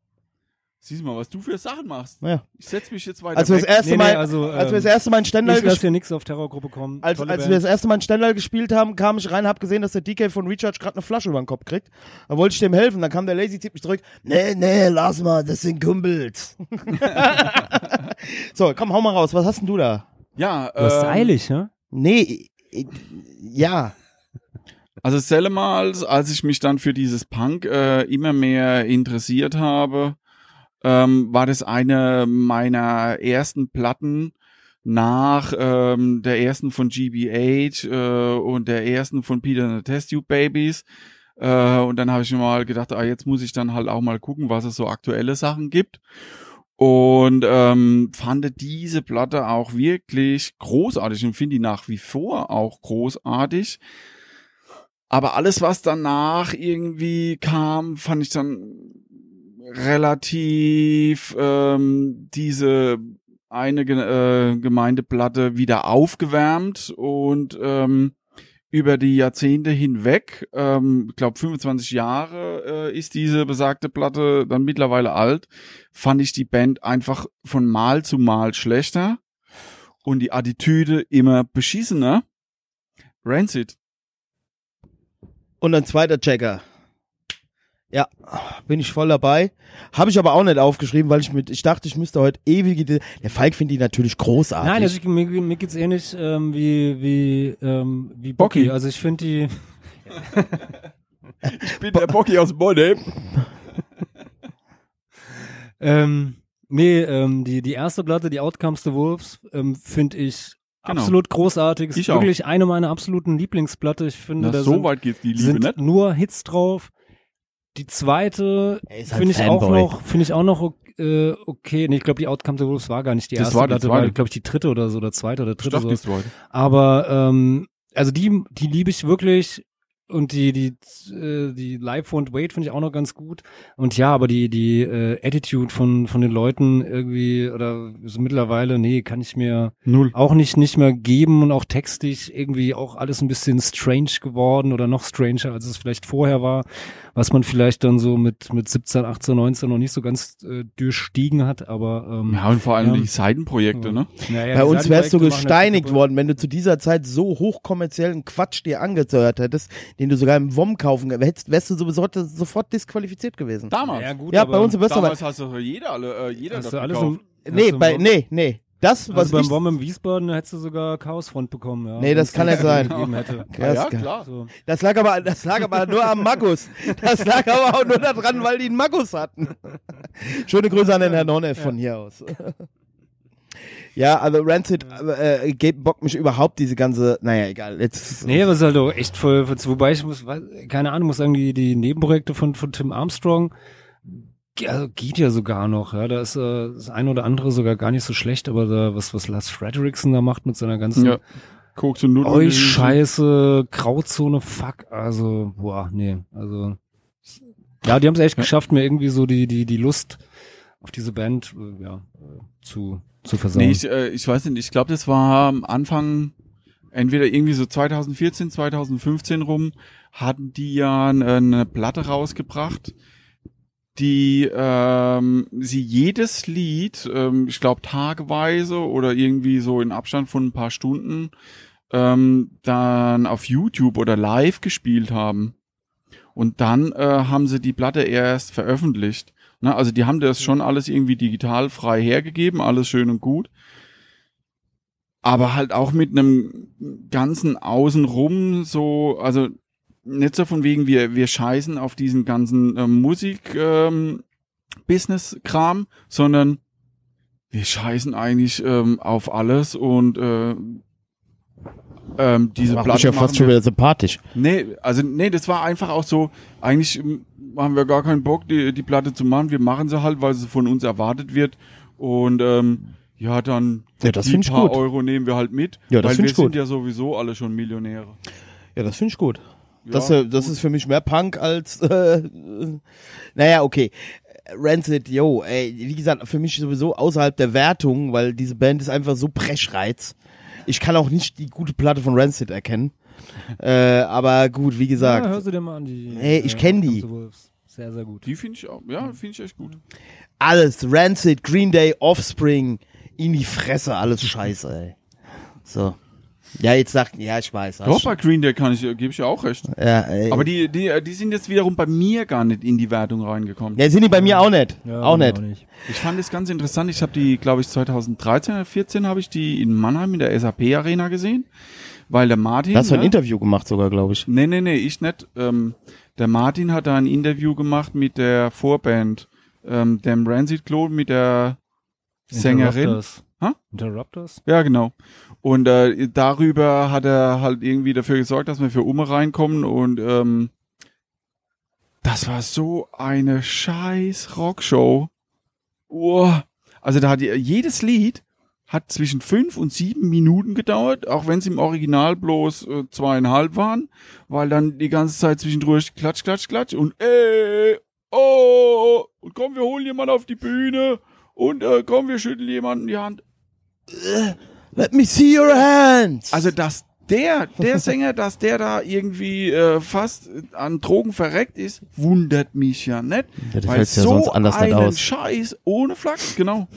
[SPEAKER 3] Siehst mal, was du für Sachen machst.
[SPEAKER 1] Naja.
[SPEAKER 3] Ich setz mich jetzt weiter
[SPEAKER 1] Als wir das
[SPEAKER 3] weg.
[SPEAKER 1] erste
[SPEAKER 5] Nee, nee,
[SPEAKER 1] Mal,
[SPEAKER 5] also,
[SPEAKER 1] als wir das
[SPEAKER 5] ähm,
[SPEAKER 1] erste Mal in Stendal
[SPEAKER 5] Ich lasse
[SPEAKER 1] gespielt
[SPEAKER 5] hier nichts auf Terrorgruppe kommen.
[SPEAKER 1] als,
[SPEAKER 5] Tolle
[SPEAKER 1] als
[SPEAKER 5] Band.
[SPEAKER 1] wir das erste Mal in Stendal gespielt haben, kam ich rein, hab gesehen, dass der DK von Recharge gerade eine Flasche über den Kopf kriegt. Da wollte ich dem helfen, dann kam der Lazy, zieht mich zurück. Nee, nee, lass mal, das sind Kumpels. so, komm, hau mal raus. Was hast denn du da?
[SPEAKER 3] Ja,
[SPEAKER 5] Du hast
[SPEAKER 3] ähm,
[SPEAKER 5] eilig, ne?
[SPEAKER 1] Nee, ich- ich- ja.
[SPEAKER 3] Also sellemals, als ich mich dann für dieses Punk äh, immer mehr interessiert habe, ähm, war das eine meiner ersten Platten nach ähm, der ersten von GBH äh, und der ersten von Peter and the Test Tube Babies. Äh, und dann habe ich mir mal gedacht, ah, jetzt muss ich dann halt auch mal gucken, was es so aktuelle Sachen gibt. Und ähm, fand diese Platte auch wirklich großartig und finde die nach wie vor auch großartig. Aber alles, was danach irgendwie kam, fand ich dann relativ ähm, diese eine Ge äh, Gemeindeplatte wieder aufgewärmt und ähm, über die Jahrzehnte hinweg, ähm, ich glaube 25 Jahre äh, ist diese besagte Platte dann mittlerweile alt, fand ich die Band einfach von Mal zu Mal schlechter und die Attitüde immer beschissener. Rancid
[SPEAKER 1] Und ein zweiter Checker. Ja, bin ich voll dabei. Habe ich aber auch nicht aufgeschrieben, weil ich mit, ich dachte, ich müsste heute ewige. Der Falk findet die natürlich großartig.
[SPEAKER 5] Nein, also ich, mir, mir geht's ähnlich ähm, wie, wie, ähm, wie Bocky.
[SPEAKER 3] Bocky.
[SPEAKER 5] Also ich finde die,
[SPEAKER 3] bin der Bocky aus Bonn,
[SPEAKER 5] ähm, nee, ähm, die, die erste Platte, die Outcomes the Wolves, ähm, finde ich
[SPEAKER 3] Genau.
[SPEAKER 5] absolut großartig. Ist
[SPEAKER 3] Ich auch.
[SPEAKER 5] wirklich eine meiner absoluten Lieblingsplatte. Ich finde, da
[SPEAKER 3] so
[SPEAKER 5] sind,
[SPEAKER 3] weit geht's die Liebe,
[SPEAKER 5] sind
[SPEAKER 3] ne?
[SPEAKER 5] nur Hits drauf. Die zweite
[SPEAKER 1] Er ist halt
[SPEAKER 5] finde ich auch
[SPEAKER 1] Fanboy.
[SPEAKER 5] noch, finde ich auch noch äh, okay. Nee, ich glaube, die Outcome the Wolves war gar nicht die
[SPEAKER 3] Das
[SPEAKER 5] erste
[SPEAKER 3] war die
[SPEAKER 5] Platte,
[SPEAKER 3] zweite.
[SPEAKER 5] war, glaube ich, die dritte oder so, oder zweite oder dritte. so.
[SPEAKER 3] zweite.
[SPEAKER 5] Aber ähm, also die, die liebe ich wirklich. Und die, die, äh, die Life Won't Wait finde ich auch noch ganz gut. Und ja, aber die, die äh, Attitude von, von den Leuten irgendwie oder so mittlerweile, nee, kann ich mir
[SPEAKER 3] Null.
[SPEAKER 5] auch nicht, nicht mehr geben und auch textlich irgendwie auch alles ein bisschen strange geworden oder noch stranger, als es vielleicht vorher war, was man vielleicht dann so mit, mit 17, 18, 19 noch nicht so ganz äh, durchstiegen hat, aber ähm,
[SPEAKER 3] Ja, und vor allem
[SPEAKER 5] Ja.
[SPEAKER 3] die Seitenprojekte, ne?
[SPEAKER 5] naja,
[SPEAKER 1] Bei
[SPEAKER 5] die
[SPEAKER 1] uns wärst du
[SPEAKER 5] Seitenprojekte machen
[SPEAKER 1] gesteinigt
[SPEAKER 5] natürlich-
[SPEAKER 1] worden, wenn du zu dieser Zeit so hochkommerziellen Quatsch dir angehört hättest, den du sogar im WOM kaufen ge- hättest, wärst du sowieso sofort disqualifiziert gewesen.
[SPEAKER 3] Damals.
[SPEAKER 5] Ja, gut,
[SPEAKER 1] ja,
[SPEAKER 5] aber-
[SPEAKER 1] bei uns im Westerwald.
[SPEAKER 3] Damals hast du jeder alle, äh, jeder
[SPEAKER 5] Hast
[SPEAKER 3] das
[SPEAKER 5] du alles
[SPEAKER 3] gekauft.
[SPEAKER 5] im,
[SPEAKER 1] Nee,
[SPEAKER 5] hast du
[SPEAKER 1] bei,
[SPEAKER 5] im-
[SPEAKER 1] nee, nee. Das, was
[SPEAKER 5] also beim
[SPEAKER 1] ich,
[SPEAKER 5] Bomben in Wiesbaden hättest du sogar Chaosfront bekommen. Ja,
[SPEAKER 1] Nee, das
[SPEAKER 5] Wenn's
[SPEAKER 1] kann
[SPEAKER 5] die
[SPEAKER 1] nicht
[SPEAKER 5] Platte
[SPEAKER 1] sein.
[SPEAKER 5] gegeben hätte.
[SPEAKER 1] Ja,
[SPEAKER 3] ja,
[SPEAKER 1] ist
[SPEAKER 3] ja,
[SPEAKER 1] geil.
[SPEAKER 3] klar.
[SPEAKER 5] So.
[SPEAKER 1] das lag aber, das lag aber nur am Magus. Das lag aber auch nur daran, weil die einen Magus hatten. Schöne Grüße an den Herrn Nonneff von hier aus. Ja, also Rancid äh, äh, geht- bockt mich überhaupt diese ganze, naja, egal, jetzt.
[SPEAKER 5] Nee, was halt auch echt voll, voll- wobei ich muss, weiß- keine Ahnung, muss sagen, die, die Nebenprojekte von, von Tim Armstrong ge- also geht ja sogar noch, ja, da ist äh, das eine oder andere sogar gar nicht so schlecht, aber da, was, was Lars Frederiksen da macht mit seiner ganzen
[SPEAKER 3] Ja. Koks und Nudeln.
[SPEAKER 5] Oi, Scheiße, Grauzone, fuck, also, boah, nee, also Ja, die haben es echt geschafft, mir irgendwie so die, die, die Lust auf diese Band äh, ja, äh, zu, zu versauen.
[SPEAKER 3] Nee, ich, äh, ich weiß nicht, ich glaube, das war am Anfang, entweder irgendwie so 2014, 2015 rum, hatten die ja n- äh, eine Platte rausgebracht, die ähm, sie jedes Lied, ähm, ich glaube tageweise oder irgendwie so in Abstand von ein paar Stunden, ähm, dann auf YouTube oder live gespielt haben. Und dann äh, haben sie die Platte erst veröffentlicht. Ne? Also die haben das schon alles irgendwie digital frei hergegeben, alles schön und gut. Aber halt auch mit einem ganzen Außenrum so, also nicht so von wegen, wir, wir scheißen auf diesen ganzen äh, Musik-Business-Kram, sondern wir scheißen eigentlich ähm, auf alles und äh, ähm, diese
[SPEAKER 1] Macht mich
[SPEAKER 3] Platte
[SPEAKER 1] ja
[SPEAKER 3] machen
[SPEAKER 1] fast
[SPEAKER 3] wir-
[SPEAKER 1] schon wieder sympathisch.
[SPEAKER 3] Nee, also nee, das war einfach auch so, eigentlich ähm, haben wir gar keinen Bock, die, die Platte zu machen. Wir machen sie halt, weil sie von uns erwartet wird. Und ähm, ja, dann
[SPEAKER 1] Ja, das
[SPEAKER 3] die
[SPEAKER 1] find ich
[SPEAKER 3] paar
[SPEAKER 1] gut.
[SPEAKER 3] Euro nehmen wir halt mit,
[SPEAKER 1] Ja, das
[SPEAKER 3] weil
[SPEAKER 1] find
[SPEAKER 3] wir
[SPEAKER 1] ich gut.
[SPEAKER 3] sind ja sowieso alle schon Millionäre.
[SPEAKER 1] Ja, das finde ich gut. das
[SPEAKER 3] Ja,
[SPEAKER 1] äh, das ist für mich mehr Punk als. Äh, äh, naja, okay. Rancid, yo, ey, wie gesagt, für mich sowieso außerhalb der Wertung, weil diese Band ist einfach so Preschreiz. Ich kann auch nicht die gute Platte von Rancid erkennen. äh, aber gut, wie gesagt.
[SPEAKER 5] ja, hör sie dir mal an. Die,
[SPEAKER 1] Ey, ich kenn die.
[SPEAKER 5] Welcome to Wolves. Sehr, sehr gut.
[SPEAKER 3] Die finde ich auch, ja, finde ich echt gut.
[SPEAKER 1] alles, Rancid, Green Day, Offspring, in die Fresse, alles scheiße, ey. So. Ja, jetzt sagt, ja, ich weiß. hast
[SPEAKER 3] Doch,
[SPEAKER 1] schon-
[SPEAKER 3] bei Green Day kann ich, gebe ich ja auch recht.
[SPEAKER 1] ja, ey.
[SPEAKER 3] Aber die, die, äh, die sind jetzt wiederum bei mir gar nicht in die Wertung reingekommen.
[SPEAKER 1] ja, sind die bei mir auch nicht.
[SPEAKER 5] Ja,
[SPEAKER 1] auch
[SPEAKER 5] mir
[SPEAKER 1] nicht.
[SPEAKER 3] Ich fand es ganz interessant. Ich habe die, glaube ich, 2013 oder 14 habe ich die in Mannheim in der SAP Arena gesehen, weil der Martin.
[SPEAKER 1] Da hast du ein
[SPEAKER 3] ne?
[SPEAKER 1] Interview gemacht sogar, glaube ich.
[SPEAKER 3] Nee, nee, nee, ich nicht. Ähm, der Martin hat da ein Interview gemacht mit der Vorband, ähm, dem Rancid Clone, mit der Sängerin.
[SPEAKER 5] Interrupters.
[SPEAKER 3] Hä?
[SPEAKER 5] Interrupters?
[SPEAKER 3] Ja, genau. Und äh, darüber hat er halt irgendwie dafür gesorgt, dass wir für Ume reinkommen und ähm, das war so eine scheiß Rockshow. Uah. Also da hat die- jedes Lied hat zwischen fünf und sieben Minuten gedauert, auch wenn es im Original bloß äh, zweieinhalb waren, weil dann die ganze Zeit zwischendurch klatsch, klatsch, klatsch und äh, oh, und komm, wir holen jemanden auf die Bühne und äh, komm, wir schütteln jemanden die Hand.
[SPEAKER 1] Let me see your hands.
[SPEAKER 3] Also, dass der, der Sänger, dass der da irgendwie äh, fast an Drogen verreckt ist, wundert mich ja nicht.
[SPEAKER 1] Ja, das
[SPEAKER 3] weil
[SPEAKER 1] hältst du ja
[SPEAKER 3] so
[SPEAKER 1] sonst anders nicht
[SPEAKER 3] einen
[SPEAKER 1] aus.
[SPEAKER 3] Scheiß ohne Flachs, genau.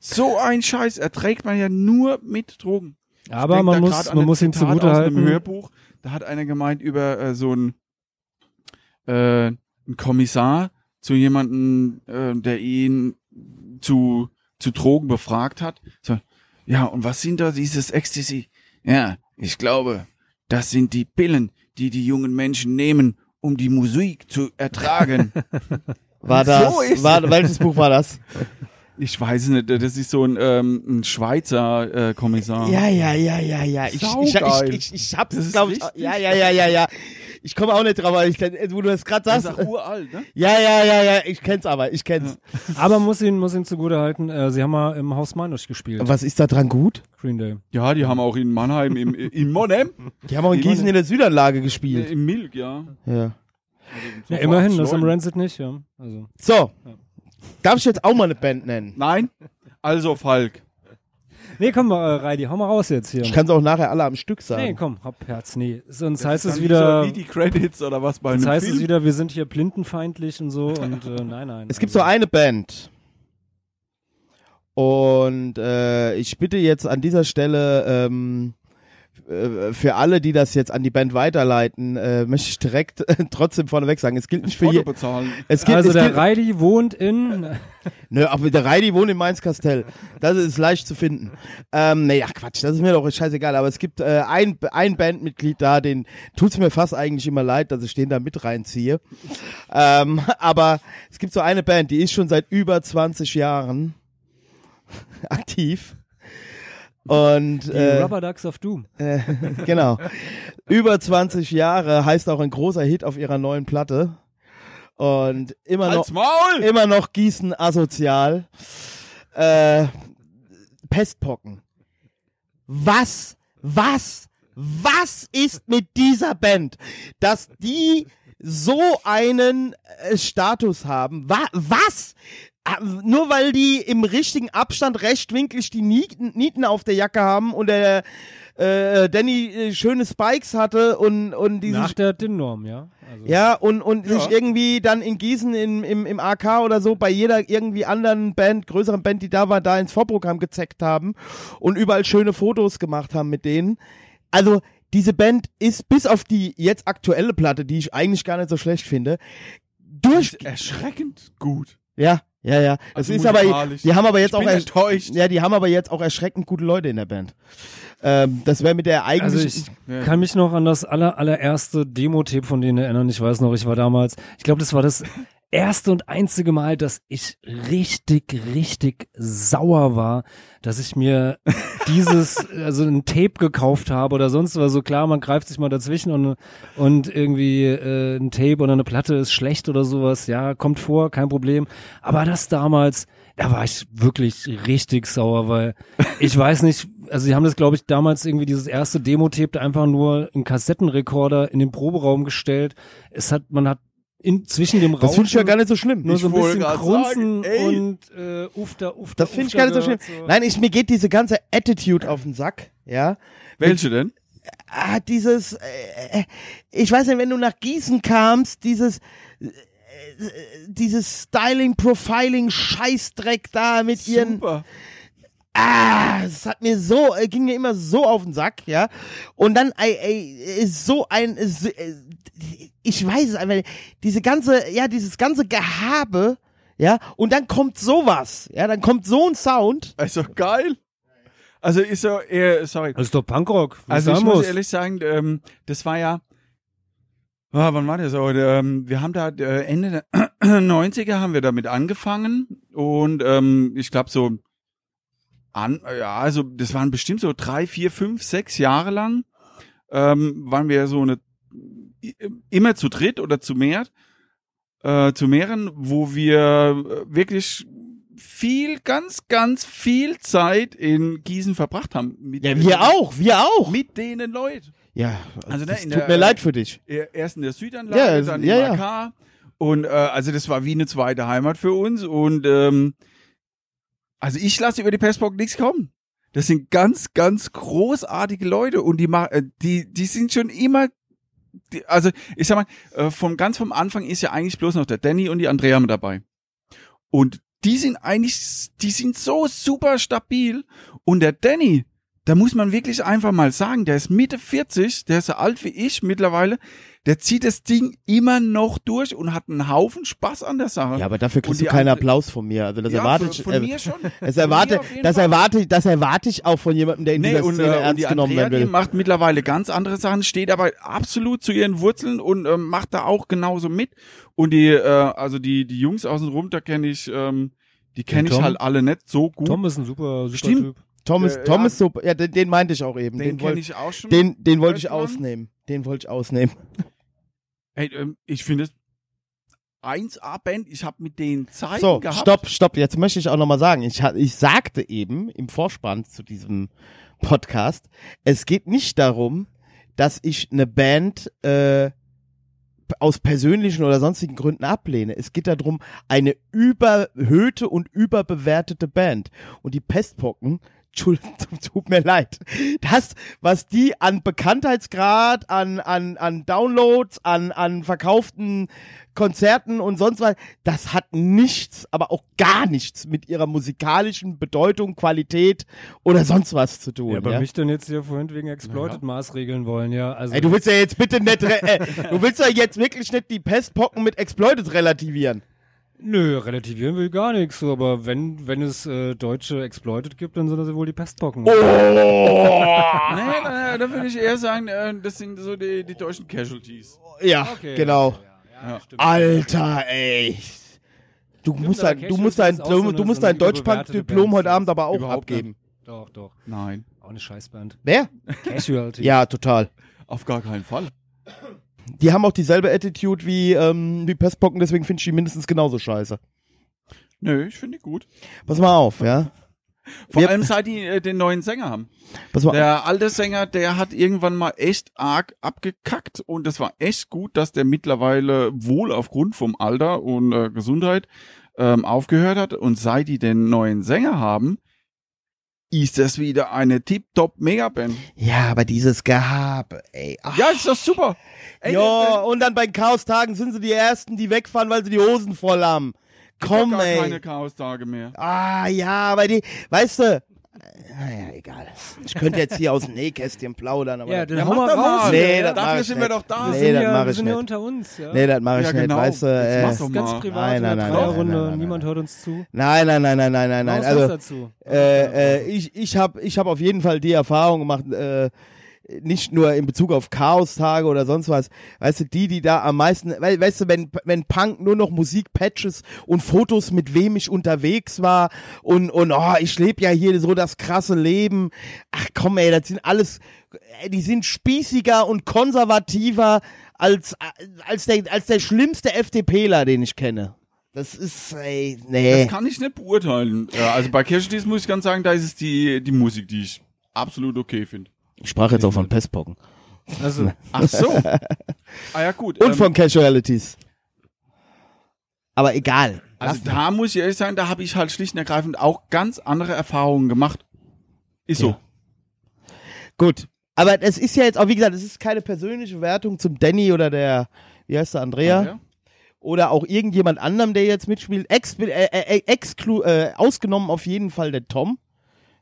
[SPEAKER 3] So ein Scheiß erträgt man ja nur mit Drogen. Ich
[SPEAKER 5] Aber
[SPEAKER 3] denk
[SPEAKER 5] man
[SPEAKER 3] da grad
[SPEAKER 5] muss,
[SPEAKER 3] an
[SPEAKER 5] man
[SPEAKER 3] ein
[SPEAKER 5] muss ihn
[SPEAKER 3] Zitat
[SPEAKER 5] zugute
[SPEAKER 3] aus einem
[SPEAKER 5] halten.
[SPEAKER 3] Hörbuch, da hat einer gemeint über äh, so einen, äh, einen Kommissar zu jemandem, äh, der ihn zu, zu Drogen befragt hat. So, ja, und was sind da dieses Ecstasy? Ja, ich glaube, das sind die Pillen, die die jungen Menschen nehmen, um die Musik zu ertragen.
[SPEAKER 1] war das,
[SPEAKER 3] so ist-
[SPEAKER 1] war, welches Buch war das?
[SPEAKER 3] ich weiß es nicht, das ist so ein, ähm, ein Schweizer äh, Kommissar.
[SPEAKER 1] Ja, ja, ja, ja, ja. Ich, ich, ich,
[SPEAKER 3] Saugeil.
[SPEAKER 1] ich, ich hab's,
[SPEAKER 3] Das ist
[SPEAKER 1] glaube ich.
[SPEAKER 3] richtig.
[SPEAKER 1] Ja, ja, ja, ja, ja. Ich komme auch nicht drauf, aber ich, kenn- äh, wo du das gerade
[SPEAKER 3] das
[SPEAKER 1] sagst.
[SPEAKER 3] ist auch uralt, ne?
[SPEAKER 1] Ja, ja, ja, ja. Ich kenn's aber, ich kenn's.
[SPEAKER 5] Aber man muss ihn, muss ihn zugute halten. Äh, sie haben mal im Haus Manusch gespielt.
[SPEAKER 1] Was ist da dran gut?
[SPEAKER 5] Green Day.
[SPEAKER 3] Ja, die haben auch in Mannheim, im, in Monheim,
[SPEAKER 1] Die haben auch in
[SPEAKER 3] Die waren-
[SPEAKER 1] Gießen in der Südanlage gespielt.
[SPEAKER 3] im Milk, ja.
[SPEAKER 1] Ja.
[SPEAKER 3] So
[SPEAKER 5] Ja,
[SPEAKER 3] vor
[SPEAKER 5] immerhin,
[SPEAKER 3] acht
[SPEAKER 5] das am
[SPEAKER 3] Leuten.
[SPEAKER 5] Rancid nicht, ja. Also.
[SPEAKER 1] So. Darf ich jetzt auch mal eine Band nennen?
[SPEAKER 3] Nein, also Falk.
[SPEAKER 5] Nee, komm mal, äh, Reidi, hau mal raus jetzt hier.
[SPEAKER 1] Ich kann's auch nachher alle am Stück
[SPEAKER 5] Nee,
[SPEAKER 1] sagen.
[SPEAKER 5] komm, hab Herz, nee. Sonst heißt
[SPEAKER 3] Dann
[SPEAKER 5] es
[SPEAKER 3] wie
[SPEAKER 5] wieder,
[SPEAKER 3] So, wie die Credits oder was bei einem
[SPEAKER 5] sonst heißt es
[SPEAKER 3] Film.
[SPEAKER 5] wieder, wir sind hier blindenfeindlich und so und äh, nein, nein.
[SPEAKER 1] Es gibt
[SPEAKER 5] also.
[SPEAKER 1] so eine Band. Und äh, ich bitte jetzt an dieser Stelle ähm, äh, für alle, die das jetzt an die Band weiterleiten, äh, möchte ich direkt trotzdem vorneweg sagen, es gilt nicht für
[SPEAKER 3] Auto
[SPEAKER 1] je,
[SPEAKER 3] bezahlen.
[SPEAKER 1] es gilt,
[SPEAKER 5] also
[SPEAKER 1] es
[SPEAKER 5] der
[SPEAKER 1] gilt,
[SPEAKER 5] Reidi wohnt in. äh,
[SPEAKER 1] Nö, aber der Reidi wohnt in Mainz-Kastell. Das ist leicht zu finden. Ähm, naja, Quatsch, das ist mir doch scheißegal. Aber es gibt äh, ein, ein Bandmitglied da, den tut's mir fast eigentlich immer leid, dass ich den da mit reinziehe. Ähm, aber es gibt so eine Band, die ist schon seit über 20 Jahren aktiv. Und
[SPEAKER 5] Die
[SPEAKER 1] äh,
[SPEAKER 5] Rubber Ducks of Doom.
[SPEAKER 1] genau. Über 20 Jahre heißt auch ein großer Hit auf ihrer neuen Platte. Und immer noch
[SPEAKER 3] Halt's Maul!
[SPEAKER 1] immer noch Gießen asozial. Äh, Pestpocken. Was, was, was ist mit dieser Band, dass die so einen äh, Status haben. Wa was? Ah, Nur weil die im richtigen Abstand rechtwinklig die Nieten, Nieten auf der Jacke haben und der äh, Danny äh, schöne Spikes hatte und, und diese
[SPEAKER 5] Nach der DIN-Norm, ja? Also,
[SPEAKER 1] ja, und, und sich irgendwie dann in Gießen im, im, im AK oder so bei jeder irgendwie anderen Band, größeren Band, die da war, da ins Vorprogramm gezeckt haben und überall schöne Fotos gemacht haben mit denen. Also diese Band ist bis auf die jetzt aktuelle Platte, die ich eigentlich gar nicht so schlecht finde, durch...
[SPEAKER 3] Erschreckend gut.
[SPEAKER 1] Ja, ja, ja. Das
[SPEAKER 3] Also
[SPEAKER 1] ist aber...
[SPEAKER 3] musikalisch.
[SPEAKER 1] Die haben aber jetzt
[SPEAKER 3] Ich
[SPEAKER 1] auch...
[SPEAKER 3] bin
[SPEAKER 1] ersch-
[SPEAKER 3] enttäuscht.
[SPEAKER 1] Ja, die haben aber jetzt auch erschreckend gute Leute in der Band. Ähm, das wäre mit der
[SPEAKER 5] Also
[SPEAKER 1] eigentlichen...
[SPEAKER 5] ich kann mich noch an das aller, allererste Demo-Tape von denen erinnern. Ich weiß noch, ich war damals, ich glaube, das war das erste und einzige Mal, dass ich richtig, richtig sauer war, dass ich mir dieses, also ein Tape gekauft habe oder sonst was. So klar, man greift sich mal dazwischen und, und irgendwie äh, ein Tape oder eine Platte ist schlecht oder sowas. Ja, kommt vor, kein Problem. Aber das damals, da war ich wirklich richtig sauer, weil ich weiß nicht, also sie haben das, glaube ich, damals irgendwie dieses erste Demo-Tape da einfach nur einen Kassettenrekorder in den Proberaum gestellt. Es hat, man hat in, zwischen dem Raum
[SPEAKER 1] das finde ich ja gar nicht so schlimm.
[SPEAKER 5] nur
[SPEAKER 3] Ich
[SPEAKER 5] so ein
[SPEAKER 3] wollte
[SPEAKER 5] bisschen
[SPEAKER 3] gerade
[SPEAKER 5] grunzen
[SPEAKER 3] sagen, ey.
[SPEAKER 5] und äh, ufter, ufter.
[SPEAKER 1] Das finde ich gar nicht so schlimm. Nein, ich, mir geht diese ganze Attitude auf den Sack, ja.
[SPEAKER 3] Welche denn?
[SPEAKER 1] Ah, dieses, äh, äh, ich weiß nicht, wenn du nach Gießen kamst, dieses, äh, äh, dieses Styling, Profiling, Scheißdreck da mit ihren,
[SPEAKER 3] Super.
[SPEAKER 1] ah, es hat mir so, äh, ging mir immer so auf den Sack, ja. Und dann, ey, ey, ist so ein, ist, äh, ich weiß es einfach, diese ganze, ja, dieses ganze Gehabe, ja, und dann kommt sowas, ja, dann kommt so ein Sound,
[SPEAKER 3] Ist doch geil. Also ist so eher, sorry.
[SPEAKER 5] Also ist doch Punkrock. was
[SPEAKER 3] Also ich
[SPEAKER 5] sagen
[SPEAKER 3] muss
[SPEAKER 5] muss.
[SPEAKER 3] ehrlich sagen, ähm, das war ja, ah, wann war das? Aber, ähm, wir haben da äh, Ende der 90er haben wir damit angefangen und ähm, ich glaube so an, ja, also das waren bestimmt so drei, vier, fünf, sechs Jahre lang ähm, waren wir so eine immer zu dritt oder zu mehr, äh, zu mehreren, wo wir äh, wirklich viel, ganz, ganz viel Zeit in Gießen verbracht haben. Mit
[SPEAKER 1] ja, wir auch, wir auch.
[SPEAKER 3] mit denen Leuten.
[SPEAKER 1] Ja,
[SPEAKER 3] Also, ne,
[SPEAKER 1] das
[SPEAKER 3] in
[SPEAKER 1] tut
[SPEAKER 3] der-
[SPEAKER 1] mir leid für dich.
[SPEAKER 3] Er- Erst in der Südanlage,
[SPEAKER 1] Ja, also,
[SPEAKER 3] dann
[SPEAKER 1] ja,
[SPEAKER 3] in AK. Und äh, also das war wie eine zweite Heimat für uns. Und ähm, also ich lasse über die Pestbock nichts kommen. Das sind ganz, ganz großartige Leute und die machen, äh, die, die sind schon immer, die, also ich sag mal, äh, vom ganz vom Anfang ist ja eigentlich bloß noch der Danny und die Andrea mit dabei. Und die sind eigentlich, die sind so super stabil. Und der Danny, da muss man wirklich einfach mal sagen, der ist Mitte 40, der ist so alt wie ich mittlerweile, der zieht das Ding immer noch durch und hat einen Haufen Spaß an der Sache.
[SPEAKER 1] Ja, aber dafür kriegst
[SPEAKER 3] die
[SPEAKER 1] du keinen
[SPEAKER 3] andere-
[SPEAKER 1] Applaus von mir. Also das
[SPEAKER 3] Ja,
[SPEAKER 1] erwarte
[SPEAKER 3] von,
[SPEAKER 1] ich.
[SPEAKER 3] von
[SPEAKER 1] äh,
[SPEAKER 3] mir schon. Von
[SPEAKER 1] das
[SPEAKER 3] mir
[SPEAKER 1] erwarte,
[SPEAKER 3] auf jeden
[SPEAKER 1] das
[SPEAKER 3] Fall.
[SPEAKER 1] erwarte, das erwarte ich auch von jemandem, der in
[SPEAKER 3] Nee,
[SPEAKER 1] dieser
[SPEAKER 3] und,
[SPEAKER 1] Szene
[SPEAKER 3] äh, und
[SPEAKER 1] ernst
[SPEAKER 3] die
[SPEAKER 1] genommen
[SPEAKER 3] Andrea, die
[SPEAKER 1] werden will.
[SPEAKER 3] macht mittlerweile ganz andere Sachen, steht aber absolut zu ihren Wurzeln und ähm, macht da auch genauso mit. Und die, äh, also die, die Jungs außen rum, da kenne ich, ähm, die kenne
[SPEAKER 5] Den
[SPEAKER 3] ich
[SPEAKER 5] Tom?
[SPEAKER 3] halt alle nicht so gut.
[SPEAKER 5] Tom ist ein super, super
[SPEAKER 3] Stimmt.
[SPEAKER 5] Typ.
[SPEAKER 1] Thomas,
[SPEAKER 3] äh,
[SPEAKER 1] Thomas,
[SPEAKER 3] ja.
[SPEAKER 1] super. Ja, den, den meinte ich auch eben.
[SPEAKER 3] den
[SPEAKER 1] Den,
[SPEAKER 3] kenne
[SPEAKER 1] wollte
[SPEAKER 3] ich auch schon.
[SPEAKER 1] den, den wollte ich
[SPEAKER 3] Weiß man.
[SPEAKER 1] ausnehmen. Den wollte ich ausnehmen.
[SPEAKER 3] Ey, ähm, ich finde es 1A-Band, ich habe mit denen Zeit
[SPEAKER 1] So,
[SPEAKER 3] gehabt.
[SPEAKER 1] stopp, stopp. Jetzt möchte ich auch nochmal sagen, ich, ha- ich sagte eben im Vorspann zu diesem Podcast, es geht nicht darum, dass ich eine Band äh, aus persönlichen oder sonstigen Gründen ablehne. Es geht darum, eine überhöhte und überbewertete Band. Und die Pestpocken, tschul- tut mir leid, das, was die an Bekanntheitsgrad, an, an, an Downloads, an, an verkauften Konzerten und sonst was, das hat nichts, aber auch gar nichts mit ihrer musikalischen Bedeutung, Qualität oder sonst was zu tun.
[SPEAKER 5] Ja, aber
[SPEAKER 1] ja?
[SPEAKER 5] mich dann jetzt hier vorhin wegen Exploited-Maßregeln wollen, ja. Also
[SPEAKER 1] Ey, du willst ja jetzt bitte nicht, re- äh, du willst ja jetzt wirklich nicht die Pestpocken mit Exploited relativieren.
[SPEAKER 5] Nö, relativieren will gar nichts, so, aber wenn, wenn es äh, deutsche Exploited gibt, dann sind das wohl die Pestbocken.
[SPEAKER 1] Oh,
[SPEAKER 3] Nee, äh, da würde ich eher sagen, äh, das sind so die, die deutschen Casualties.
[SPEAKER 1] Ja,
[SPEAKER 5] Okay,
[SPEAKER 1] genau.
[SPEAKER 5] Ja, stimmt.
[SPEAKER 1] Alter, ey. Du musst dein,
[SPEAKER 5] aber
[SPEAKER 1] du
[SPEAKER 5] Casualties
[SPEAKER 1] musst dein,
[SPEAKER 5] ist auch so
[SPEAKER 1] du,
[SPEAKER 5] eine-
[SPEAKER 1] du musst
[SPEAKER 5] so eine
[SPEAKER 1] dein Deutschbank-Diplom
[SPEAKER 5] überbewertete
[SPEAKER 1] heute
[SPEAKER 5] Band.
[SPEAKER 1] Abend aber auch
[SPEAKER 3] Überhaupt
[SPEAKER 1] abgeben.
[SPEAKER 5] Doch, doch.
[SPEAKER 3] Nein,
[SPEAKER 5] Auch eine Scheißband.
[SPEAKER 1] Wer?
[SPEAKER 5] Casualty.
[SPEAKER 1] Ja, total.
[SPEAKER 3] auf gar keinen Fall.
[SPEAKER 1] Die haben auch dieselbe Attitude wie, ähm, wie Pestpocken, deswegen finde ich die mindestens genauso scheiße.
[SPEAKER 3] Nö, ich finde die gut.
[SPEAKER 1] Pass mal auf, ja.
[SPEAKER 3] Vor
[SPEAKER 1] Wir-
[SPEAKER 3] allem seit die äh, den neuen Sänger haben.
[SPEAKER 1] Pass mal,
[SPEAKER 3] Der alte Sänger, der hat irgendwann mal echt arg abgekackt und es war echt gut, dass der mittlerweile wohl aufgrund vom Alter und äh, Gesundheit ähm, aufgehört hat und seit die den neuen Sänger haben, ist das wieder eine tip-top Megaband.
[SPEAKER 1] ja, aber dieses Gehabe, ey. Ach,
[SPEAKER 3] Ja, ist das super. Ey,
[SPEAKER 1] ja, und dann bei den Chaostagen sind sie die Ersten, die wegfahren, weil sie die Hosen voll haben.
[SPEAKER 3] das- das gibt doch
[SPEAKER 1] Komm,
[SPEAKER 3] gar
[SPEAKER 1] ey.
[SPEAKER 3] keine Chaos-Tage mehr.
[SPEAKER 1] Ah, ja, aber die, weißt du, naja, egal. Ich könnte jetzt hier aus dem Nähkästchen plaudern, aber.
[SPEAKER 5] Ja,
[SPEAKER 1] das-
[SPEAKER 5] dann hau mal
[SPEAKER 3] doch
[SPEAKER 5] raus.
[SPEAKER 3] mal.
[SPEAKER 1] Nee, das mach
[SPEAKER 3] dafür
[SPEAKER 1] ich
[SPEAKER 3] sind
[SPEAKER 1] nicht.
[SPEAKER 3] wir doch da.
[SPEAKER 1] Nee,
[SPEAKER 5] wir sind
[SPEAKER 1] das
[SPEAKER 5] ja,
[SPEAKER 1] mach
[SPEAKER 5] wir
[SPEAKER 1] ich
[SPEAKER 5] sind
[SPEAKER 1] nicht.
[SPEAKER 5] ja unter uns. Ja.
[SPEAKER 1] nee, das mache ich
[SPEAKER 3] Ja,
[SPEAKER 1] nicht,
[SPEAKER 3] genau.
[SPEAKER 1] weißt du.
[SPEAKER 3] Jetzt
[SPEAKER 1] Äh,
[SPEAKER 3] mach's doch.
[SPEAKER 5] Ganz
[SPEAKER 3] mal.
[SPEAKER 5] privat,
[SPEAKER 1] Nein,
[SPEAKER 5] in
[SPEAKER 1] nein,
[SPEAKER 5] der
[SPEAKER 1] nein,
[SPEAKER 5] Dreierrunde,
[SPEAKER 1] nein, nein, nein,
[SPEAKER 5] niemand hört uns zu.
[SPEAKER 1] nein, nein, nein, nein, nein, nein, nein.
[SPEAKER 5] Raus, raus
[SPEAKER 1] Also,
[SPEAKER 5] dazu.
[SPEAKER 1] äh, äh, ich ich habe ich hab auf jeden Fall die Erfahrung gemacht, äh, nicht nur in Bezug auf Chaostage oder sonst was. Weißt du, die, die da am meisten, we weißt du, wenn, wenn Punk nur noch Musikpatches und Fotos, mit wem ich unterwegs war und, und oh, ich lebe ja hier so das krasse Leben. Ach komm, ey, das sind alles, ey, die sind spießiger und konservativer als, als, der, als der schlimmste FDPler, den ich kenne. Das ist, ey, nee.
[SPEAKER 3] Das kann ich nicht beurteilen. Ja, also bei Kirschdies muss ich ganz sagen, da ist es die, die Musik, die ich absolut okay finde.
[SPEAKER 1] Ich sprach jetzt auch von Pestbocken.
[SPEAKER 5] Also,
[SPEAKER 3] Ach so. ah ja, gut.
[SPEAKER 1] Und
[SPEAKER 3] ähm,
[SPEAKER 1] von Casualities. Aber egal.
[SPEAKER 3] Also da muss ich ehrlich sein, da habe ich halt schlicht und ergreifend auch ganz andere Erfahrungen gemacht. Ist so.
[SPEAKER 1] Ja. Gut. Aber es ist ja jetzt auch, wie gesagt, es ist keine persönliche Wertung zum Danny oder der, wie heißt der, Andrea?
[SPEAKER 3] Ja.
[SPEAKER 1] Oder auch irgendjemand anderem, der jetzt mitspielt. Ex äh, äh, exclu- äh, ausgenommen auf jeden Fall der Tom.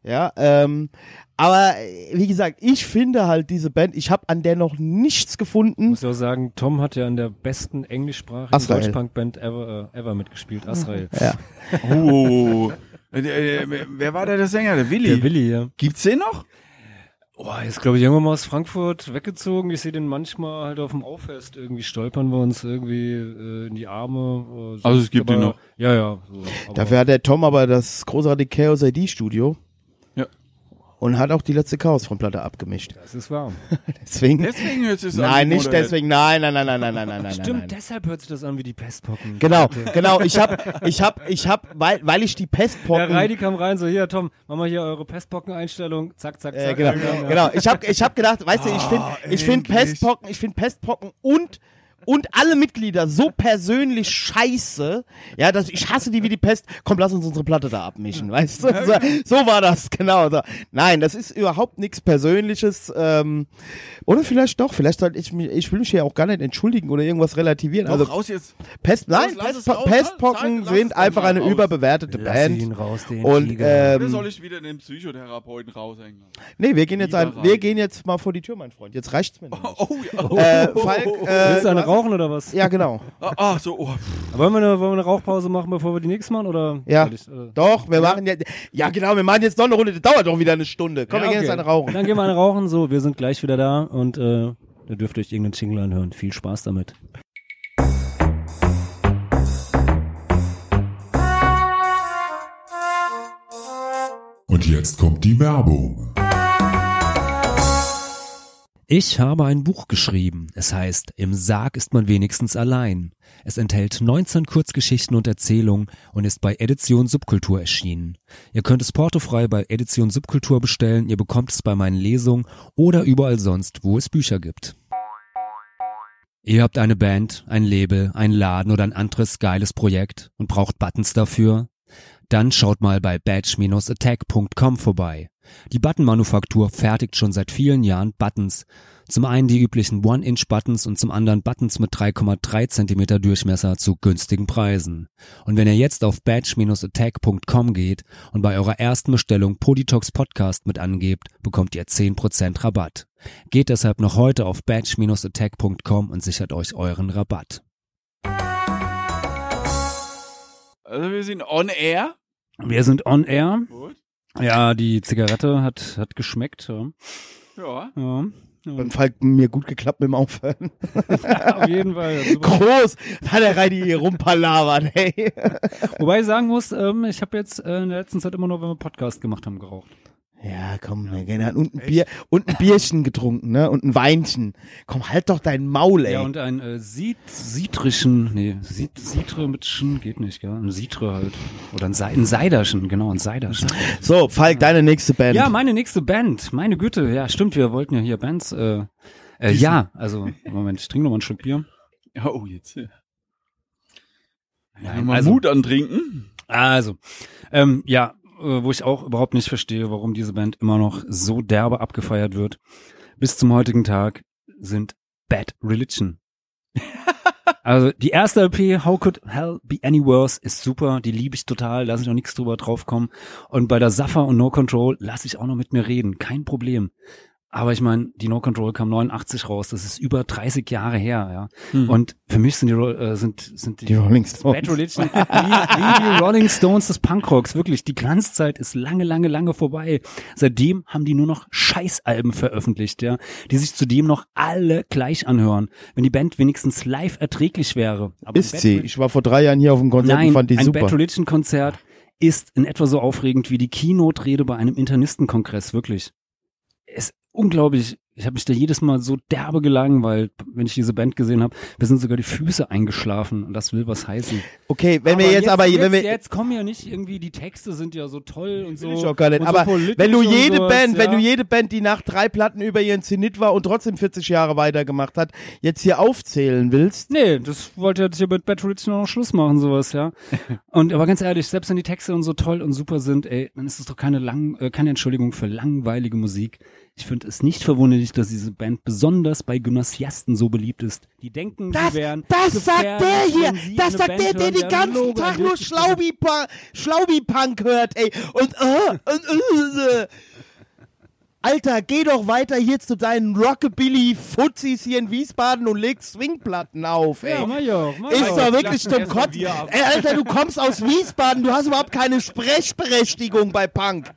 [SPEAKER 1] Ja, ähm, aber äh, wie gesagt, ich finde halt diese Band, ich habe an der noch nichts
[SPEAKER 5] ich
[SPEAKER 1] gefunden.
[SPEAKER 5] muss ja auch sagen, Tom hat ja in der besten englischsprachigen
[SPEAKER 1] Azrael.
[SPEAKER 5] Deutschpunk-Band ever, äh, ever mitgespielt, Asrael.
[SPEAKER 3] Oh. Äh, äh, Wer war der, der Sänger? Der Willi.
[SPEAKER 5] Der Willi, ja.
[SPEAKER 3] Gibt's den noch?
[SPEAKER 5] Oh, er ist, glaube ich, irgendwann mal aus Frankfurt weggezogen. Ich sehe den manchmal halt auf dem Auffest. Irgendwie stolpern wir uns irgendwie äh, in die Arme. Äh, so.
[SPEAKER 3] Also es gibt
[SPEAKER 1] genau.
[SPEAKER 3] ihn
[SPEAKER 5] aber,
[SPEAKER 3] noch.
[SPEAKER 5] Ja, ja. So, aber-
[SPEAKER 1] Dafür hat der Tom aber das großartige Chaos ID Studio.
[SPEAKER 3] Ja.
[SPEAKER 1] Und hat auch die letzte Chaos von Platte abgemischt.
[SPEAKER 5] Es ist warm.
[SPEAKER 1] Deswegen.
[SPEAKER 3] Deswegen hört es also
[SPEAKER 1] Nein, nicht deswegen. Nein, nein, nein, nein, nein, nein, nein, nein.
[SPEAKER 5] Stimmt,
[SPEAKER 1] Nein.
[SPEAKER 5] deshalb hört sich das an wie die Pestpocken.
[SPEAKER 1] Genau, genau. Ich hab, ich hab, ich hab, weil, weil ich die
[SPEAKER 5] Der
[SPEAKER 1] Pestpocken.
[SPEAKER 5] Reidi kam rein, so, hier, Tom, mach mal hier eure Pestpocken-Einstellung. Zack, zack,
[SPEAKER 1] äh,
[SPEAKER 5] zack.
[SPEAKER 1] genau,
[SPEAKER 5] Ja. Ah,
[SPEAKER 1] genau. Ich hab, ich hab gedacht, weißt du, ich find, ich find
[SPEAKER 3] endlich.
[SPEAKER 1] Pestpocken, ich find Pestpocken und und alle Mitglieder so persönlich scheiße, ja, dass ich hasse die wie die Pest. Komm, lass uns unsere Platte da abmischen, weißt du? So, so war das, genau. So. Nein, das ist überhaupt nichts Persönliches. Ähm, oder vielleicht doch, vielleicht sollte ich mich, ich will mich hier auch gar nicht entschuldigen oder irgendwas relativieren.
[SPEAKER 3] Also
[SPEAKER 1] also
[SPEAKER 3] raus jetzt.
[SPEAKER 1] Pest, nein,
[SPEAKER 3] Lass- lass es
[SPEAKER 1] Pestpo-
[SPEAKER 3] raus,
[SPEAKER 1] Pestpocken
[SPEAKER 3] lass- lass es
[SPEAKER 1] sind
[SPEAKER 3] doch
[SPEAKER 1] einfach
[SPEAKER 3] mal
[SPEAKER 1] eine
[SPEAKER 3] raus.
[SPEAKER 1] überbewertete
[SPEAKER 5] Lass
[SPEAKER 1] Band.
[SPEAKER 5] ihn raus, den
[SPEAKER 1] Und
[SPEAKER 5] Tiger.
[SPEAKER 3] Oder soll
[SPEAKER 1] ähm,
[SPEAKER 3] ich wieder den Psychotherapeuten raushängen? lassen?
[SPEAKER 1] nee, wir gehen jetzt
[SPEAKER 3] Lieber
[SPEAKER 1] ein, wir
[SPEAKER 3] rein.
[SPEAKER 1] gehen jetzt mal vor die Tür, mein Freund. Jetzt reicht's mir. Nicht.
[SPEAKER 3] Oh, ja.
[SPEAKER 1] Äh, Falk, äh,
[SPEAKER 5] Willst du eine rauchen oder was?
[SPEAKER 1] ja genau.
[SPEAKER 3] Ah, ah, so. Oh.
[SPEAKER 5] Aber Wollen wir, eine, wollen wir eine Rauchpause machen, bevor wir die nächste machen? Oder
[SPEAKER 1] Ja,
[SPEAKER 5] Soll ich, äh,
[SPEAKER 1] doch. Wir machen jetzt, ja genau, wir machen jetzt noch eine Runde. Das dauert doch wieder eine Stunde. Komm,
[SPEAKER 5] Ja,
[SPEAKER 1] wir gehen
[SPEAKER 5] okay.
[SPEAKER 1] jetzt eine rauchen.
[SPEAKER 5] Dann gehen wir eine rauchen. So, wir sind gleich wieder da und äh, ihr dürft euch irgendeinen Jingle anhören. Viel Spaß damit.
[SPEAKER 6] Und jetzt kommt die Werbung.
[SPEAKER 5] Ich habe ein Buch geschrieben. Es heißt Im Sarg ist man wenigstens allein. Es enthält 19 Kurzgeschichten und Erzählungen und ist bei Edition Subkultur erschienen. Ihr könnt es portofrei bei Edition Subkultur bestellen, ihr bekommt es bei meinen Lesungen oder überall sonst, wo es Bücher gibt. Ihr habt eine Band, ein Label, einen Laden oder ein anderes geiles Projekt und braucht Buttons dafür? Dann schaut mal bei badge-attack.com vorbei. Die Button-Manufaktur fertigt schon seit vielen Jahren Buttons. Zum einen die üblichen One-Inch-Buttons und zum anderen Buttons mit 3,3 Zentimeter Durchmesser zu günstigen Preisen. Und wenn ihr jetzt auf badge-attack.com geht und bei eurer ersten Bestellung Politox Podcast mit angebt, bekommt ihr 10% Rabatt. Geht deshalb noch heute auf badge-attack.com und sichert euch euren Rabatt.
[SPEAKER 3] Also wir sind on air.
[SPEAKER 5] Wir sind on air.
[SPEAKER 3] Gut.
[SPEAKER 5] Ja, die Zigarette hat, hat geschmeckt. Ja.
[SPEAKER 3] Ja.
[SPEAKER 5] Ja.
[SPEAKER 1] Beim Falk mir gut geklappt mit dem Aufhören.
[SPEAKER 5] Auf jeden Fall.
[SPEAKER 1] Groß, hat der Reidi hier rumpalabert, ey.
[SPEAKER 5] Wobei ich sagen muss, ähm, ich habe jetzt äh, in der letzten Zeit immer nur, wenn wir Podcast gemacht haben, geraucht.
[SPEAKER 1] Ja, komm, wir gehen dann. Und ein, Bier, und ein Bierchen getrunken, ne? Und ein Weinchen. Komm, halt doch dein Maul, ey.
[SPEAKER 5] Ja, und ein äh, Sied, Siedrischen, nee, Sied, Siedre mit Schen geht nicht, gell? Ein Siedre halt. Oder ein, Sei- ein Seiderschen, genau, ein Seiderschen.
[SPEAKER 1] so, Falk, deine nächste Band.
[SPEAKER 5] Ja, meine nächste Band, meine Güte, ja, stimmt, wir wollten ja hier Bands, äh, äh ja, also, Moment, ich trinke nochmal ein Stück Bier.
[SPEAKER 3] Oh, jetzt. äh,
[SPEAKER 5] Nein,
[SPEAKER 3] Mal
[SPEAKER 5] also-
[SPEAKER 3] Mut antrinken.
[SPEAKER 5] Also, ähm, ja, äh, wo ich auch überhaupt nicht verstehe, warum diese Band immer noch so derbe abgefeiert wird. Bis zum heutigen Tag sind Bad Religion. also die erste LP, How Could Hell Be Any Worse, ist super. Die liebe ich total, lasse ich noch nichts drüber draufkommen. Und bei der Suffer und No Control lasse ich auch noch mit mir reden. Kein Problem. Aber ich meine, die No Control kam 89 raus. Das ist über 30 Jahre her, ja.
[SPEAKER 3] Hm.
[SPEAKER 5] Und für mich sind die, Ro- äh, sind, sind die,
[SPEAKER 1] Die Rolling
[SPEAKER 5] Bad
[SPEAKER 1] Stones.
[SPEAKER 5] Religion, wie, wie die Rolling Stones des Punkrocks, wirklich. Die Glanzzeit ist lange, lange, lange vorbei. Seitdem haben die nur noch Scheißalben veröffentlicht, ja, die sich zudem noch alle gleich anhören. Wenn die Band wenigstens live erträglich wäre. Aber
[SPEAKER 1] Ist
[SPEAKER 5] Bad
[SPEAKER 1] sie.
[SPEAKER 5] Relig-
[SPEAKER 1] Ich war vor drei Jahren hier auf dem Konzert
[SPEAKER 5] Nein,
[SPEAKER 1] und fand die
[SPEAKER 5] ein
[SPEAKER 1] super.
[SPEAKER 5] Bad Religion Konzert ist in etwa so aufregend wie die Keynote-Rede bei einem Internistenkongress, wirklich. Es ist unglaublich. Ich habe mich da jedes Mal so derbe gelangweilt, wenn ich diese Band gesehen habe. Wir sind sogar die Füße eingeschlafen und das will was heißen.
[SPEAKER 1] Okay, wenn wir jetzt, aber,
[SPEAKER 5] jetzt,
[SPEAKER 1] wenn wir,
[SPEAKER 5] jetzt kommen ja nicht irgendwie die Texte sind ja so toll und so.
[SPEAKER 1] Will ich auch gar nicht.
[SPEAKER 5] und so
[SPEAKER 1] Aber
[SPEAKER 5] politisch
[SPEAKER 1] wenn du
[SPEAKER 5] und
[SPEAKER 1] jede
[SPEAKER 5] sowas,
[SPEAKER 1] Band,
[SPEAKER 5] ja.
[SPEAKER 1] wenn du jede Band, die nach drei Platten über ihren Zenit war und trotzdem 40 Jahre weitergemacht hat, jetzt hier aufzählen willst,
[SPEAKER 5] Nee, das wollte jetzt hier mit Bad Religion auch noch Schluss machen, sowas, ja. Und aber ganz ehrlich, selbst wenn die Texte und so toll und super sind, ey, dann ist es doch keine lang, äh, keine Entschuldigung für langweilige Musik. Ich finde es nicht verwunderlich, dass diese Band besonders bei Gymnasiasten so beliebt ist. Die denken,
[SPEAKER 1] das,
[SPEAKER 5] sie wären
[SPEAKER 1] das sagt der
[SPEAKER 5] gefährlich,
[SPEAKER 1] hier,
[SPEAKER 5] wenn sie
[SPEAKER 1] das
[SPEAKER 5] eine
[SPEAKER 1] sagt
[SPEAKER 5] Band
[SPEAKER 1] der, der
[SPEAKER 5] um hören,
[SPEAKER 1] den
[SPEAKER 5] deren
[SPEAKER 1] ganzen
[SPEAKER 5] Logo
[SPEAKER 1] Tag
[SPEAKER 5] ein
[SPEAKER 1] nur
[SPEAKER 5] Licht-
[SPEAKER 1] Schlaubi-Punk Schlaubi hört, ey. Und, äh, und äh, äh. Alter, geh doch weiter hier zu deinen Rockabilly-Fuzzis hier in Wiesbaden und leg Swingplatten auf, ey.
[SPEAKER 5] Ja, mach ich auch, mach ich
[SPEAKER 1] Ist
[SPEAKER 5] auch.
[SPEAKER 1] doch wirklich zum Kotzen. Ey, Alter, du kommst aus Wiesbaden, du hast überhaupt keine Sprechberechtigung bei Punk.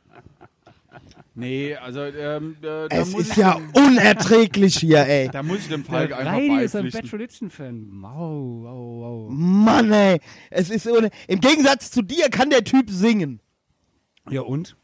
[SPEAKER 3] Nee, also ähm, äh, da,
[SPEAKER 1] Es
[SPEAKER 3] muss
[SPEAKER 1] ist
[SPEAKER 3] ich,
[SPEAKER 1] ja unerträglich hier, ey.
[SPEAKER 3] da muss ich dem Falk einfach
[SPEAKER 5] Reidi ist ein Bad
[SPEAKER 3] beipflichten.
[SPEAKER 5] Religion-Fan. Wow, wow, wow.
[SPEAKER 1] Mann, ey. Es ist ohne Im Gegensatz zu dir kann der Typ singen.
[SPEAKER 5] Ja und?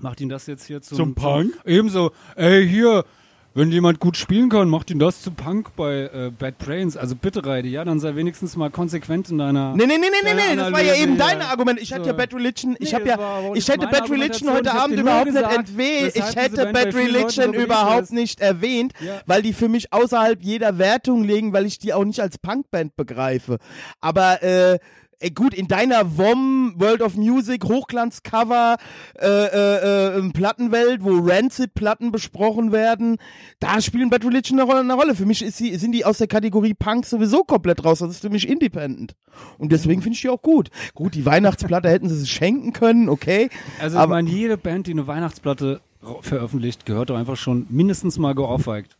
[SPEAKER 5] Macht ihn das jetzt hier zum,
[SPEAKER 3] Zum Punk?
[SPEAKER 5] Ebenso, ey, hier, wenn jemand gut spielen kann, macht ihn das zu Punk bei äh, Bad Brains. Also bitte, Reidi, ja, dann sei wenigstens mal konsequent in deiner...
[SPEAKER 1] Nee, nee, nee, nee, nee,
[SPEAKER 5] Deine
[SPEAKER 1] nee. Das war ja
[SPEAKER 5] Analyse,
[SPEAKER 1] eben
[SPEAKER 5] ja.
[SPEAKER 1] dein Argument. Ich hatte ja
[SPEAKER 5] So.
[SPEAKER 1] Bad Religion, ich
[SPEAKER 5] Nee,
[SPEAKER 1] habe
[SPEAKER 5] das war
[SPEAKER 1] ja,
[SPEAKER 5] aber
[SPEAKER 1] ich
[SPEAKER 5] nicht
[SPEAKER 1] hätte
[SPEAKER 5] meine
[SPEAKER 1] Bad Religion
[SPEAKER 5] Argumentation.
[SPEAKER 1] heute
[SPEAKER 5] Ich hab
[SPEAKER 1] Abend
[SPEAKER 5] dir nur
[SPEAKER 1] überhaupt nicht
[SPEAKER 5] gesagt,
[SPEAKER 1] entwählt.
[SPEAKER 5] weshalb
[SPEAKER 1] Ich hätte
[SPEAKER 5] diese Band
[SPEAKER 1] Bad
[SPEAKER 5] bei vielen
[SPEAKER 1] Religion
[SPEAKER 5] Leuten so
[SPEAKER 1] überhaupt
[SPEAKER 5] beliebt ist.
[SPEAKER 1] nicht erwähnt,
[SPEAKER 5] Ja.
[SPEAKER 1] weil die für mich außerhalb jeder Wertung liegen, weil ich die auch nicht als Punkband begreife. Aber, äh, Ey, gut, in deiner WOM, World of Music, Hochglanzcover, äh, äh, äh, Plattenwelt, wo Rancid-Platten besprochen werden, da spielen Bad Religion eine Rolle. Eine Rolle. Für mich ist sie, sind die aus der Kategorie Punk sowieso komplett raus. Das ist für mich independent. Und deswegen finde ich die auch gut. Gut, die Weihnachtsplatte hätten sie sich schenken können, okay.
[SPEAKER 5] Also
[SPEAKER 1] aber-
[SPEAKER 5] ich meine, jede Band, die eine Weihnachtsplatte ra- veröffentlicht, gehört doch einfach schon mindestens mal geohrfeigt.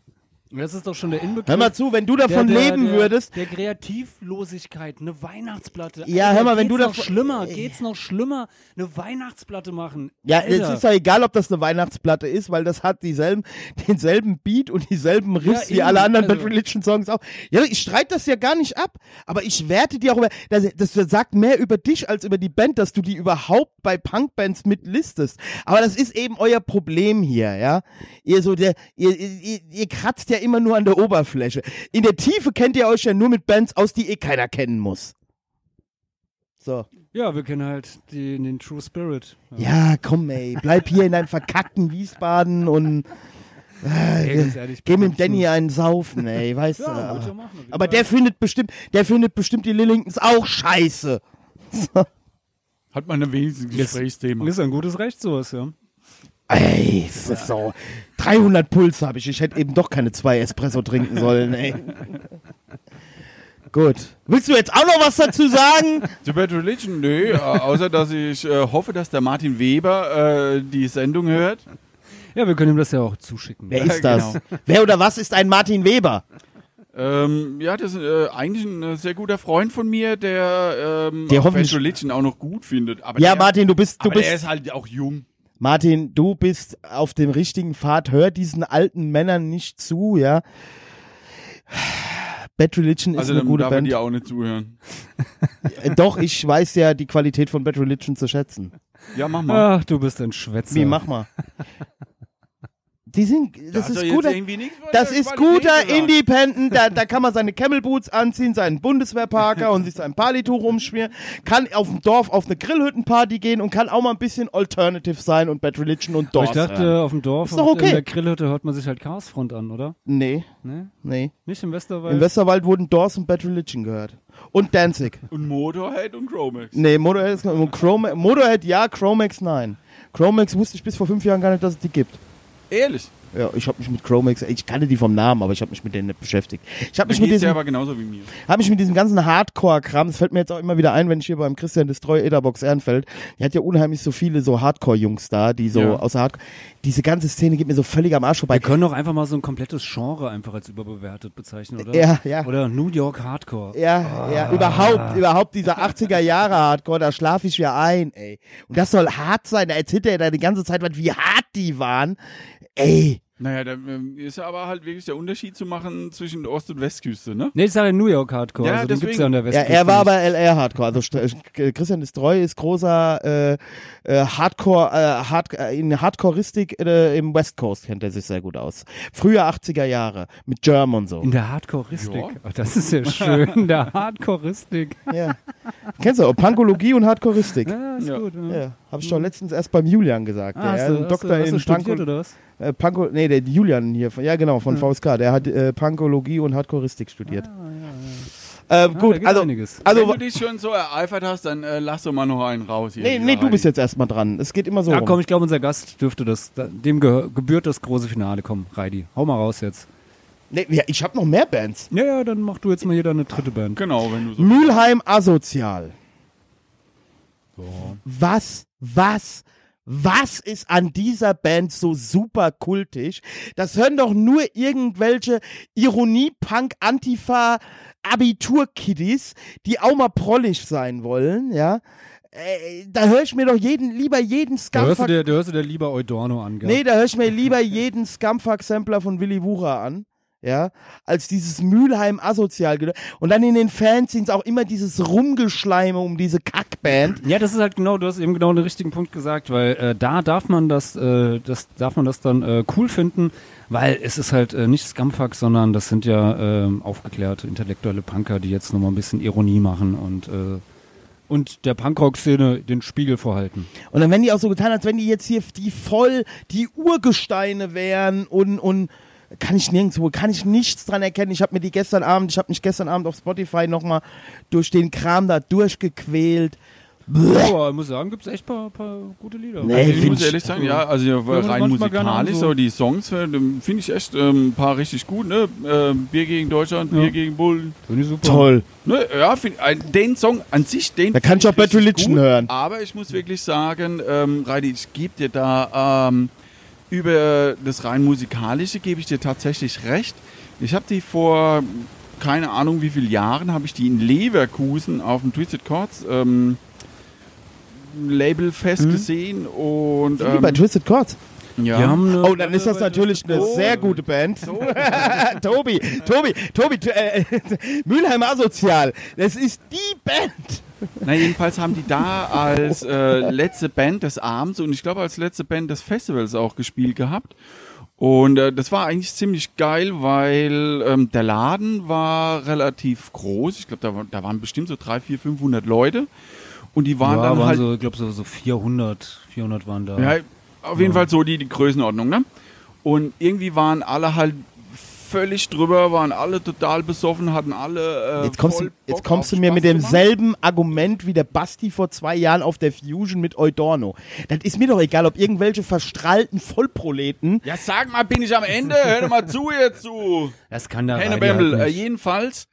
[SPEAKER 5] Und das ist doch schon der Inbegriff.
[SPEAKER 1] Hör mal zu, wenn du
[SPEAKER 5] der,
[SPEAKER 1] davon
[SPEAKER 5] der,
[SPEAKER 1] leben
[SPEAKER 5] der,
[SPEAKER 1] würdest,
[SPEAKER 5] Der Kreativlosigkeit, eine Weihnachtsplatte.
[SPEAKER 1] Ja,
[SPEAKER 5] Alter,
[SPEAKER 1] hör mal, wenn
[SPEAKER 5] geht's
[SPEAKER 1] du
[SPEAKER 5] noch
[SPEAKER 1] davon-
[SPEAKER 5] schlimmer, geht's noch schlimmer, eine Weihnachtsplatte machen.
[SPEAKER 1] Ja,
[SPEAKER 5] Alter.
[SPEAKER 1] es ist ja egal, ob das eine Weihnachtsplatte ist, weil das hat dieselben, denselben Beat und dieselben Riffs
[SPEAKER 5] Ja,
[SPEAKER 1] wie
[SPEAKER 5] eben,
[SPEAKER 1] alle anderen
[SPEAKER 5] also-
[SPEAKER 1] Bad Religion Songs auch. Ja, ich streite das ja gar nicht ab, aber ich werte die auch über, das, das sagt mehr über dich als über die Band, dass du die überhaupt bei Punkbands mitlistest. Aber das ist eben euer Problem hier, ja. Ihr so, der, ihr, ihr, ihr kratzt ja immer nur an der Oberfläche. In der Tiefe kennt ihr euch ja nur mit Bands aus, die eh keiner kennen muss. So.
[SPEAKER 5] Ja, wir kennen halt die, den True Spirit.
[SPEAKER 1] Ja, komm, ey, bleib hier in deinem verkackten Wiesbaden und
[SPEAKER 5] Ey, ganz ehrlich,
[SPEAKER 1] geh mit dem Danny einen saufen, ey, weißt
[SPEAKER 5] Ja,
[SPEAKER 1] du.
[SPEAKER 5] gut, ja, machen wir.
[SPEAKER 1] Aber der findet bestimmt, der findet bestimmt die Lillingtons auch scheiße.
[SPEAKER 3] Hat man ein wenigstens
[SPEAKER 5] Yes.
[SPEAKER 3] Gesprächsthema.
[SPEAKER 5] ist ein gutes Recht, sowas, ja.
[SPEAKER 1] Ey, das ist so. 300 Puls habe ich. Ich hätte eben doch keine zwei Espresso trinken sollen, ey. Gut. Willst du jetzt auch noch was dazu sagen?
[SPEAKER 3] The Bad Religion, nö, äh, außer dass ich äh, hoffe, dass der Martin Weber äh, die Sendung hört.
[SPEAKER 5] Ja, wir können ihm das ja auch zuschicken.
[SPEAKER 1] Wer ist das?
[SPEAKER 3] genau.
[SPEAKER 1] Wer oder was ist ein Martin Weber?
[SPEAKER 3] Ähm, ja, das ist äh, eigentlich ein äh, sehr guter Freund von mir, der, ähm,
[SPEAKER 1] Der
[SPEAKER 3] auch
[SPEAKER 1] hoffentlich-
[SPEAKER 3] Bad Religion auch noch gut findet. Aber
[SPEAKER 1] Ja,
[SPEAKER 3] der,
[SPEAKER 1] Martin, du bist, du
[SPEAKER 3] aber der
[SPEAKER 1] bist,
[SPEAKER 3] ist halt auch jung.
[SPEAKER 1] Martin, du bist auf dem richtigen Pfad. Hör diesen alten Männern nicht zu, ja. Bad Religion ist
[SPEAKER 3] Also
[SPEAKER 1] eine
[SPEAKER 3] dann
[SPEAKER 1] gute
[SPEAKER 3] darf er
[SPEAKER 1] Band.
[SPEAKER 3] dir auch nicht zuhören.
[SPEAKER 1] Äh, Doch, ich weiß ja die Qualität von Bad Religion zu schätzen.
[SPEAKER 3] Ja, mach
[SPEAKER 1] Ah,
[SPEAKER 3] mal.
[SPEAKER 5] Ach, du bist ein Schwätzer.
[SPEAKER 1] Wie, mach mal. Die sind, das ist guter,
[SPEAKER 3] Also nichts von
[SPEAKER 1] das
[SPEAKER 3] der
[SPEAKER 1] ist
[SPEAKER 3] Qualität
[SPEAKER 1] guter
[SPEAKER 3] gesagt.
[SPEAKER 1] Independent, da, da kann man seine Camel Boots anziehen, seinen Bundeswehrparker und sich sein Palituch umschmieren, kann auf dem Dorf auf eine Grillhüttenparty gehen und kann auch mal ein bisschen Alternative sein und Bad Religion und
[SPEAKER 5] Aber
[SPEAKER 1] Dorf.
[SPEAKER 5] ich dachte,
[SPEAKER 1] hören.
[SPEAKER 5] auf dem Dorf
[SPEAKER 1] Ist doch
[SPEAKER 5] und in
[SPEAKER 1] okay.
[SPEAKER 5] der Grillhütte hört man sich halt Chaosfront an, oder?
[SPEAKER 1] nee,
[SPEAKER 5] Ne?
[SPEAKER 1] nee.
[SPEAKER 5] Nicht im Westerwald?
[SPEAKER 1] Im Westerwald wurden Doors und Bad Religion gehört. Und Danzig.
[SPEAKER 3] Und Motorhead und Chromex.
[SPEAKER 1] Nee, Motorhead, ist, Chrome, Motorhead ja, Chromex nein. Chromex wusste ich bis vor fünf Jahren gar nicht, dass es die gibt.
[SPEAKER 3] Ehrlich.
[SPEAKER 1] Ja, ich habe mich mit Chromex, ich kannte die vom Namen, aber ich habe mich mit denen nicht beschäftigt. Ich habe
[SPEAKER 3] Dann
[SPEAKER 1] mich, mit
[SPEAKER 3] geht's dir
[SPEAKER 1] diesem-
[SPEAKER 3] aber genauso wie mir.
[SPEAKER 1] hab mich mit diesem ganzen Hardcore-Kram, das fällt mir jetzt auch immer wieder ein, wenn ich hier beim Christian Destroy Ederbox Ehrenfeld, die hat ja unheimlich so viele so Hardcore-Jungs da, die so
[SPEAKER 3] Ja.
[SPEAKER 1] außer Hardcore, diese ganze Szene geht mir so völlig am Arsch vorbei.
[SPEAKER 5] Wir können doch einfach mal so ein komplettes Genre einfach als überbewertet bezeichnen, oder?
[SPEAKER 1] Ja, ja.
[SPEAKER 5] Oder New York Hardcore.
[SPEAKER 1] Ja,
[SPEAKER 5] Ah.
[SPEAKER 1] ja, überhaupt, überhaupt dieser 80er Jahre Hardcore, da schlafe ich ja ein, ey. Und das soll hart sein, da erzählt er da die ganze Zeit, was- wie hart die waren. Ey,
[SPEAKER 3] Naja, da ähm, ist ja aber halt wirklich der Unterschied zu machen zwischen Ost- und Westküste, ne?
[SPEAKER 5] Nee, das ist halt New York Hardcore.
[SPEAKER 3] Ja,
[SPEAKER 5] also, den
[SPEAKER 3] deswegen.
[SPEAKER 5] gibt's ja an der
[SPEAKER 1] ja,
[SPEAKER 5] Westküste.
[SPEAKER 1] er war
[SPEAKER 5] nicht.
[SPEAKER 1] aber LR Hardcore, also St- äh, Christian ist treu, ist großer äh, äh, Hardcore, äh, Hard äh, in Hardcoreistik äh, im West Coast kennt er sich sehr gut aus. Früher 80er Jahre mit Germ und so.
[SPEAKER 5] In der Hardcoreistik. Oh, das ist ja schön. In der Hardcoreistik.
[SPEAKER 1] Ja. Kennst du? Pankologie und Hardcoreistik.
[SPEAKER 5] Ja, ist
[SPEAKER 3] Ja.
[SPEAKER 5] gut. Ja.
[SPEAKER 1] Ja, habe ich doch letztens erst beim Julian gesagt. der
[SPEAKER 5] Ah, hast
[SPEAKER 1] hat
[SPEAKER 5] du,
[SPEAKER 1] einen
[SPEAKER 5] hast
[SPEAKER 1] Doktor
[SPEAKER 5] du, hast
[SPEAKER 1] in
[SPEAKER 5] du studiert
[SPEAKER 1] Panko-
[SPEAKER 5] oder was?
[SPEAKER 1] Äh, Panko, nee, der Julian hier, von, ja genau, von VSK, der hat äh, Pankologie und Hardcoreistik studiert. Ähm,
[SPEAKER 5] Ah, da
[SPEAKER 1] gut,
[SPEAKER 5] geht
[SPEAKER 1] also,
[SPEAKER 5] einiges.
[SPEAKER 1] also,
[SPEAKER 3] Wenn du dich schon so ereifert hast, dann äh, lass doch mal noch einen raus hier.
[SPEAKER 1] nee,
[SPEAKER 3] lieber
[SPEAKER 1] nee, du
[SPEAKER 3] Heidi.
[SPEAKER 1] bist jetzt erstmal dran. Es geht immer so.
[SPEAKER 5] Ja,
[SPEAKER 1] rum.
[SPEAKER 5] komm, ich glaube, unser Gast dürfte das, da- dem gehör- gebührt das große Finale. Komm, Reidi, hau mal raus jetzt.
[SPEAKER 1] Nee, ja, ich habe noch mehr Bands.
[SPEAKER 5] Ja, ja, dann mach du jetzt mal hier deine dritte Band.
[SPEAKER 3] Genau, wenn du so.
[SPEAKER 1] Mülheim Asozial. Was, was, was ist an dieser Band so super kultisch? Das hören doch nur irgendwelche Ironie-Punk-Antifa-Abitur-Kiddies, die auch mal prollig sein wollen, ja? Äh, Da höre ich mir doch jeden, lieber jeden
[SPEAKER 5] Da hörst, du
[SPEAKER 1] Scumfuck.
[SPEAKER 5] dir, da hörst du dir lieber Eudorno an, gell?
[SPEAKER 1] Nee, da höre ich mir lieber jeden Scumfuck-Sampler von Willy Wucher an. Ja, als dieses Mülheim asozial. Gedö- Und dann in den Fanzines auch immer dieses Rumgeschleime um diese Kackband.
[SPEAKER 5] Ja, das ist halt genau, du hast eben genau den richtigen Punkt gesagt, weil äh, da darf man das, äh, das darf man das dann äh, cool finden, weil es ist halt äh, nicht Scumfuck, sondern das sind ja ähm, aufgeklärte intellektuelle Punker, die jetzt nochmal ein bisschen Ironie machen und äh, und der Punkrock-Szene den Spiegel vorhalten.
[SPEAKER 1] Und dann werden die auch so getan, als wenn die jetzt hier die voll die Urgesteine wären und, und kann ich nirgendwo, kann ich nichts dran erkennen. Ich habe mir die gestern Abend, ich habe mich gestern Abend auf Spotify nochmal durch den Kram da durchgequält. Bleh.
[SPEAKER 5] Aber ich muss sagen, gibt's echt paar, paar gute Lieder.
[SPEAKER 1] Nee,
[SPEAKER 3] Also, ich
[SPEAKER 1] find
[SPEAKER 3] muss
[SPEAKER 1] ich-
[SPEAKER 3] ehrlich sagen, ja, also ja,
[SPEAKER 5] das
[SPEAKER 3] rein
[SPEAKER 5] manchmal gerne
[SPEAKER 3] musikalisch,
[SPEAKER 5] auch
[SPEAKER 3] so.
[SPEAKER 5] so.
[SPEAKER 3] die Songs äh, finde ich echt ähm, ein paar richtig gut, ne? Ähm, Bier gegen Deutschland, Bier gegen Bullen.
[SPEAKER 5] Finde ich super.
[SPEAKER 1] Toll.
[SPEAKER 3] Ne, ja, find, äh, den Song an sich, den.
[SPEAKER 1] Da kann ich auch
[SPEAKER 3] find
[SPEAKER 1] Bad
[SPEAKER 3] richtig
[SPEAKER 1] Religion hören.
[SPEAKER 3] Aber ich muss wirklich sagen, ähm, Reidi, ich gebe dir da ähm, über das rein musikalische gebe ich dir tatsächlich recht. Ich habe die vor keine Ahnung wie vielen Jahren habe ich die in Leverkusen auf dem Twisted Chords ähm, Label festgesehen und
[SPEAKER 1] Wie Mhm. bei
[SPEAKER 3] ähm,
[SPEAKER 1] Twisted Chords.
[SPEAKER 3] ja.
[SPEAKER 5] Wir haben eine,
[SPEAKER 1] Oh, dann ist das natürlich eine sehr gute Band. Tobi, Tobi, Tobi, t- äh, Mülheim Asozial. Das ist die Band.
[SPEAKER 3] Na, jedenfalls haben die da als äh, letzte Band des Abends und ich glaube als letzte Band des Festivals auch gespielt gehabt. Und äh, das war eigentlich ziemlich geil, weil ähm, der Laden war relativ groß. Ich glaube, da, war- da waren bestimmt so 300, 400, 500 Leute. Und die waren
[SPEAKER 5] Ja,
[SPEAKER 3] dann
[SPEAKER 5] waren
[SPEAKER 3] halt
[SPEAKER 5] so, ich glaube, so, so 400, 400 waren da.
[SPEAKER 3] ja, auf jeden Fall so die, die Größenordnung, ne? Und irgendwie waren alle halt völlig drüber, waren alle total besoffen, hatten alle. Äh,
[SPEAKER 1] Jetzt kommst,
[SPEAKER 3] voll
[SPEAKER 1] du,
[SPEAKER 3] Bock
[SPEAKER 1] jetzt kommst du
[SPEAKER 3] auf
[SPEAKER 1] mir
[SPEAKER 3] Spaß
[SPEAKER 1] mit
[SPEAKER 3] zu machen.
[SPEAKER 1] demselben Argument wie der Basti vor zwei Jahren auf der Fusion mit Eudorno. Das ist mir doch egal, ob irgendwelche verstrahlten Vollproleten.
[SPEAKER 3] Ja, sag mal, bin ich am Ende? Hör doch mal zu jetzt, du.
[SPEAKER 5] Das kann der
[SPEAKER 3] Henne
[SPEAKER 5] Reidi halt
[SPEAKER 3] Bämbel. äh,
[SPEAKER 5] nicht.
[SPEAKER 3] jedenfalls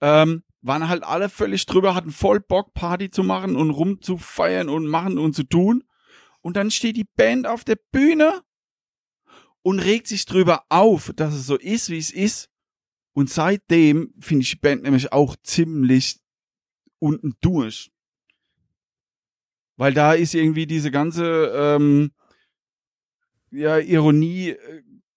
[SPEAKER 3] ähm, waren halt alle völlig drüber, hatten voll Bock, Party zu machen und rumzufeiern und machen und zu tun. Und dann steht die Band auf der Bühne und regt sich drüber auf, dass es so ist, wie es ist. Und seitdem finde ich die Band nämlich auch ziemlich unten durch. Weil da ist irgendwie diese ganze ähm, ja, Ironie äh,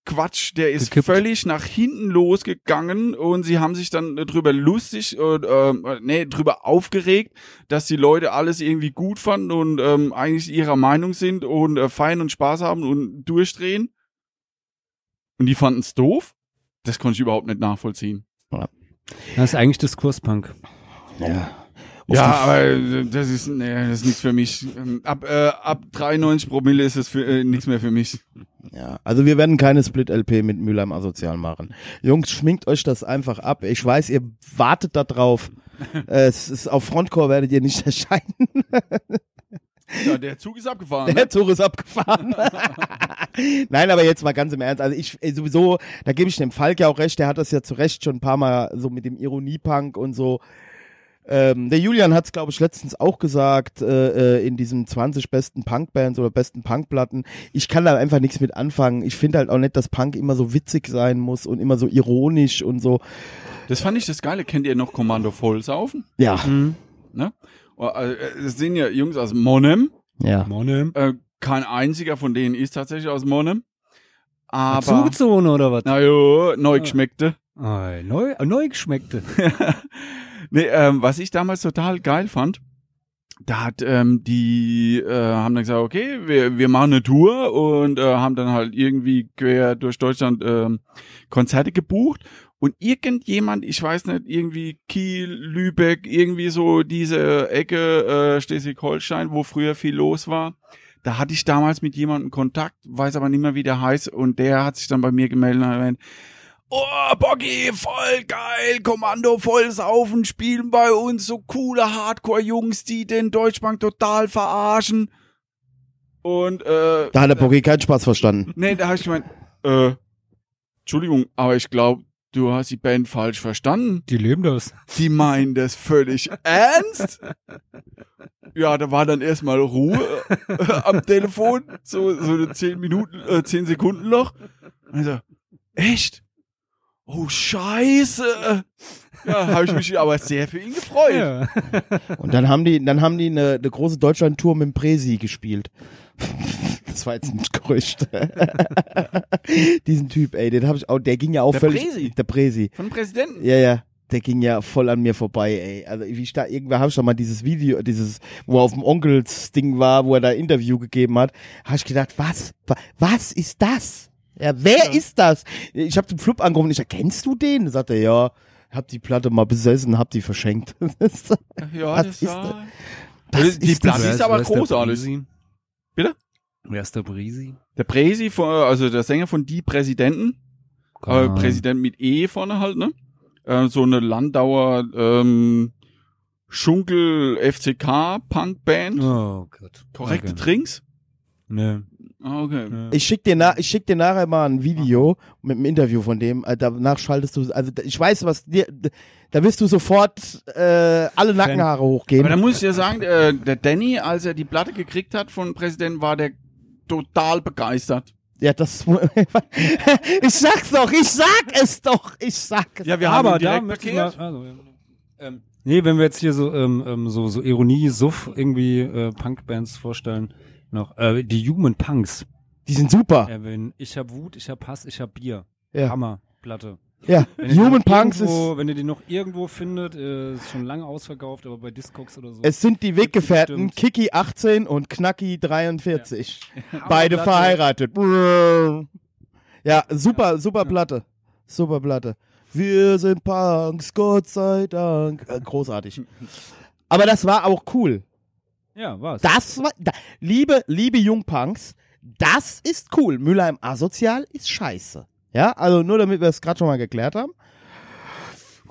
[SPEAKER 3] Quatsch, der ist
[SPEAKER 5] Gekippt.
[SPEAKER 3] völlig nach hinten losgegangen und sie haben sich dann äh, drüber lustig und ähm, äh, nee, drüber aufgeregt, dass die Leute alles irgendwie gut fanden und ähm, eigentlich ihrer Meinung sind und äh, feiern und Spaß haben und durchdrehen. Und die fanden es doof? Das konnte ich überhaupt nicht nachvollziehen.
[SPEAKER 5] Das ist eigentlich Diskurspunk.
[SPEAKER 1] Ja.
[SPEAKER 3] ja, aber äh, das ist, nee, das ist nichts für mich. Ähm, Ab, äh, ab 93 Promille ist es für, äh, nichts mehr für mich.
[SPEAKER 1] Ja, also wir werden keine Split-LP mit Müller im Asozial machen. Jungs, schminkt euch das einfach ab. Ich weiß, ihr wartet da drauf. Äh, es ist, auf Frontcore werdet ihr nicht erscheinen.
[SPEAKER 3] Ja, der Zug ist abgefahren. ne?
[SPEAKER 1] Der Zug ist abgefahren. Nein, aber jetzt mal ganz im Ernst. Also ich äh, sowieso, da gebe ich dem Falk ja auch recht, der hat das ja zu Recht schon ein paar Mal so mit dem Ironiepunk und so. Ähm, der Julian hat es, glaube ich, letztens auch gesagt, äh, äh, in diesem 20 besten Punkbands oder besten Punkplatten. Ich kann da einfach nichts mit anfangen. Ich finde halt auch nicht, dass Punk immer so witzig sein muss und immer so ironisch und so.
[SPEAKER 3] Das fand ich das Geile. Kennt ihr noch Kommando Vollsaufen?
[SPEAKER 1] Ja,
[SPEAKER 3] Ne? Oh, also, äh, Das sind ja Jungs aus Monem.
[SPEAKER 1] ja.
[SPEAKER 5] Monem.
[SPEAKER 3] Äh, Kein einziger von denen ist tatsächlich aus Monem. Aber,
[SPEAKER 5] Zugezone oder was?
[SPEAKER 3] na jo, neu geschmeckte.
[SPEAKER 5] Ei, neu, äh, neu geschmeckte.
[SPEAKER 3] Nee, ähm, was ich damals total geil fand, da hat ähm, die äh, haben dann gesagt, okay, wir, wir machen eine Tour und äh, haben dann halt irgendwie quer durch Deutschland ähm, Konzerte gebucht und irgendjemand, ich weiß nicht, irgendwie Kiel, Lübeck, irgendwie so diese Ecke äh, Schleswig-Holstein, wo früher viel los war. Da hatte ich damals mit jemandem Kontakt, weiß aber nicht mehr, wie der heißt, und der hat sich dann bei mir gemeldet und hat gemeint, Oh, Bocky, voll geil, Kommando, voll saufen, spielen bei uns so coole Hardcore-Jungs, die den Deutschbank total verarschen. Und, äh,
[SPEAKER 1] Da hat der Poké keinen Spaß verstanden.
[SPEAKER 3] nee, da habe ich gemeint, äh, Entschuldigung, aber ich glaube, du hast die Band falsch verstanden.
[SPEAKER 5] Die leben das.
[SPEAKER 3] Die meinen das völlig ernst? Ja, da war dann erstmal Ruhe äh, am Telefon, so, so eine 10 Minuten, äh, 10 Sekunden Loch. Und ich so, echt? Oh, scheiße. Ja, habe ich mich aber sehr für ihn gefreut.
[SPEAKER 5] Ja.
[SPEAKER 1] Und dann haben die, dann haben die eine, eine große Deutschland-Tour mit dem Presi gespielt. Das war jetzt ein Gerücht. Diesen Typ, ey, den habe ich auch, der ging ja auch
[SPEAKER 3] Der
[SPEAKER 1] völlig.
[SPEAKER 3] Presi?
[SPEAKER 1] Der Presi.
[SPEAKER 3] Von Präsidenten.
[SPEAKER 1] Ja, ja. Der ging ja voll an mir vorbei, ey. Also wie ich da, irgendwann habe ich doch mal dieses Video, dieses, wo er auf dem Onkels Ding war, wo er da Interview gegeben hat, habe ich gedacht, was, wa- was ist das? Ja, wer ist das? Ich habe den Flub angerufen, ich sag, kennst du den? Da sagt er, ja, hab die Platte mal besessen, hab die verschenkt.
[SPEAKER 3] Ja,
[SPEAKER 1] Was
[SPEAKER 3] das
[SPEAKER 1] ist
[SPEAKER 3] war...
[SPEAKER 1] das
[SPEAKER 3] die
[SPEAKER 1] ist
[SPEAKER 3] Platte
[SPEAKER 5] Wer
[SPEAKER 3] ist aber
[SPEAKER 5] Also, wer der
[SPEAKER 3] großartig.
[SPEAKER 5] Brisi?
[SPEAKER 3] Bitte? Äh,
[SPEAKER 5] Wer ist der Brisi?
[SPEAKER 3] Der Präsi, von, also der Sänger von Die Präsidenten, äh,
[SPEAKER 1] Genau.
[SPEAKER 5] Keine
[SPEAKER 3] Präsident mit E vorne halt, ne? Äh, so eine Landauer ähm, Schunkel FCK Punkband.
[SPEAKER 5] Ahnung. Oh Gott.
[SPEAKER 3] Korrekte
[SPEAKER 1] genau.
[SPEAKER 5] okay.
[SPEAKER 3] Drinks.
[SPEAKER 5] Nee.
[SPEAKER 3] Ah, Okay.
[SPEAKER 1] Ich schick dir, na, ich schick dir nachher mal ein Video mit einem Interview von dem. Äh, Danach schaltest du, also da- ich weiß, was dir, da wirst du sofort äh, alle Nackenhaare
[SPEAKER 3] Aber da
[SPEAKER 1] hochgehen.
[SPEAKER 3] muss ich ja sagen, äh, der Danny, als er die Platte gekriegt hat von Präsidenten, war der total begeistert.
[SPEAKER 1] Ja, das. ich sag's doch, ich sag es doch, ich sag es.
[SPEAKER 3] Ja, wir
[SPEAKER 5] aber
[SPEAKER 3] haben ihn
[SPEAKER 5] da
[SPEAKER 3] direkt
[SPEAKER 5] möchte ich mal,
[SPEAKER 3] markiert.
[SPEAKER 5] also, ja. ähm, Nee, wenn wir jetzt hier so, ähm, ähm, so, so Ironie, Suff irgendwie äh, Punkbands vorstellen, noch äh, die Human Punks
[SPEAKER 1] Die sind super.
[SPEAKER 5] erwähnen. Ich hab Wut, ich hab Hass, ich hab Bier.
[SPEAKER 1] Ja.
[SPEAKER 5] Hammer, Platte.
[SPEAKER 1] ja.
[SPEAKER 5] Wenn ihr die
[SPEAKER 1] Human
[SPEAKER 5] noch
[SPEAKER 1] Punks
[SPEAKER 5] irgendwo,
[SPEAKER 1] ist.
[SPEAKER 5] Wenn ihr die noch irgendwo findet, äh, ist schon lange ausverkauft, aber bei Discogs oder so.
[SPEAKER 1] Es sind die Weggefährten
[SPEAKER 5] Stimmt.
[SPEAKER 1] Kiki 18 und Knacki 43.
[SPEAKER 5] Hammer
[SPEAKER 1] Beide
[SPEAKER 5] Platte.
[SPEAKER 1] verheiratet. Brrr. Ja, super, super Platte. Super Platte. Wir sind Punks, Gott sei Dank. Äh, Großartig. Aber das war auch cool.
[SPEAKER 5] Ja, war's.
[SPEAKER 1] Das war, da, liebe, liebe Jungpunks, das ist cool. Müller im Asozial ist scheiße. Ja, also nur damit wir es gerade schon mal geklärt haben.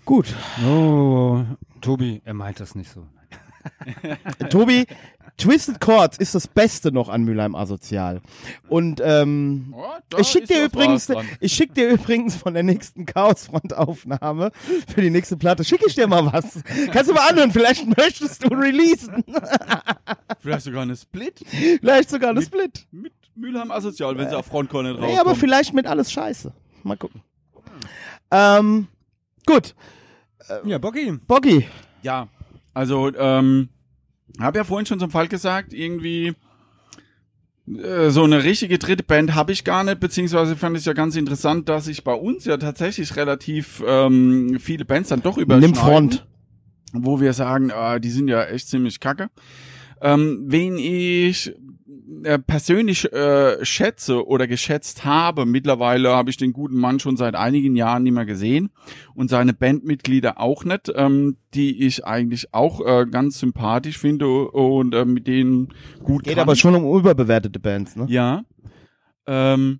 [SPEAKER 1] Gut.
[SPEAKER 5] Oh, Tobi, er meint das nicht so.
[SPEAKER 1] Tobi, Twisted Chords ist das Beste noch an Müller im Asozial. Und, ähm,
[SPEAKER 3] Oh, da
[SPEAKER 1] ich schick
[SPEAKER 3] ist
[SPEAKER 1] dir
[SPEAKER 3] was
[SPEAKER 1] übrigens,
[SPEAKER 3] Wahres dran.
[SPEAKER 1] ich schick dir übrigens von der nächsten Chaosfrontaufnahme für die nächste Platte schicke ich dir mal was. Kannst du mal anhören, vielleicht möchtest du releasen,
[SPEAKER 3] Vielleicht sogar eine Split
[SPEAKER 1] vielleicht sogar eine Split.
[SPEAKER 3] mit Mülheim Asozial, wenn sie auf Frontcore nicht rauskommen.
[SPEAKER 1] Äh, Nee, aber vielleicht mit alles Scheiße. Mal gucken. Ähm, gut,
[SPEAKER 5] Ja, Bocky.
[SPEAKER 1] Boggy.
[SPEAKER 3] Ja, also ähm, habe ja vorhin schon zum Fall gesagt, irgendwie äh, so eine richtige dritte Band habe ich gar nicht, beziehungsweise fand ich ja ganz interessant, dass sich bei uns ja tatsächlich relativ ähm, viele Bands dann doch überschneiden.
[SPEAKER 1] Nimm Front.
[SPEAKER 3] Wo wir sagen, äh, die sind ja echt ziemlich kacke. Ähm, wen ich äh, persönlich äh, schätze oder geschätzt habe, mittlerweile habe ich den guten Mann schon seit einigen Jahren nicht mehr gesehen und seine Bandmitglieder auch nicht, ähm, die ich eigentlich auch äh, ganz sympathisch finde und äh, mit denen gut
[SPEAKER 1] Geht
[SPEAKER 3] kann.
[SPEAKER 1] aber schon um überbewertete Bands, ne?
[SPEAKER 3] Ja. Ähm,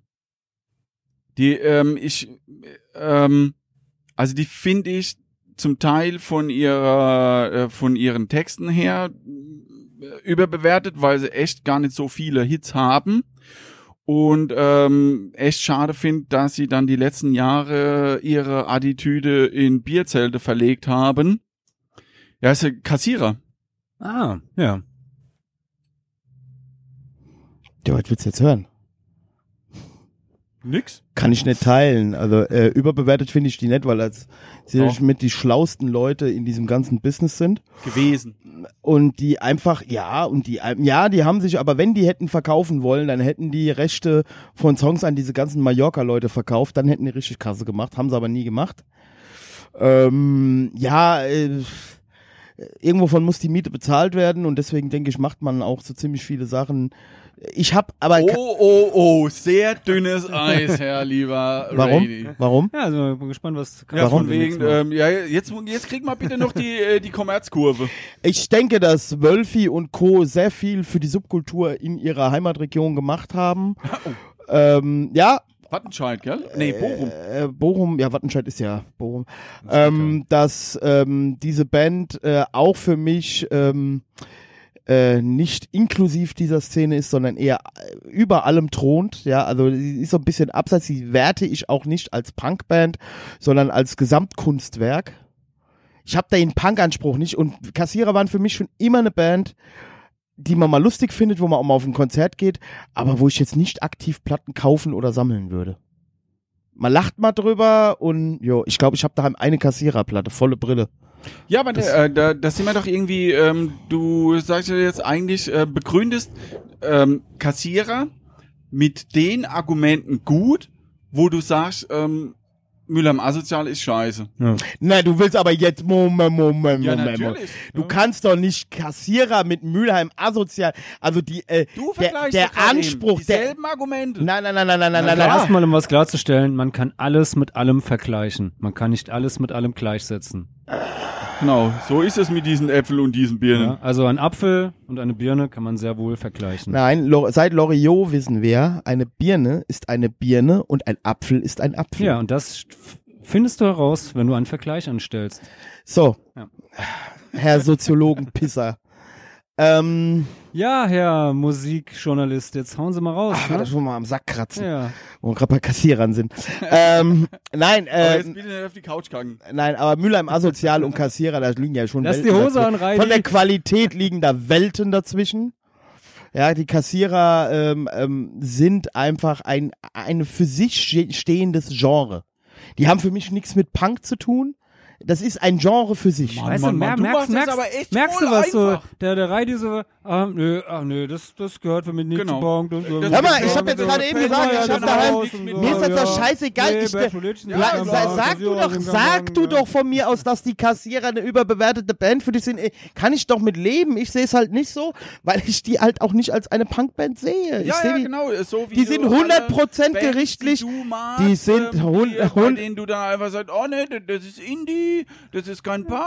[SPEAKER 3] die, ähm, ich, ähm, also die finde ich zum Teil von ihrer, äh, von ihren Texten her äh, überbewertet, weil sie echt gar nicht so viele Hits haben. Und ähm, echt schade finde, dass sie dann die letzten Jahre ihre Attitüde in Bierzelte verlegt haben. Ja, ist ja Kassierer.
[SPEAKER 5] Ah, ja.
[SPEAKER 1] Ja, was willst du jetzt hören?
[SPEAKER 3] Nix.
[SPEAKER 1] Kann ich nicht teilen. Also äh, überbewertet finde ich die nicht, weil das sicherlich mit die schlausten Leute in diesem ganzen Business sind.
[SPEAKER 3] Gewesen.
[SPEAKER 1] Und die einfach, ja, und die, ein- ja, die haben sich, aber wenn die hätten verkaufen wollen, dann hätten die Rechte von Songs an diese ganzen Mallorca-Leute verkauft, dann hätten die richtig Kasse gemacht, haben sie aber nie gemacht. Ähm, ja, äh, irgendwovon muss die Miete bezahlt werden und deswegen denke ich, macht man auch so ziemlich viele Sachen. Ich habe aber,
[SPEAKER 3] Oh, oh, oh, sehr dünnes Eis, Herr lieber
[SPEAKER 1] warum?
[SPEAKER 3] Rady.
[SPEAKER 1] Warum?
[SPEAKER 5] Ja, also bin gespannt, was
[SPEAKER 3] Ja,
[SPEAKER 1] Warum?
[SPEAKER 3] von wegen, ähm, ja, jetzt, jetzt krieg mal bitte noch die, äh, die Kommerzkurve.
[SPEAKER 1] Ich denke, dass Wölfi und Co. sehr viel für die Subkultur in ihrer Heimatregion gemacht haben. Ähm, ja,
[SPEAKER 3] Wattenscheid, gell? Nee, Bochum.
[SPEAKER 1] äh, Bochum, ja, Wattenscheid ist ja Bochum. Ähm, dass ähm, diese Band äh, auch für mich ähm, äh, nicht inklusiv dieser Szene ist, sondern eher äh, über allem thront. Ja, also sie ist so ein bisschen abseits. Die werte ich auch nicht als Punkband, sondern als Gesamtkunstwerk. Ich habe da den Punk-Anspruch nicht und Kassierer waren für mich schon immer eine Band, die man mal lustig findet, wo man auch mal auf ein Konzert geht, aber wo ich jetzt nicht aktiv Platten kaufen oder sammeln würde man lacht mal drüber und jo, ich glaube, ich habe daheim eine Kassiererplatte, volle Brille.
[SPEAKER 3] Ja, aber das, äh, da, das sind wir doch irgendwie, ähm, du sagst ja jetzt eigentlich, äh, begründest ähm, Kassierer mit den Argumenten gut, wo du sagst, ähm, Müller im Asozial ist scheiße.
[SPEAKER 1] Na, du willst aber jetzt Moment, Moment,
[SPEAKER 3] Ja,
[SPEAKER 1] Moment. Moment.
[SPEAKER 3] natürlich.
[SPEAKER 1] Du kannst doch nicht Kassierer mit Mülheim asozial, also die äh, der,
[SPEAKER 3] Du vergleichst doch
[SPEAKER 1] der
[SPEAKER 3] gerade eben
[SPEAKER 1] Anspruch der
[SPEAKER 3] dieselben Argumente.
[SPEAKER 1] Nein, nein, nein, nein, nein, nein, nein, nein.
[SPEAKER 5] Erstmal, um was klarzustellen, man kann alles mit allem vergleichen. Man kann nicht alles mit allem gleichsetzen.
[SPEAKER 3] Genau, so ist es mit diesen Äpfeln und diesen Birnen.
[SPEAKER 5] Ja? Also ein Apfel und eine Birne kann man sehr wohl vergleichen.
[SPEAKER 1] Nein, Lo- seit Loriot wissen wir, eine Birne ist eine Birne und ein Apfel ist ein Apfel.
[SPEAKER 5] Ja, und das f- findest du heraus, wenn du einen Vergleich anstellst.
[SPEAKER 1] So.
[SPEAKER 5] Ja.
[SPEAKER 1] Herr Soziologenpisser. ähm,
[SPEAKER 5] Ja, Herr Musikjournalist, jetzt hauen Sie mal raus.
[SPEAKER 1] ach,
[SPEAKER 5] ne?
[SPEAKER 1] das schon mal am Sack kratzen,
[SPEAKER 5] Ja.
[SPEAKER 1] wo wir gerade bei Kassierern sind. ähm, nein,
[SPEAKER 3] Aber
[SPEAKER 1] äh,
[SPEAKER 3] jetzt bitte nicht auf die Couch kacken.
[SPEAKER 1] Nein, aber Mülheim asozial und Kassierer, da liegen ja schon
[SPEAKER 5] Lass die
[SPEAKER 1] Welten
[SPEAKER 5] Hose
[SPEAKER 1] dazwischen.
[SPEAKER 5] an, Reidi.
[SPEAKER 1] Von der Qualität liegen da Welten dazwischen. Ja, die Kassierer ähm, ähm, sind einfach ein eine für sich ste- stehendes Genre. Die haben für mich nichts mit Punk zu tun. Das ist ein Genre für sich.
[SPEAKER 3] Mann.
[SPEAKER 5] Weißt du, mer-
[SPEAKER 3] du machst
[SPEAKER 5] merkst,
[SPEAKER 3] das
[SPEAKER 5] merkst,
[SPEAKER 3] aber echt
[SPEAKER 5] merkst du
[SPEAKER 3] voll
[SPEAKER 5] was so?
[SPEAKER 3] einfach.
[SPEAKER 5] Der, der Reidi so, ah, nö, ach nö, das, das gehört für mich nicht
[SPEAKER 3] Genau.
[SPEAKER 5] zu Bank. Das,
[SPEAKER 3] Hör
[SPEAKER 1] mal, ich hab jetzt gerade eben gesagt, ich hab daheim- Mir ist das doch scheißegal. ich,
[SPEAKER 5] ja,
[SPEAKER 1] La- sa- sag du doch, sag du doch von mir aus, dass die Kassierer eine überbewertete Band für dich sind. Ey, Kann ich doch mit leben. Ich sehe es halt nicht so, weil ich die halt auch nicht als eine Punkband sehe. Ich
[SPEAKER 3] Ja,
[SPEAKER 1] seh
[SPEAKER 3] ja,
[SPEAKER 1] die,
[SPEAKER 3] genau. So wie
[SPEAKER 1] die sind
[SPEAKER 3] so
[SPEAKER 1] 100%
[SPEAKER 3] alle
[SPEAKER 1] gerichtlich.
[SPEAKER 3] Bands, Die, du
[SPEAKER 1] Die
[SPEAKER 3] magst,
[SPEAKER 1] sind
[SPEAKER 3] ähm,
[SPEAKER 1] hun-
[SPEAKER 3] die, äh, bei
[SPEAKER 1] hun-
[SPEAKER 3] denen du dann einfach sagst, oh ne, das ist Indie, das ist kein Punk,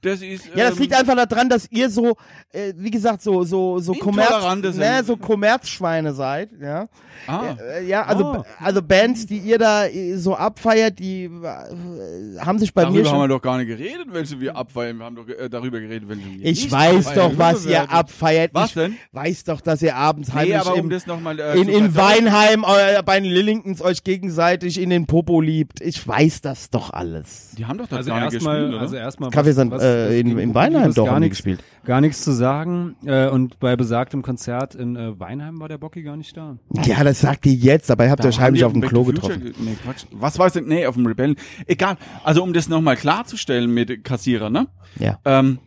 [SPEAKER 3] das ist.
[SPEAKER 1] Ja, das
[SPEAKER 3] ähm,
[SPEAKER 1] liegt einfach daran, dass ihr so, äh, wie gesagt, so so so
[SPEAKER 3] Intolerante
[SPEAKER 1] Kommerz,
[SPEAKER 3] sind.
[SPEAKER 1] ne, so Kommerzschweine seid, ja.
[SPEAKER 3] Ah,
[SPEAKER 1] Äh, ja, also
[SPEAKER 5] Ah.
[SPEAKER 1] also Bands, die ihr da äh, so abfeiert, die äh, haben sich bei mir
[SPEAKER 3] darüber haben wir
[SPEAKER 1] schon.
[SPEAKER 3] doch gar nicht geredet, welche wir abfeiern. Wir haben doch äh, darüber geredet, welche wir
[SPEAKER 1] Ich
[SPEAKER 3] nicht
[SPEAKER 1] weiß
[SPEAKER 3] abfeiern.
[SPEAKER 1] doch, was ihr
[SPEAKER 3] Überbewertet.
[SPEAKER 1] abfeiert.
[SPEAKER 3] Was
[SPEAKER 1] ich
[SPEAKER 3] denn?
[SPEAKER 1] weiß doch, dass ihr abends
[SPEAKER 3] Nee,
[SPEAKER 1] heimlich
[SPEAKER 3] aber um
[SPEAKER 1] im,
[SPEAKER 3] das nochmal. Äh,
[SPEAKER 1] in,
[SPEAKER 3] zu
[SPEAKER 1] in
[SPEAKER 3] verdeutlichen-
[SPEAKER 1] Weinheim äh, bei den Lillingtons euch gegenseitig in den Popo liebt. Ich weiß das doch alles.
[SPEAKER 3] Die haben doch das
[SPEAKER 5] Also
[SPEAKER 3] gar nicht gespielt,
[SPEAKER 5] erstmal,
[SPEAKER 3] oder?
[SPEAKER 5] also erstmal,
[SPEAKER 1] Kaffeesand
[SPEAKER 5] was- was-
[SPEAKER 1] äh, in,
[SPEAKER 5] gegen
[SPEAKER 1] in
[SPEAKER 5] Publikum
[SPEAKER 1] Weinheim
[SPEAKER 5] ist
[SPEAKER 1] doch
[SPEAKER 5] gar
[SPEAKER 1] haben die
[SPEAKER 5] nichts,
[SPEAKER 1] gespielt.
[SPEAKER 5] gar nichts zu sagen. Äh, und bei besagtem Konzert in äh, Weinheim war der Bocki gar nicht da.
[SPEAKER 1] Ja, das sagt ihr jetzt, dabei habt ihr euch
[SPEAKER 3] haben
[SPEAKER 1] heimlich
[SPEAKER 3] die
[SPEAKER 1] auf dem
[SPEAKER 3] Back
[SPEAKER 1] Klo
[SPEAKER 3] to Future
[SPEAKER 1] getroffen.
[SPEAKER 3] ge- Nee, Quatsch. Was weiß ich? Nee, auf dem Rebellen. Egal. Also um das nochmal klarzustellen mit Kassierer, ne?
[SPEAKER 1] Ja.
[SPEAKER 3] Ähm,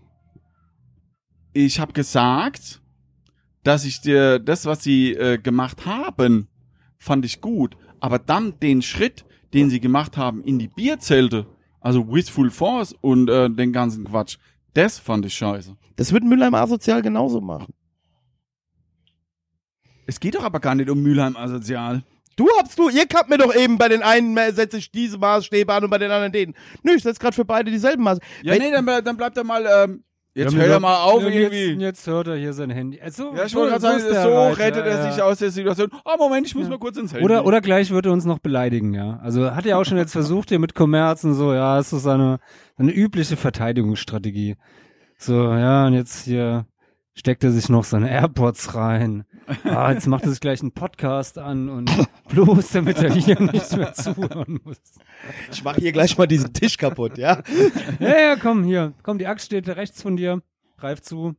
[SPEAKER 3] ich habe gesagt, dass ich dir das, was sie äh, gemacht haben, fand ich gut. Aber dann den Schritt, den sie gemacht haben in die Bierzelte, also Wistful Force und äh, den ganzen Quatsch, das fand ich scheiße.
[SPEAKER 1] Das wird Müllheim asozial genauso machen.
[SPEAKER 3] Es geht doch aber gar nicht um Mülheim asozial.
[SPEAKER 1] Du habst du, ihr habt mir doch eben bei den einen äh, setze ich diese Maßstäbe an und bei den anderen den. Nö, ich setze gerade für beide dieselben Maß.
[SPEAKER 3] Ja,
[SPEAKER 1] Wenn-
[SPEAKER 3] nee, dann, ble- dann bleibt er mal, ähm, jetzt
[SPEAKER 5] Ja,
[SPEAKER 3] hört er
[SPEAKER 5] ja,
[SPEAKER 3] mal auf
[SPEAKER 5] ja, Jetzt,
[SPEAKER 3] irgendwie.
[SPEAKER 5] jetzt hört er hier sein Handy. Also,
[SPEAKER 3] Ja, ich wollte gerade sagen, so rettet er sich aus der Situation. Oh, Moment, ich muss mal kurz ins Handy.
[SPEAKER 5] Oder, oder gleich wird er uns noch beleidigen, ja. Also hat er auch schon jetzt versucht, hier mit Kommerz und so, ja, ist so seine, seine übliche Verteidigungsstrategie. So, ja, und jetzt hier steckt er sich noch seine AirPods rein. Ah, jetzt macht er sich gleich einen Podcast an und bloß, damit er hier nicht mehr zuhören muss.
[SPEAKER 1] Ich mache hier gleich mal diesen Tisch kaputt, ja?
[SPEAKER 5] Ja, ja, komm, hier. Komm, die Axt steht rechts von dir. Greif zu.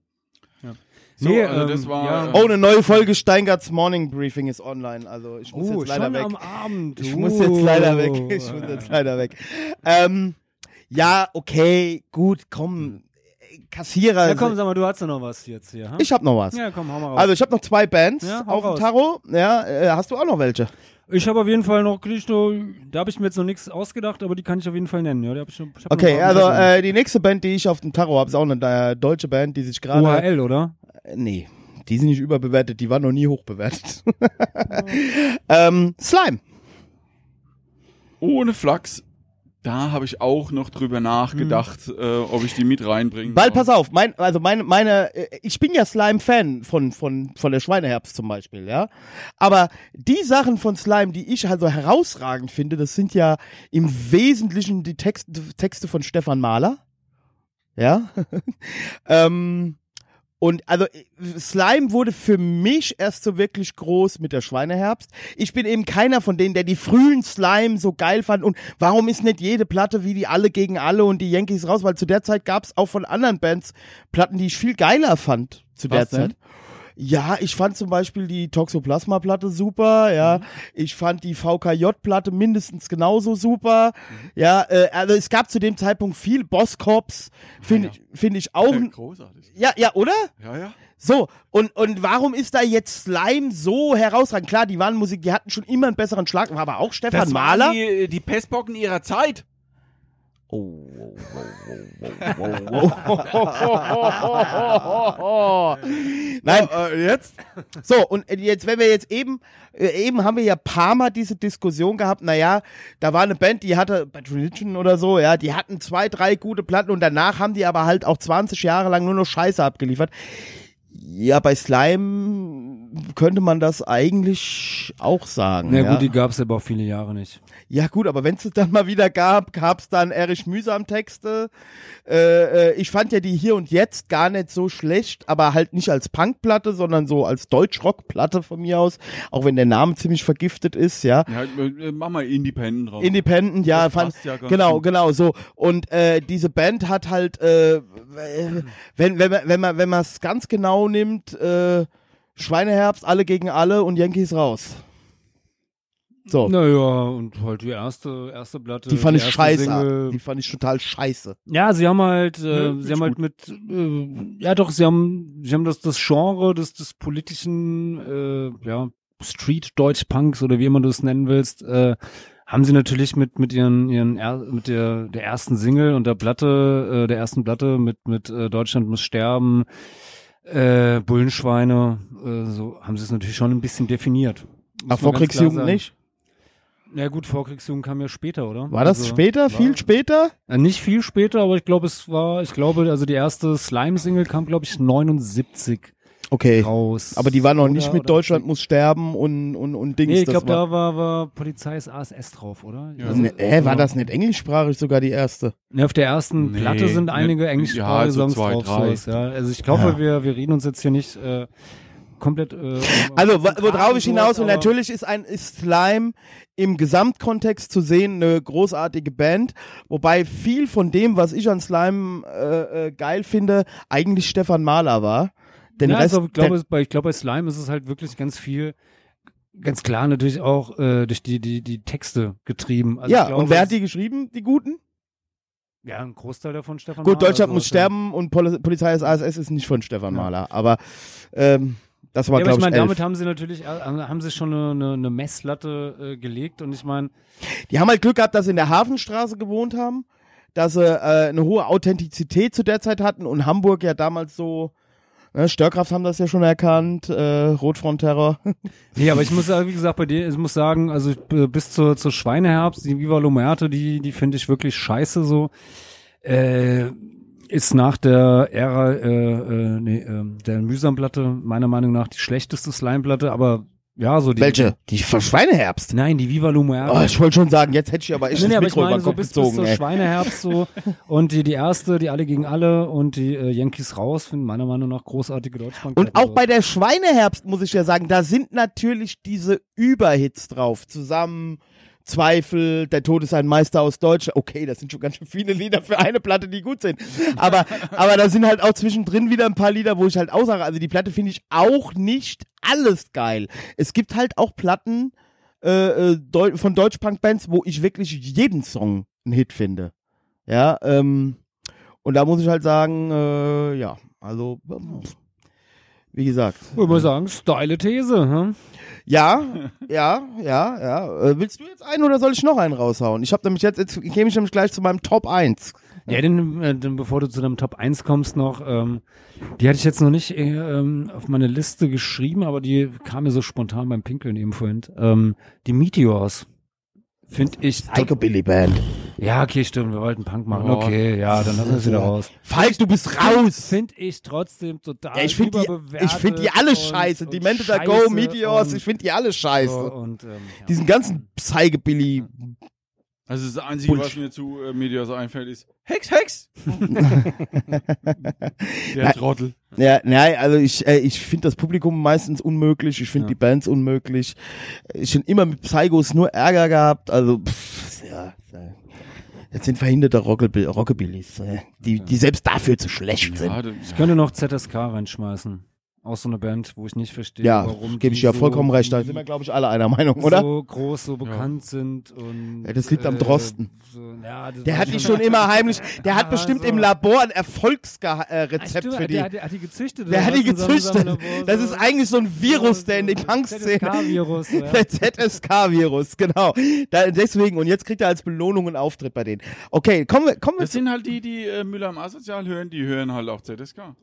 [SPEAKER 5] Ja.
[SPEAKER 3] So, also das
[SPEAKER 5] ähm,
[SPEAKER 3] war, äh,
[SPEAKER 1] Oh, eine neue Folge Steingarts Morning Briefing ist online, also ich muss
[SPEAKER 5] Oh,
[SPEAKER 1] jetzt leider
[SPEAKER 5] schon
[SPEAKER 1] weg.
[SPEAKER 5] am Abend. Oh.
[SPEAKER 1] Ich muss jetzt leider weg. Ich muss jetzt leider weg. Ähm, ja, okay, gut, komm. Kassierer.
[SPEAKER 5] Ja, komm, sag mal, du hast ja noch was jetzt hier. Ha?
[SPEAKER 1] ich hab noch was.
[SPEAKER 5] ja, komm, hau mal raus.
[SPEAKER 1] Also ich habe noch zwei Bands
[SPEAKER 5] Ja, hau
[SPEAKER 1] auf dem
[SPEAKER 5] raus.
[SPEAKER 1] Tarot. Ja, äh, hast du auch noch welche?
[SPEAKER 5] ich habe auf jeden Fall noch Klitschko, da habe ich mir jetzt noch nichts ausgedacht, aber die kann ich auf jeden Fall nennen. Ja, die hab ich schon, ich hab
[SPEAKER 1] Okay,
[SPEAKER 5] noch-
[SPEAKER 1] also äh, die nächste Band, die ich auf dem Tarot habe, ist auch eine äh, deutsche Band, die sich gerade.
[SPEAKER 5] OHL, oder?
[SPEAKER 1] Äh, Nee, die sind nicht überbewertet, die waren noch nie hochbewertet. ähm, Slime.
[SPEAKER 3] ohne Flachs, da habe ich auch noch drüber nachgedacht, äh, ob ich die mit reinbringe.
[SPEAKER 1] Mhm. Weil, pass auf, mein, also meine, meine, äh, ich bin ja Slime-Fan von, von, von der Schweineherbst zum Beispiel, ja. Aber die Sachen von Slime, die ich also herausragend finde, das sind ja im Wesentlichen die Text, Texte von Stefan Mahler. Ja. ähm, und also äh, Slime wurde für mich erst so wirklich groß mit der Schweineherbst. Ich bin eben keiner von denen, der die frühen Slime so geil fand. Und warum ist nicht jede Platte wie die Alle gegen Alle und die Yankees raus? Weil zu der Zeit gab es auch von anderen Bands Platten, die ich viel geiler fand zu der
[SPEAKER 3] Was denn?
[SPEAKER 1] Zeit. Ja, ich fand zum Beispiel die Toxoplasma-Platte super, ja.
[SPEAKER 3] Mhm.
[SPEAKER 1] Ich fand die VKJ-Platte mindestens genauso super.
[SPEAKER 3] Mhm.
[SPEAKER 1] Ja, äh, also es gab zu dem Zeitpunkt viel Boss Cops, finde ich, finde ich auch.
[SPEAKER 3] Ja, großartig.
[SPEAKER 1] Ja, ja, oder?
[SPEAKER 3] Ja, ja.
[SPEAKER 1] So, und, und warum ist da jetzt Slime so herausragend? Klar, die waren Musik, die hatten schon immer einen besseren Schlag, war aber auch Stefan Mahler.
[SPEAKER 3] die, äh, die Pestbocken ihrer Zeit.
[SPEAKER 1] Nein,
[SPEAKER 3] äh, jetzt?
[SPEAKER 1] so, und jetzt, wenn wir jetzt eben, äh, eben haben wir ja paar Mal diese Diskussion gehabt, naja, da war eine Band, die hatte, Bad Religion oder so, ja, die hatten zwei, drei gute Platten und danach haben die aber halt auch 20 Jahre lang nur noch Scheiße abgeliefert. Ja, bei Slime könnte man das eigentlich auch sagen.
[SPEAKER 5] Na
[SPEAKER 1] ja.
[SPEAKER 5] gut, die gab es aber auch viele Jahre nicht.
[SPEAKER 1] Ja gut, aber wenn es dann mal wieder gab, gab es dann Erich Mühsam Texte. Äh, äh, ich fand ja die hier und jetzt gar nicht so schlecht, aber halt nicht als Punkplatte, sondern so als Deutschrockplatte von mir aus, auch wenn der Name ziemlich vergiftet ist, ja.
[SPEAKER 3] Ja, äh, mach mal Independent drauf.
[SPEAKER 1] Independent, ja,
[SPEAKER 3] Das
[SPEAKER 1] fand,
[SPEAKER 3] passt ja ganz
[SPEAKER 1] genau,
[SPEAKER 3] gut.
[SPEAKER 1] genau so. Und äh, diese Band hat halt, äh, äh, wenn wenn man wenn man wenn man es ganz genau nimmt, äh, Schweineherbst alle gegen alle und Yankees raus. So.
[SPEAKER 5] Naja, und halt die erste, erste Platte.
[SPEAKER 1] Die fand ich
[SPEAKER 5] erste
[SPEAKER 1] scheiße.
[SPEAKER 5] äh, Single.
[SPEAKER 1] Die fand ich total scheiße.
[SPEAKER 5] Ja, sie haben halt, äh,
[SPEAKER 3] Nö,
[SPEAKER 5] sie haben
[SPEAKER 3] ist
[SPEAKER 5] halt mit, äh, ja doch, sie haben, sie haben das, das Genre des, des politischen, äh, ja, Street-Deutsch-Punks oder wie immer du es nennen willst, äh, haben sie natürlich mit, mit ihren, ihren, er, mit der, der ersten Single und der Platte, äh, der ersten Platte mit, mit äh, Deutschland muss sterben, äh, Bullenschweine, äh, so haben sie es natürlich schon ein bisschen definiert.
[SPEAKER 1] Ach,
[SPEAKER 5] Muss man ganz klar
[SPEAKER 1] Vorkriegsjugend
[SPEAKER 5] sagen.
[SPEAKER 1] nicht?
[SPEAKER 5] Na gut, Vorkriegsjugend kam ja später, oder?
[SPEAKER 1] War das
[SPEAKER 5] Also-
[SPEAKER 1] später? viel später?
[SPEAKER 5] Äh, Nicht viel später, aber ich glaube, es war, ich glaube, also die erste Slime-Single kam, glaube ich, 79
[SPEAKER 1] Okay.
[SPEAKER 5] raus.
[SPEAKER 1] Aber die war noch
[SPEAKER 5] Oder-
[SPEAKER 1] nicht
[SPEAKER 5] oder-
[SPEAKER 1] mit Deutschland muss sterben und, und, und Dings.
[SPEAKER 5] Nee, ich glaube,
[SPEAKER 1] das war,
[SPEAKER 5] da war, war Polizei ist ASS drauf, oder? Ja.
[SPEAKER 1] Ne, hä, war das nicht englischsprachig sogar die erste?
[SPEAKER 5] Ne, auf der ersten
[SPEAKER 3] Nee,
[SPEAKER 5] Platte sind
[SPEAKER 3] ne-
[SPEAKER 5] einige
[SPEAKER 3] ja,
[SPEAKER 5] englischsprachige
[SPEAKER 3] so
[SPEAKER 5] Songs
[SPEAKER 3] zwei,
[SPEAKER 5] drauf.
[SPEAKER 3] drei.
[SPEAKER 5] sowas, ja. Also ich glaube,
[SPEAKER 1] Ja.
[SPEAKER 5] wir, wir reden uns jetzt hier nicht äh, komplett. Äh,
[SPEAKER 1] Also, wa-
[SPEAKER 5] zum
[SPEAKER 1] worauf
[SPEAKER 5] Kragen
[SPEAKER 1] ich hinaus will,
[SPEAKER 5] sowas, aber-
[SPEAKER 1] natürlich ist ein ist Slime im Gesamtkontext zu sehen eine großartige Band, wobei viel von dem, was ich an Slime äh, äh, geil finde, eigentlich Stefan Mahler war. Den
[SPEAKER 5] ja,
[SPEAKER 1] Rest,
[SPEAKER 5] also, ich, glaube,
[SPEAKER 1] den,
[SPEAKER 5] es- bei, ich glaube, bei Slime ist es halt wirklich ganz viel, ganz klar natürlich auch äh, durch die, die, die Texte getrieben. Also
[SPEAKER 1] ja
[SPEAKER 5] ich glaube,
[SPEAKER 1] und wer
[SPEAKER 5] es-
[SPEAKER 1] hat die geschrieben, die Guten?
[SPEAKER 5] Ja, ein Großteil davon Stefan also
[SPEAKER 1] Gut,
[SPEAKER 5] Mahler,
[SPEAKER 1] Deutschland muss
[SPEAKER 5] sowas, ja.
[SPEAKER 1] sterben und Poli Polizei des ASS ist nicht von Stefan
[SPEAKER 5] Ja.
[SPEAKER 1] Mahler, aber ähm, Das war,
[SPEAKER 5] ja, aber ich
[SPEAKER 1] glaube ich,
[SPEAKER 5] meine, damit
[SPEAKER 1] elf.
[SPEAKER 5] haben sie natürlich, äh, haben sie schon eine, eine, eine Messlatte äh, gelegt und ich meine,
[SPEAKER 1] Die haben halt Glück gehabt, dass sie in der Hafenstraße gewohnt haben, dass sie äh, eine hohe Authentizität zu der Zeit hatten und Hamburg ja damals so, ne, Störkraft haben das ja schon erkannt, äh, Rotfront Terror.
[SPEAKER 5] nee, aber ich muss sagen, wie gesagt, bei dir, ich muss sagen, also äh, bis zur, zur Schweineherbst, die Viva Lomerte, die, die finde ich wirklich scheiße so. Äh, ist nach der Ära äh, äh, nee, äh, der Mühsamplatte meiner Meinung nach die schlechteste Slimeplatte, aber ja, so die.
[SPEAKER 1] Die Ver- Schweineherbst.
[SPEAKER 5] Nein, die Viva Lomerte.
[SPEAKER 1] Oh, ich wollte schon sagen, jetzt hätte ich aber echt
[SPEAKER 5] Nee, nee,
[SPEAKER 1] das
[SPEAKER 5] aber ich
[SPEAKER 1] Mikro über
[SPEAKER 5] meine,
[SPEAKER 1] den
[SPEAKER 5] so
[SPEAKER 1] Kopf
[SPEAKER 5] bis, bis
[SPEAKER 1] gezogen,
[SPEAKER 5] zur
[SPEAKER 1] ey.
[SPEAKER 5] Schweineherbst so und die, die erste, die alle gegen alle und die äh, Yankees raus, finden meiner Meinung nach großartige deutschland
[SPEAKER 1] Und
[SPEAKER 2] also
[SPEAKER 1] auch bei der Schweineherbst muss ich ja sagen, da sind natürlich diese Überhits drauf. Zusammen Zweifel, der Tod ist ein Meister aus Deutschland. Okay, das sind schon ganz schön viele Lieder für eine Platte, die gut sind. Aber, aber da sind halt auch zwischendrin wieder ein paar Lieder, wo ich halt auch sage, also die Platte finde ich auch nicht alles geil. Es gibt halt auch Platten äh, äh, Deu von Deutschpunk-Bands, wo ich wirklich jeden Song einen Hit finde. Ja, ähm, und da muss ich halt sagen, äh, ja, also, pff, wie gesagt.
[SPEAKER 5] Ich muss sagen, steile These. Hm?
[SPEAKER 1] Ja, ja, ja, ja. Äh, Willst du jetzt einen oder soll ich noch einen raushauen? Ich habe nämlich jetzt, jetzt käme ich nämlich gleich zu meinem Top 1.
[SPEAKER 5] Ja, denn, äh, denn bevor du zu deinem Top 1 kommst noch, ähm, die hatte ich jetzt noch nicht äh, ähm, auf meine Liste geschrieben, aber die kam mir so spontan beim Pinkeln eben vorhin. Ähm, die Meteors. Finde ich. tot-
[SPEAKER 1] Billy Band.
[SPEAKER 5] Ja, okay, stimmt, wir wollten Punk machen.
[SPEAKER 3] Ja.
[SPEAKER 5] Okay, ja, dann lassen wir es wieder raus.
[SPEAKER 1] Falk, du bist raus!
[SPEAKER 5] Finde ich trotzdem total
[SPEAKER 1] Ja, ich finde die, ich find die alle scheiße. Die Mente da Go, Meteors, ich finde die alle scheiße.
[SPEAKER 5] und, ähm, ja.
[SPEAKER 1] Diesen ganzen Psychobilly.
[SPEAKER 3] Also das Einzige, was
[SPEAKER 1] Bullshit.
[SPEAKER 3] mir zu äh, Media so einfällt, ist Hex, Hex! Der
[SPEAKER 1] Nein.
[SPEAKER 3] Trottel.
[SPEAKER 1] Ja, nein, also ich, äh, ich finde das Publikum meistens unmöglich. Ich finde die Bands unmöglich. Ich bin immer mit Psychos nur Ärger gehabt. Also, pff, ja. ja. Das sind verhinderte Rockabil- Rockabillys, äh, die, die selbst dafür zu schlecht sind.
[SPEAKER 3] Ja, der-
[SPEAKER 5] ich könnte noch ZSK reinschmeißen. Auch so eine Band, wo ich nicht verstehe,
[SPEAKER 1] Ja,
[SPEAKER 5] warum
[SPEAKER 1] gebe
[SPEAKER 5] die
[SPEAKER 1] ich ja
[SPEAKER 5] so,
[SPEAKER 1] vollkommen recht. Da sind wir, glaube ich, alle einer Meinung, oder?
[SPEAKER 5] so groß, so bekannt sind und äh,
[SPEAKER 1] Ja, das liegt am Drosten.
[SPEAKER 5] So, ja, das
[SPEAKER 1] Der
[SPEAKER 5] weiß
[SPEAKER 1] hat
[SPEAKER 5] ich
[SPEAKER 1] die schon immer heimlich. Der hat
[SPEAKER 5] Ah,
[SPEAKER 1] bestimmt
[SPEAKER 5] so.
[SPEAKER 1] im Labor ein Erfolgsrezept äh,
[SPEAKER 5] Ah,
[SPEAKER 1] Rezept
[SPEAKER 5] stimmt,
[SPEAKER 1] für die.
[SPEAKER 5] Der, der hat die gezüchtet.
[SPEAKER 1] Der
[SPEAKER 5] oder
[SPEAKER 1] hat die
[SPEAKER 5] was? In seinem-
[SPEAKER 1] gezüchtet.
[SPEAKER 5] seinem Labor,
[SPEAKER 1] Das
[SPEAKER 5] so-
[SPEAKER 1] ist eigentlich so ein Virus, der in die Punk-Szene.
[SPEAKER 5] ZSK-Virus. so, ja. Also
[SPEAKER 1] Der ZSK-Virus, genau. Da, deswegen, und jetzt kriegt er als Belohnung einen Auftritt bei denen. Okay, kommen wir, kommen wir
[SPEAKER 3] Das
[SPEAKER 1] zu.
[SPEAKER 3] sind halt die, die äh, Müller am Asozial hören, die hören halt auch ZSK.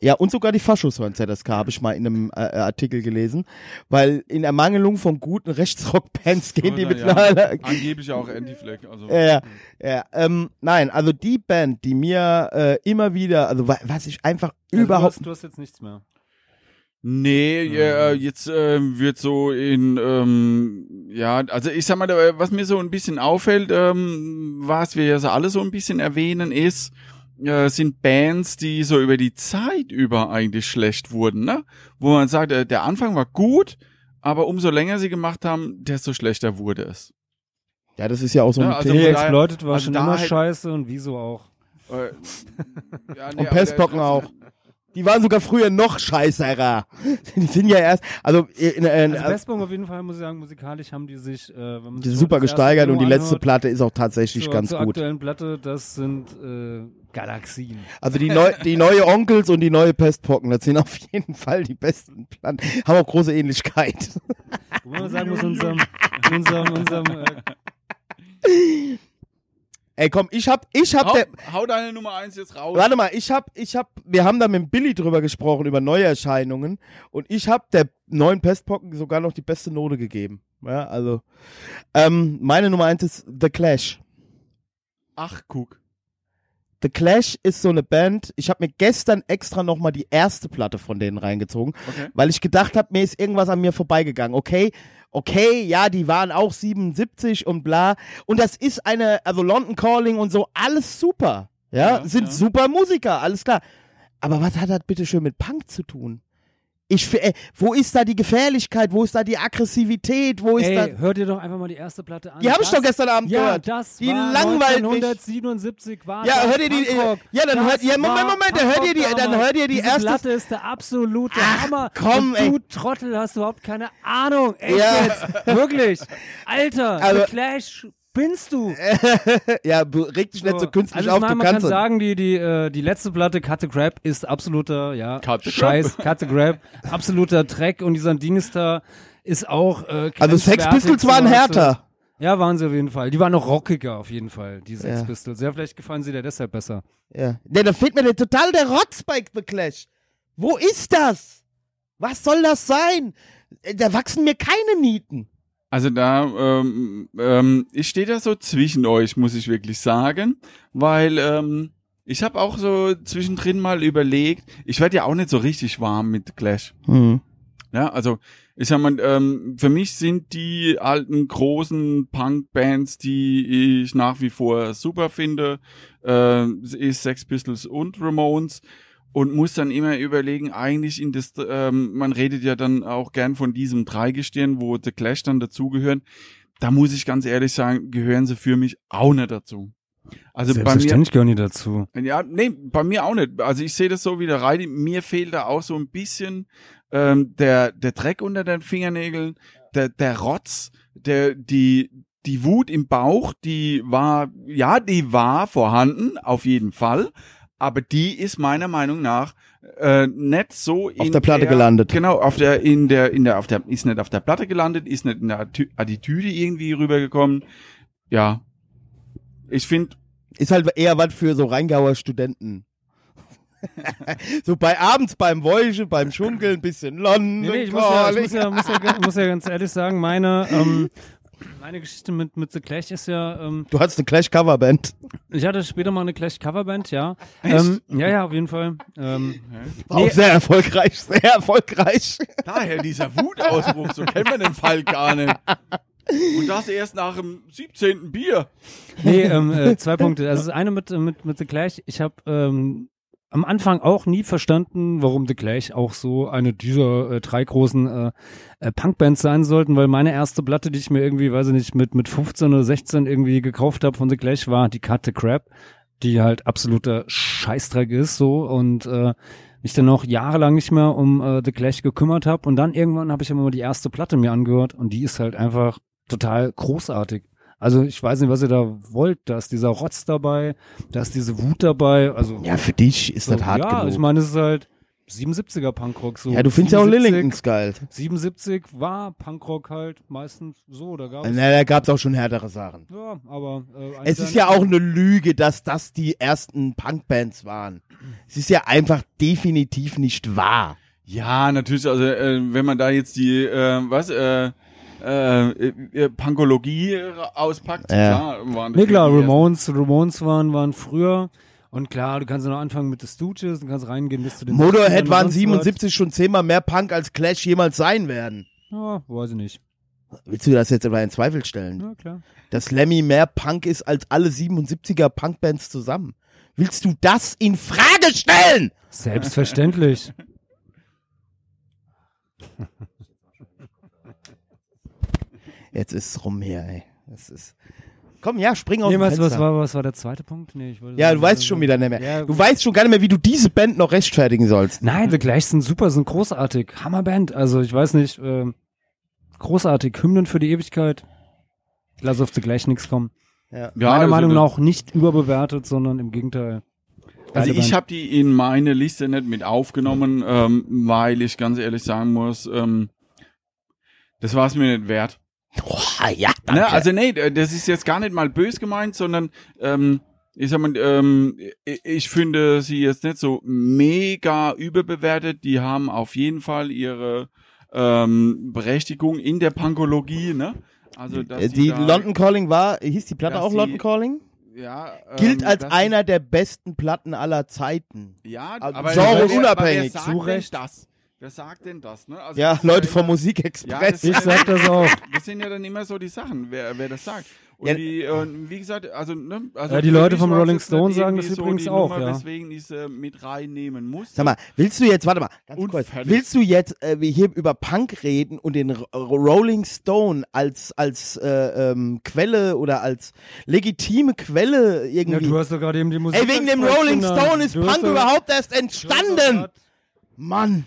[SPEAKER 1] Ja, und sogar die Faschos hören ZSK, habe ich mal in einem äh, Artikel gelesen. Weil in Ermangelung von guten Rechtsrock-Bands gehen die Äh,
[SPEAKER 3] Ja, Ah,
[SPEAKER 1] mittlerweile.
[SPEAKER 3] Angeblich auch Anti-Flag. Also.
[SPEAKER 1] Ja, ja, ja. Ähm, nein, also die Band, die mir äh, immer wieder, also wa- was ich einfach
[SPEAKER 5] Also
[SPEAKER 1] überhaupt.
[SPEAKER 5] Du hast, du hast jetzt nichts mehr.
[SPEAKER 3] Nee, ja, jetzt ähm, wird so in, ähm, ja, also ich sag mal, was mir so ein bisschen auffällt, ähm, was wir ja so alle so ein bisschen erwähnen, ist, äh, sind Bands, die so über die Zeit über eigentlich schlecht wurden, ne? Wo man sagt, äh, der Anfang war gut, aber umso länger sie gemacht haben, desto schlechter wurde es.
[SPEAKER 1] Ja, das ist ja auch so ein
[SPEAKER 3] Ja, also
[SPEAKER 1] Thema.
[SPEAKER 3] von
[SPEAKER 5] Hey,
[SPEAKER 3] daher-
[SPEAKER 5] Exploited war
[SPEAKER 3] also
[SPEAKER 5] schon
[SPEAKER 3] da
[SPEAKER 5] immer
[SPEAKER 3] halt-
[SPEAKER 5] scheiße und wieso auch.
[SPEAKER 3] Äh, ja, nee,
[SPEAKER 1] Und
[SPEAKER 3] aber
[SPEAKER 1] Pestpocken
[SPEAKER 3] der-
[SPEAKER 1] auch. Die waren sogar früher noch scheißerer. Die sind ja erst, also, in, in,
[SPEAKER 5] Also Bestbong auf jeden Fall, muss ich sagen, musikalisch haben die sich äh, wenn man
[SPEAKER 1] die
[SPEAKER 5] sich
[SPEAKER 1] sind
[SPEAKER 5] so
[SPEAKER 1] super
[SPEAKER 5] das erste
[SPEAKER 1] gesteigert und die
[SPEAKER 5] Demo
[SPEAKER 1] letzte
[SPEAKER 5] anhört,
[SPEAKER 1] Platte ist auch tatsächlich
[SPEAKER 5] zur,
[SPEAKER 1] ganz
[SPEAKER 5] zur
[SPEAKER 1] gut.
[SPEAKER 5] aktuellen Platte, das sind äh, Galaxien.
[SPEAKER 1] Also die, neu, die neue Onkels und die neue Pestpocken, das sind auf jeden Fall die besten Platten. Haben auch große Ähnlichkeit.
[SPEAKER 5] Wo man sagen muss, in unserem, in unserem, unserem äh,
[SPEAKER 1] Ey, komm, ich hab, ich hab der,
[SPEAKER 3] Hau, hau deine Nummer eins jetzt raus.
[SPEAKER 1] Warte mal, ich hab, ich hab, wir haben da mit dem Billy drüber gesprochen, über Neuerscheinungen. Und ich hab der neuen Pestpocken sogar noch die beste Note gegeben. Ja, also. Ähm, meine Nummer eins ist The Clash.
[SPEAKER 3] Ach, guck.
[SPEAKER 1] The Clash ist so eine Band. Ich habe mir gestern extra nochmal die erste Platte von denen reingezogen,
[SPEAKER 3] Okay.
[SPEAKER 1] weil ich gedacht habe, mir ist irgendwas an mir vorbeigegangen. Okay, okay, ja, die waren auch 77 und bla. Und das ist eine, also London Calling und so, alles super. Ja,
[SPEAKER 3] Ja,
[SPEAKER 1] sind
[SPEAKER 3] ja.
[SPEAKER 1] super Musiker, alles klar. Aber was hat das bitte schön mit Punk zu tun? Ich, f- äh, wo ist da die Gefährlichkeit? Wo ist da die Aggressivität? Wo ist da.
[SPEAKER 5] Ey, hört ihr doch einfach mal die erste Platte an.
[SPEAKER 1] Die habe ich
[SPEAKER 5] Das-
[SPEAKER 1] doch gestern Abend
[SPEAKER 5] ja,
[SPEAKER 1] gehört.
[SPEAKER 5] Das
[SPEAKER 1] die
[SPEAKER 5] war
[SPEAKER 1] langweilt mich.
[SPEAKER 5] 1977 war
[SPEAKER 1] Ja,
[SPEAKER 5] das
[SPEAKER 1] hört ihr die- äh,
[SPEAKER 5] Punkrock.
[SPEAKER 1] ja, dann
[SPEAKER 5] Das
[SPEAKER 1] hört- ja, Moment,
[SPEAKER 5] war
[SPEAKER 1] Moment, dann hört ihr die-
[SPEAKER 5] Punkrock
[SPEAKER 1] dann hört ihr die
[SPEAKER 5] Diese
[SPEAKER 1] erste-
[SPEAKER 5] Platte ist der absolute
[SPEAKER 1] Ach,
[SPEAKER 5] Hammer.
[SPEAKER 1] komm,
[SPEAKER 5] und
[SPEAKER 1] ey.
[SPEAKER 5] Du Trottel hast überhaupt keine Ahnung.
[SPEAKER 1] Ja.
[SPEAKER 5] Echt jetzt. Wirklich. Alter,
[SPEAKER 1] Also-
[SPEAKER 5] The Clash
[SPEAKER 2] spinnst du?
[SPEAKER 1] Ja, be- reg dich nicht so künstlich
[SPEAKER 2] also ich
[SPEAKER 1] auf,
[SPEAKER 2] meine,
[SPEAKER 1] du
[SPEAKER 2] man kann
[SPEAKER 1] kannst es.
[SPEAKER 2] sagen, die, die, äh, die letzte Platte, Cut the Grab, ist absoluter, ja,
[SPEAKER 3] Cut the
[SPEAKER 2] Scheiß, Cut the Grab, absoluter Dreck und die Sandinister ist auch, äh,
[SPEAKER 1] Also Sex Pistols waren härter.
[SPEAKER 2] Ja, waren sie auf jeden Fall. Die waren noch rockiger auf jeden Fall, die Sex
[SPEAKER 1] Ja.
[SPEAKER 2] Pistols. Ja, vielleicht gefallen sie dir deshalb besser.
[SPEAKER 1] Ja. Nee, da fehlt mir der, total der Rotz bei The Clash. Wo ist das? Was soll das sein? Äh, Da wachsen mir keine Nieten.
[SPEAKER 3] Also da, ähm, ähm, ich stehe da so zwischen euch, muss ich wirklich sagen, weil ähm, ich habe auch so zwischendrin mal überlegt, ich werde ja auch nicht so richtig warm mit Clash.
[SPEAKER 1] Hm.
[SPEAKER 3] Ja, also ich sag mal, ähm, für mich sind die alten großen Punk-Bands, die ich nach wie vor super finde, äh, ist Sex Pistols und Ramones und muss dann immer überlegen, eigentlich in das, ähm, man redet ja dann auch gern von diesem Dreigestirn, wo The Clash dann dazugehören. Da muss ich ganz ehrlich sagen, gehören sie für mich auch nicht dazu. Also bei mir,
[SPEAKER 2] Selbstverständlich gehören die dazu.
[SPEAKER 3] ja, nee, bei mir auch nicht. Also ich sehe das so wie der Reidi. Mir fehlt da auch so ein bisschen ähm, der, der Dreck unter den Fingernägeln, der, der Rotz, der, die, die Wut im Bauch, die war, ja, die war vorhanden, auf jeden Fall. Aber die ist meiner Meinung nach äh, nicht so
[SPEAKER 1] Auf der Platte gelandet.
[SPEAKER 3] Genau, auf der, in der, in der, auf der, ist nicht auf der Platte gelandet, ist nicht in der Attü- Attitüde irgendwie rübergekommen. Ja. Ich finde,
[SPEAKER 1] Ist halt eher was für so Rheingauer Studenten. so bei abends beim Wäuschen, beim Schunkeln, bisschen London.
[SPEAKER 2] Nee, nee, ich muss ja, ich muss ja, muss ja, muss ja ganz ehrlich sagen, meine, ähm, meine Geschichte mit, mit The Clash ist ja, ähm,
[SPEAKER 1] Du hast eine Clash-Coverband.
[SPEAKER 2] ich hatte später mal eine Clash Coverband, ja.
[SPEAKER 3] Echt?
[SPEAKER 2] Ähm, ja, ja, auf jeden Fall. Ähm,
[SPEAKER 1] War auch sehr erfolgreich, sehr erfolgreich.
[SPEAKER 3] Daher dieser Wutausbruch, so kennen wir den Fall gar nicht. Und das erst nach dem 17. Bier.
[SPEAKER 2] nee, ähm, äh, zwei Punkte. Also das eine mit, äh, mit, mit The Clash. Ich habe ähm, am Anfang auch nie verstanden, warum The Clash auch so eine dieser äh, drei großen äh, äh, Punkbands sein sollten, weil meine erste Platte, die ich mir irgendwie, weiß ich nicht, mit, mit 15 oder 16 irgendwie gekauft habe von The Clash, war die Cut the Crap, die halt absoluter Scheißdreck ist so und äh, mich dann auch jahrelang nicht mehr um äh, The Clash gekümmert habe und dann irgendwann habe ich immer mal die erste Platte mir angehört und die ist halt einfach total großartig. Also ich weiß nicht, was ihr da wollt. Da ist dieser Rotz dabei, da ist diese Wut dabei. Also
[SPEAKER 1] Ja, für dich ist das
[SPEAKER 2] so,
[SPEAKER 1] hart
[SPEAKER 2] ja,
[SPEAKER 1] genug.
[SPEAKER 2] ich meine, es ist halt 77er Punkrock so.
[SPEAKER 1] ja, du findest ja auch
[SPEAKER 2] 77,
[SPEAKER 1] Lillingtons geil.
[SPEAKER 2] 77 war Punkrock halt meistens so, da gab es.
[SPEAKER 1] Na, da gab's auch schon härtere Sachen.
[SPEAKER 2] Ja, aber äh, eine
[SPEAKER 1] Es ist
[SPEAKER 2] der-
[SPEAKER 1] ja auch eine Lüge, dass das die ersten Punkbands waren. Es ist ja einfach definitiv nicht wahr.
[SPEAKER 3] Ja, natürlich, also äh, wenn man da jetzt die, äh, was, äh, äh, äh, Pankologie auspackt,
[SPEAKER 1] Ja.
[SPEAKER 3] klar, waren das
[SPEAKER 2] Nee, klar,
[SPEAKER 3] die
[SPEAKER 1] also
[SPEAKER 3] ersten.
[SPEAKER 2] Ramones, Ramones waren, waren früher. Und klar, du kannst ja noch anfangen mit The Stooges, du kannst reingehen bis zu den
[SPEAKER 1] Motorhead
[SPEAKER 2] 70ern
[SPEAKER 1] waren
[SPEAKER 2] und sonst
[SPEAKER 1] 77 schon zehnmal mehr Punk als Clash jemals sein werden.
[SPEAKER 2] was. Ja, weiß ich nicht.
[SPEAKER 1] Willst du das jetzt aber in Zweifel stellen?
[SPEAKER 2] Ja, klar.
[SPEAKER 1] Dass Lemmy mehr Punk ist als alle 77er Punkbands zusammen. Willst du das in Frage stellen?
[SPEAKER 2] Selbstverständlich.
[SPEAKER 1] Jetzt ist rum hier, ey. Das ist. Komm, ja, spring auf
[SPEAKER 2] nee,
[SPEAKER 1] den
[SPEAKER 2] was, was,
[SPEAKER 1] Fenster.
[SPEAKER 2] war, was war der zweite Punkt? Nee, ich wollte
[SPEAKER 1] ja,
[SPEAKER 2] sagen,
[SPEAKER 1] du weißt
[SPEAKER 2] also-
[SPEAKER 1] schon wieder nicht mehr.
[SPEAKER 2] Ja,
[SPEAKER 1] du weißt schon gar nicht mehr, wie du diese Band noch rechtfertigen sollst.
[SPEAKER 2] Nein, The Clash sind super, sind großartig. Hammerband. Also, ich weiß nicht, ähm, großartig. Hymnen für die Ewigkeit. Lass auf The Clash nichts kommen.
[SPEAKER 3] Ja,
[SPEAKER 2] Meiner
[SPEAKER 3] also
[SPEAKER 2] Meinung
[SPEAKER 3] das-
[SPEAKER 2] nach nicht überbewertet, sondern im Gegenteil.
[SPEAKER 3] Also
[SPEAKER 2] Geile Band.
[SPEAKER 3] ich habe die in meine Liste nicht mit aufgenommen, ähm, weil ich ganz ehrlich sagen muss, ähm, das war es mir nicht wert.
[SPEAKER 1] Boah, ja, danke.
[SPEAKER 3] Ne, also nee, das ist jetzt gar nicht mal bös gemeint, sondern ähm, ich sag mal, ähm, ich- ich finde sie jetzt nicht so mega überbewertet. Die haben auf jeden Fall ihre ähm, Berechtigung in der Pankologie, ne? Also dass
[SPEAKER 1] Äh,
[SPEAKER 3] sie
[SPEAKER 1] die
[SPEAKER 3] da,
[SPEAKER 1] London Calling war, hieß die Platte
[SPEAKER 3] dass
[SPEAKER 1] auch
[SPEAKER 3] die-
[SPEAKER 1] London Calling?
[SPEAKER 3] ja, ähm,
[SPEAKER 1] Gilt als
[SPEAKER 3] dass sie-
[SPEAKER 1] einer der besten Platten aller Zeiten.
[SPEAKER 3] ja,
[SPEAKER 1] also
[SPEAKER 3] aber
[SPEAKER 1] genreunabhängig.
[SPEAKER 3] Wer, aber wer sagt
[SPEAKER 2] Zu
[SPEAKER 3] denn
[SPEAKER 2] Recht.
[SPEAKER 3] das? Wer sagt denn das? Ne? Also
[SPEAKER 1] Ja,
[SPEAKER 3] das ist
[SPEAKER 1] Leute
[SPEAKER 3] ja
[SPEAKER 1] vom
[SPEAKER 3] immer- Ja,
[SPEAKER 1] Musikexpress.
[SPEAKER 3] das-
[SPEAKER 2] Ich sag das auch.
[SPEAKER 3] Das sind ja dann immer so die Sachen, wer, wer das sagt. Und
[SPEAKER 1] Ja.
[SPEAKER 3] die, und wie gesagt, also, ne, also
[SPEAKER 2] Ja, die
[SPEAKER 3] für
[SPEAKER 2] Leute
[SPEAKER 3] mich
[SPEAKER 2] vom
[SPEAKER 3] war's
[SPEAKER 2] Rolling
[SPEAKER 3] jetzt
[SPEAKER 2] Stone
[SPEAKER 3] nicht
[SPEAKER 2] sagen
[SPEAKER 3] irgendwie
[SPEAKER 2] das
[SPEAKER 3] so
[SPEAKER 2] übrigens
[SPEAKER 3] die
[SPEAKER 2] auch,
[SPEAKER 3] Nummer,
[SPEAKER 2] ja.
[SPEAKER 3] Weswegen ich äh, mit reinnehmen muss.
[SPEAKER 1] Sag mal, willst du jetzt, warte mal, ganz kurz,
[SPEAKER 3] Unfällig.
[SPEAKER 1] willst du jetzt äh, wir hier über Punk reden und den R R- Rolling Stone als, als äh, ähm, Quelle oder als legitime Quelle
[SPEAKER 2] Ja,
[SPEAKER 1] irgendwie?
[SPEAKER 2] du hast doch gerade eben die Musik.
[SPEAKER 1] Ey, wegen dem
[SPEAKER 2] Express
[SPEAKER 1] Rolling
[SPEAKER 2] genannt.
[SPEAKER 1] Stone ist
[SPEAKER 2] Du hast
[SPEAKER 1] Punk
[SPEAKER 2] doch-
[SPEAKER 1] überhaupt erst
[SPEAKER 2] du hast doch
[SPEAKER 1] entstanden!
[SPEAKER 2] grad-
[SPEAKER 1] Mann!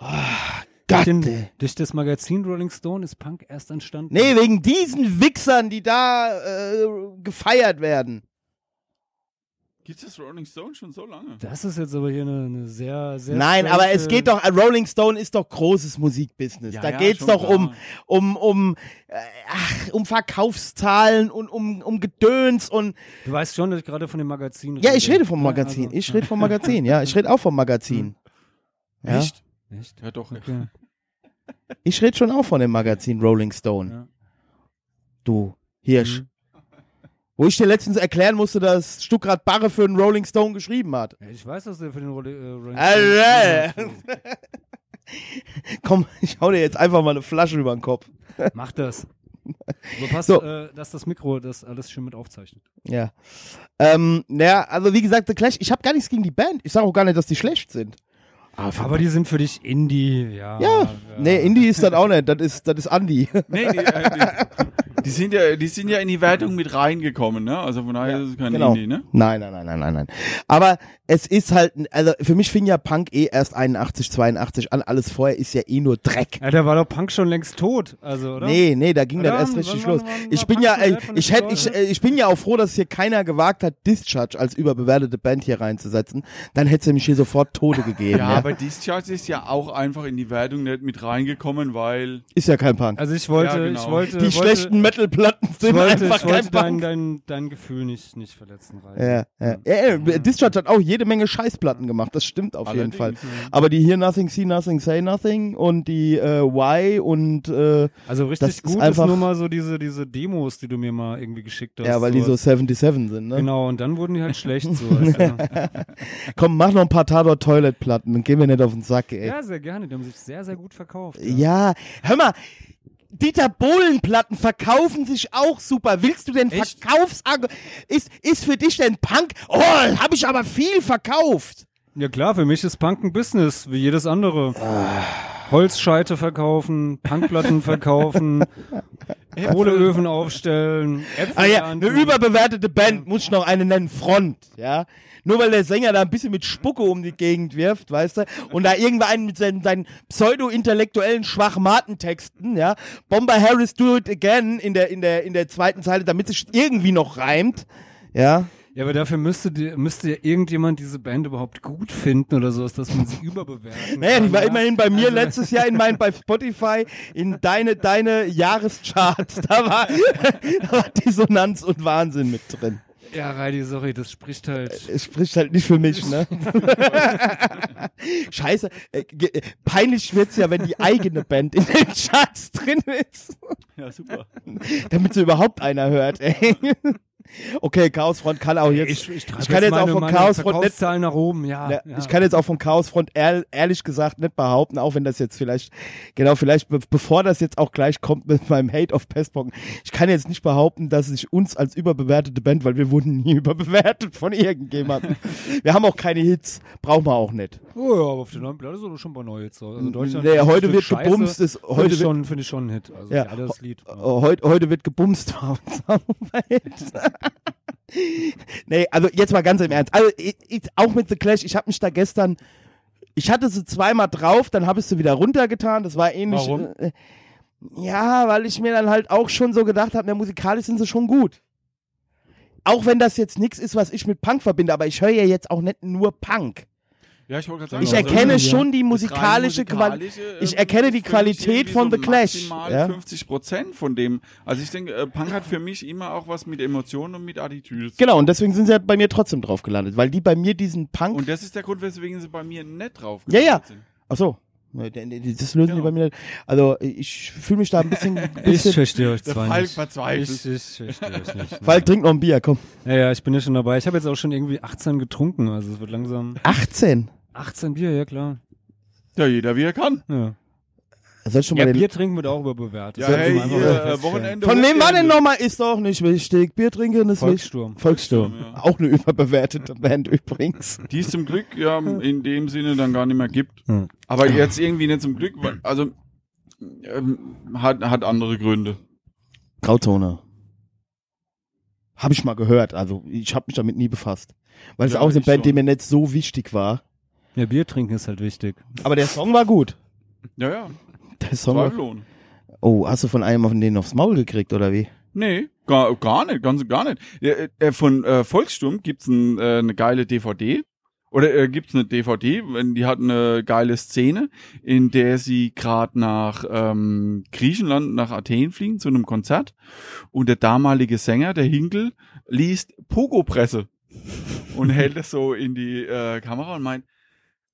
[SPEAKER 1] Ah,
[SPEAKER 5] Durch,
[SPEAKER 1] Gatte.
[SPEAKER 5] den, durch das Magazin Rolling Stone ist Punk erst entstanden.
[SPEAKER 1] Nee, wegen diesen Wichsern, die da äh, gefeiert werden.
[SPEAKER 3] Gibt es Rolling Stone schon so lange?
[SPEAKER 5] Das ist jetzt aber hier eine, eine sehr, sehr.
[SPEAKER 1] Nein,
[SPEAKER 5] strange-
[SPEAKER 1] aber es geht doch, äh, Rolling Stone ist doch großes Musikbusiness.
[SPEAKER 3] Ja,
[SPEAKER 1] da
[SPEAKER 3] ja,
[SPEAKER 1] geht's
[SPEAKER 3] schon
[SPEAKER 1] doch um,
[SPEAKER 3] klar.
[SPEAKER 1] um, um, äh, ach, um Verkaufszahlen und um, um Gedöns und,
[SPEAKER 5] Du weißt schon, dass ich gerade von dem Magazin
[SPEAKER 1] ja, ich rede vom
[SPEAKER 5] Ja,
[SPEAKER 1] Magazin.
[SPEAKER 5] also-
[SPEAKER 1] ich rede vom Magazin, ja. Ich rede auch vom Magazin. Ja.
[SPEAKER 3] Echt?
[SPEAKER 5] Nicht?
[SPEAKER 3] Ja, doch.
[SPEAKER 5] Okay.
[SPEAKER 1] Ich rede schon auch von dem Magazin Rolling Stone.
[SPEAKER 5] Ja.
[SPEAKER 1] Du Hirsch. Wo ich dir letztens erklären musste, dass Stuckrad Barre für den Rolling Stone geschrieben hat.
[SPEAKER 5] Ja, Ich weiß, dass der für den Rolli- äh, Rolling
[SPEAKER 1] Alright.
[SPEAKER 5] Stone.
[SPEAKER 1] Komm, ich hau dir jetzt einfach mal eine Flasche über den Kopf.
[SPEAKER 5] Mach das. So passt,
[SPEAKER 1] äh. So.
[SPEAKER 5] Äh, dass das Mikro das alles schön mit aufzeichnet.
[SPEAKER 1] Ja. Ähm, naja, also wie gesagt, The Clash, ich habe gar nichts gegen die Band. Ich sage auch gar nicht, dass die schlecht sind.
[SPEAKER 5] Aber die sind für dich Indie, Ah, ja.
[SPEAKER 1] Ja, nee, Indie ist das auch nicht. Das ist, das ist Andy.
[SPEAKER 3] Nee, die, äh, die, die, sind ja, die sind ja in die Wertung mit reingekommen, ne? Also von daher ist es kein
[SPEAKER 1] genau.
[SPEAKER 3] Indie, ne?
[SPEAKER 1] Nein, nein, nein, nein, nein, nein. Aber es ist halt, also für mich fing ja Punk eh erst 81, 82 an. Alles vorher ist ja eh nur Dreck.
[SPEAKER 5] Ja, da war doch Punk schon längst tot, also, oder?
[SPEAKER 1] Nee, nee, da ging
[SPEAKER 5] Oder
[SPEAKER 1] das erst
[SPEAKER 5] wann-
[SPEAKER 1] richtig
[SPEAKER 5] wann-
[SPEAKER 1] los.
[SPEAKER 5] wann- wann
[SPEAKER 1] ich
[SPEAKER 5] war
[SPEAKER 1] bin ja,
[SPEAKER 5] Punk
[SPEAKER 1] ey,
[SPEAKER 5] schon
[SPEAKER 1] ich
[SPEAKER 5] weg
[SPEAKER 1] hätte,
[SPEAKER 5] von
[SPEAKER 1] ich,
[SPEAKER 5] den
[SPEAKER 1] äh, ich bin ja auch froh, dass hier keiner gewagt hat, Discharge als überbewertete Band hier reinzusetzen. Dann hätte sie mich hier sofort Tode gegeben.
[SPEAKER 3] Ja,
[SPEAKER 1] ja.
[SPEAKER 3] aber Discharge ist ja auch einfach in die Wertung nicht mit reingekommen, weil
[SPEAKER 1] Ist ja kein Punk.
[SPEAKER 5] Also ich wollte,
[SPEAKER 3] Ja, genau.
[SPEAKER 5] ich wollte,
[SPEAKER 1] Die
[SPEAKER 5] wollte,
[SPEAKER 1] schlechten Metal-Platten
[SPEAKER 5] ich
[SPEAKER 1] sind
[SPEAKER 5] wollte,
[SPEAKER 1] einfach
[SPEAKER 5] ich
[SPEAKER 1] kein
[SPEAKER 5] wollte
[SPEAKER 1] Punk. Äh,
[SPEAKER 5] dein, dein, dein Gefühl nicht, nicht verletzen. Ralf.
[SPEAKER 1] Ja, ja. ja, ja. Discharge hat auch jede Menge Scheißplatten gemacht, das stimmt auf
[SPEAKER 3] Allerdings,
[SPEAKER 1] jeden Fall. Aber die Hear Nothing, See Nothing, Say Nothing und die äh, Why und äh,
[SPEAKER 5] Also richtig
[SPEAKER 1] Das ist
[SPEAKER 5] gut ist,
[SPEAKER 1] einfach-
[SPEAKER 5] nur mal so diese, diese Demos, die du mir mal irgendwie geschickt hast.
[SPEAKER 1] ja, weil die so
[SPEAKER 5] als-
[SPEAKER 1] 77 sind, ne?
[SPEAKER 5] Genau, und dann wurden die halt schlecht. So, als, ja.
[SPEAKER 1] Komm, mach noch ein paar Tador Toilet Platten und geh mir nicht auf den Sack, ey.
[SPEAKER 5] ja, sehr gerne. Die haben sich sehr, sehr gut verkauft.
[SPEAKER 1] Ja, hör mal, Dieter Bohlen-Platten verkaufen sich auch super. Willst du denn
[SPEAKER 5] Echt?
[SPEAKER 1] Verkaufsargument? Ist, ist für dich denn Punk? Oh, hab ich aber viel verkauft.
[SPEAKER 5] Ja klar, für mich ist Punk ein Business, wie jedes andere. Holzscheite verkaufen, Punkplatten verkaufen, Kohleöfen aufstellen, Äpfel
[SPEAKER 1] Ah ja, eine
[SPEAKER 5] ernten.
[SPEAKER 1] überbewertete Band, muss ich noch eine nennen, Front, ja. Nur weil der Sänger da ein bisschen mit Spucke um die Gegend wirft, weißt du, und da irgendwann mit seinen, seinen pseudo-intellektuellen Schwachmatentexten, ja, Bomber Harris do it again in der, in der, in der zweiten Zeile, damit sich irgendwie noch reimt, ja.
[SPEAKER 5] Ja, aber dafür müsste, die, müsste ja irgendjemand diese Band überhaupt gut finden oder sowas, dass man sie überbewerten
[SPEAKER 1] Naja,
[SPEAKER 5] kann.
[SPEAKER 1] die war
[SPEAKER 5] ja?
[SPEAKER 1] immerhin bei mir letztes Jahr in mein, bei Spotify in deine, deine Jahrescharts. Da war, da war Dissonanz und Wahnsinn mit drin.
[SPEAKER 5] Ja, Reidi, sorry, das spricht halt...
[SPEAKER 1] Es spricht halt nicht für mich, ne? Scheiße. äh, ge- äh, Peinlich wird's ja, wenn die eigene Band in den Charts drin ist.
[SPEAKER 3] ja super.
[SPEAKER 1] Damit sie überhaupt einer hört, ey. Okay, Chaosfront kann auch jetzt.
[SPEAKER 5] treibe
[SPEAKER 1] ich kann jetzt auch
[SPEAKER 5] Also meine,
[SPEAKER 1] vom
[SPEAKER 5] meine
[SPEAKER 1] Chaosfront nicht
[SPEAKER 5] Verkaufszahlen nach oben, ja.
[SPEAKER 1] Ja,
[SPEAKER 5] ja.
[SPEAKER 1] Ne, Ich kann jetzt auch vom Chaosfront ehr, ehrlich gesagt nicht behaupten, auch wenn das jetzt vielleicht, genau, vielleicht be bevor das jetzt auch gleich kommt mit meinem Hate auf Pestbocken, ich kann jetzt nicht behaupten, dass ich uns als überbewertete Band, weil wir wurden nie überbewertet von irgendjemandem. wir haben auch keine Hits, brauchen wir auch nicht.
[SPEAKER 5] Oh ja, aber auf der neuen Platte ist er doch schon bei neu jetzt. Also Deutschland
[SPEAKER 1] Nee,
[SPEAKER 5] ist
[SPEAKER 1] heute
[SPEAKER 5] ein
[SPEAKER 1] wird
[SPEAKER 5] Stück
[SPEAKER 1] gebumst, ist-
[SPEAKER 5] Find
[SPEAKER 1] heute
[SPEAKER 5] ich
[SPEAKER 1] wird-
[SPEAKER 5] schon, finde ich schon ein Hit. Also
[SPEAKER 1] Ja.
[SPEAKER 5] ja, geiles Lied.
[SPEAKER 1] Äh, Heut, heute wird gebumst. nee, also jetzt mal ganz im Ernst. Also ich, ich, auch mit The Clash, ich habe mich da gestern, ich hatte sie zweimal drauf, dann habe ich sie wieder runtergetan. Das war ähnlich.
[SPEAKER 3] Warum?
[SPEAKER 1] Äh, ja, weil ich mir dann halt auch schon so gedacht habe, na, musikalisch sind sie schon gut. Auch wenn das jetzt nichts ist, was ich mit Punk verbinde, aber ich höre ja jetzt auch nicht nur Punk.
[SPEAKER 3] Ja, ich wollte gerade sagen,
[SPEAKER 1] Ich
[SPEAKER 3] also-
[SPEAKER 1] erkenne
[SPEAKER 5] ja.
[SPEAKER 1] schon die
[SPEAKER 3] Das rein
[SPEAKER 1] musikalische Qualität.
[SPEAKER 3] musikalische, äh,
[SPEAKER 1] Ich erkenne die
[SPEAKER 3] für mich
[SPEAKER 1] Qualität
[SPEAKER 3] irgendwie
[SPEAKER 1] von
[SPEAKER 3] so
[SPEAKER 1] The Clash.
[SPEAKER 3] Maximal
[SPEAKER 1] Ja?
[SPEAKER 3] 50 Prozent von dem. Also ich denke, äh, Punk hat für mich immer auch was mit Emotionen und mit Attitüde zu tun.
[SPEAKER 1] Genau, und deswegen sind sie ja bei mir trotzdem drauf gelandet, weil die bei mir diesen Punk.
[SPEAKER 3] Und das ist der Grund, weswegen sie bei mir nicht drauf
[SPEAKER 1] Ja, ja.
[SPEAKER 3] gelandet sind.
[SPEAKER 1] Ach so. Ne, de- de- Das lösen
[SPEAKER 3] Genau.
[SPEAKER 1] die bei mir. nicht. Also ich fühle mich da ein bisschen.
[SPEAKER 5] Ich
[SPEAKER 1] bisschen
[SPEAKER 5] verstehe euch
[SPEAKER 3] Der
[SPEAKER 5] zwar
[SPEAKER 3] Falk
[SPEAKER 5] nicht.
[SPEAKER 3] verzweifelt.
[SPEAKER 5] Ich, ich verstehe euch nicht.
[SPEAKER 1] Falk trinkt noch ein Bier, komm.
[SPEAKER 5] Ja, ja, ich bin ja schon dabei. Ich habe jetzt auch schon irgendwie 18 getrunken, also es wird langsam.
[SPEAKER 1] 18.
[SPEAKER 5] 18 Bier, ja klar.
[SPEAKER 3] Ja, jeder wie er kann.
[SPEAKER 5] Ja,
[SPEAKER 1] Soll ich schon
[SPEAKER 5] ja
[SPEAKER 1] mal
[SPEAKER 5] Bier
[SPEAKER 1] den
[SPEAKER 5] trinken wird auch überbewertet.
[SPEAKER 3] Ja,
[SPEAKER 5] Das
[SPEAKER 3] hey,
[SPEAKER 5] muss man
[SPEAKER 3] hier,
[SPEAKER 5] einfach mal
[SPEAKER 3] äh,
[SPEAKER 5] feststellen.
[SPEAKER 3] Wochenende.
[SPEAKER 1] Von wem war denn
[SPEAKER 3] Wochenende.
[SPEAKER 1] nochmal? Ist doch nicht wichtig. Bier trinken ist wichtig.
[SPEAKER 5] Volkssturm.
[SPEAKER 1] Volkssturm. Auch eine überbewertete Band übrigens.
[SPEAKER 3] Die es zum Glück ja in dem Sinne dann gar nicht mehr gibt.
[SPEAKER 5] Hm.
[SPEAKER 3] Aber jetzt irgendwie nicht zum Glück, weil- also ähm, hat, hat andere Gründe.
[SPEAKER 1] Grautone. Habe ich mal gehört. Also ich habe mich damit nie befasst. Weil es
[SPEAKER 3] Ja,
[SPEAKER 1] auch eine
[SPEAKER 3] ich
[SPEAKER 1] Band, die
[SPEAKER 3] schon.
[SPEAKER 1] mir nicht so wichtig war.
[SPEAKER 5] Ja, Bier trinken ist halt wichtig.
[SPEAKER 1] Aber der Song war gut.
[SPEAKER 3] Ja, ja.
[SPEAKER 1] Der Song war,
[SPEAKER 3] Zweifelohne.
[SPEAKER 1] oh, hast du von einem auf den aufs Maul gekriegt, oder wie?
[SPEAKER 3] Nee, gar, gar nicht, ganz und gar nicht. Ja, äh, von äh, Volkssturm gibt's ein, äh, eine geile DVD. Oder äh, gibt's eine DVD, wenn- die hat eine geile Szene, in der sie gerade nach ähm, Griechenland, nach Athen fliegen, zu einem Konzert. Und der damalige Sänger, der Hinkel, liest Pogo-Presse und hält es so in die äh, Kamera und meint,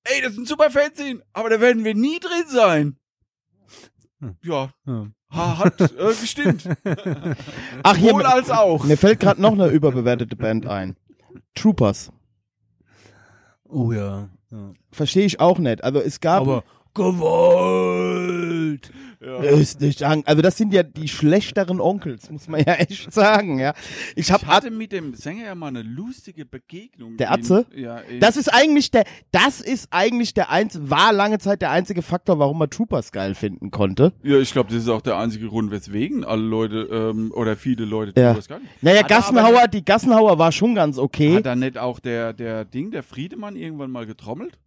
[SPEAKER 3] ey, das ist ein super Fanzine, aber da werden wir nie drin sein.
[SPEAKER 5] Hm.
[SPEAKER 3] Ja,
[SPEAKER 5] Ja.
[SPEAKER 3] ha, hat äh, gestimmt.
[SPEAKER 1] Ach, hier,
[SPEAKER 3] Wohl als auch.
[SPEAKER 1] mir fällt gerade noch eine überbewertete Band ein. Troopers.
[SPEAKER 5] Oh ja. ja.
[SPEAKER 1] Verstehe ich auch nicht. Also es gab...
[SPEAKER 5] Aber Gewalt!
[SPEAKER 1] Ist nicht an. Also das sind ja die schlechteren Onkels, muss man ja echt sagen, ja. Ich
[SPEAKER 3] Ich
[SPEAKER 1] hab
[SPEAKER 3] hatte mit dem Sänger ja mal eine lustige Begegnung.
[SPEAKER 1] Der Atze?
[SPEAKER 3] In, ja, in,
[SPEAKER 1] das ist eigentlich der das ist eigentlich der einz war lange Zeit der einzige Faktor, warum man Troopers geil finden konnte.
[SPEAKER 3] ja, ich glaube, das ist auch der einzige Grund, weswegen alle Leute ähm, oder viele Leute
[SPEAKER 1] Ja.
[SPEAKER 3] das gar nicht.
[SPEAKER 1] Naja,
[SPEAKER 3] Hat er
[SPEAKER 1] Gassenhauer, die Gassenhauer war schon ganz
[SPEAKER 3] Aber,
[SPEAKER 1] okay.
[SPEAKER 3] hat da nicht auch der, der Ding, der Friedemann irgendwann mal getrommelt?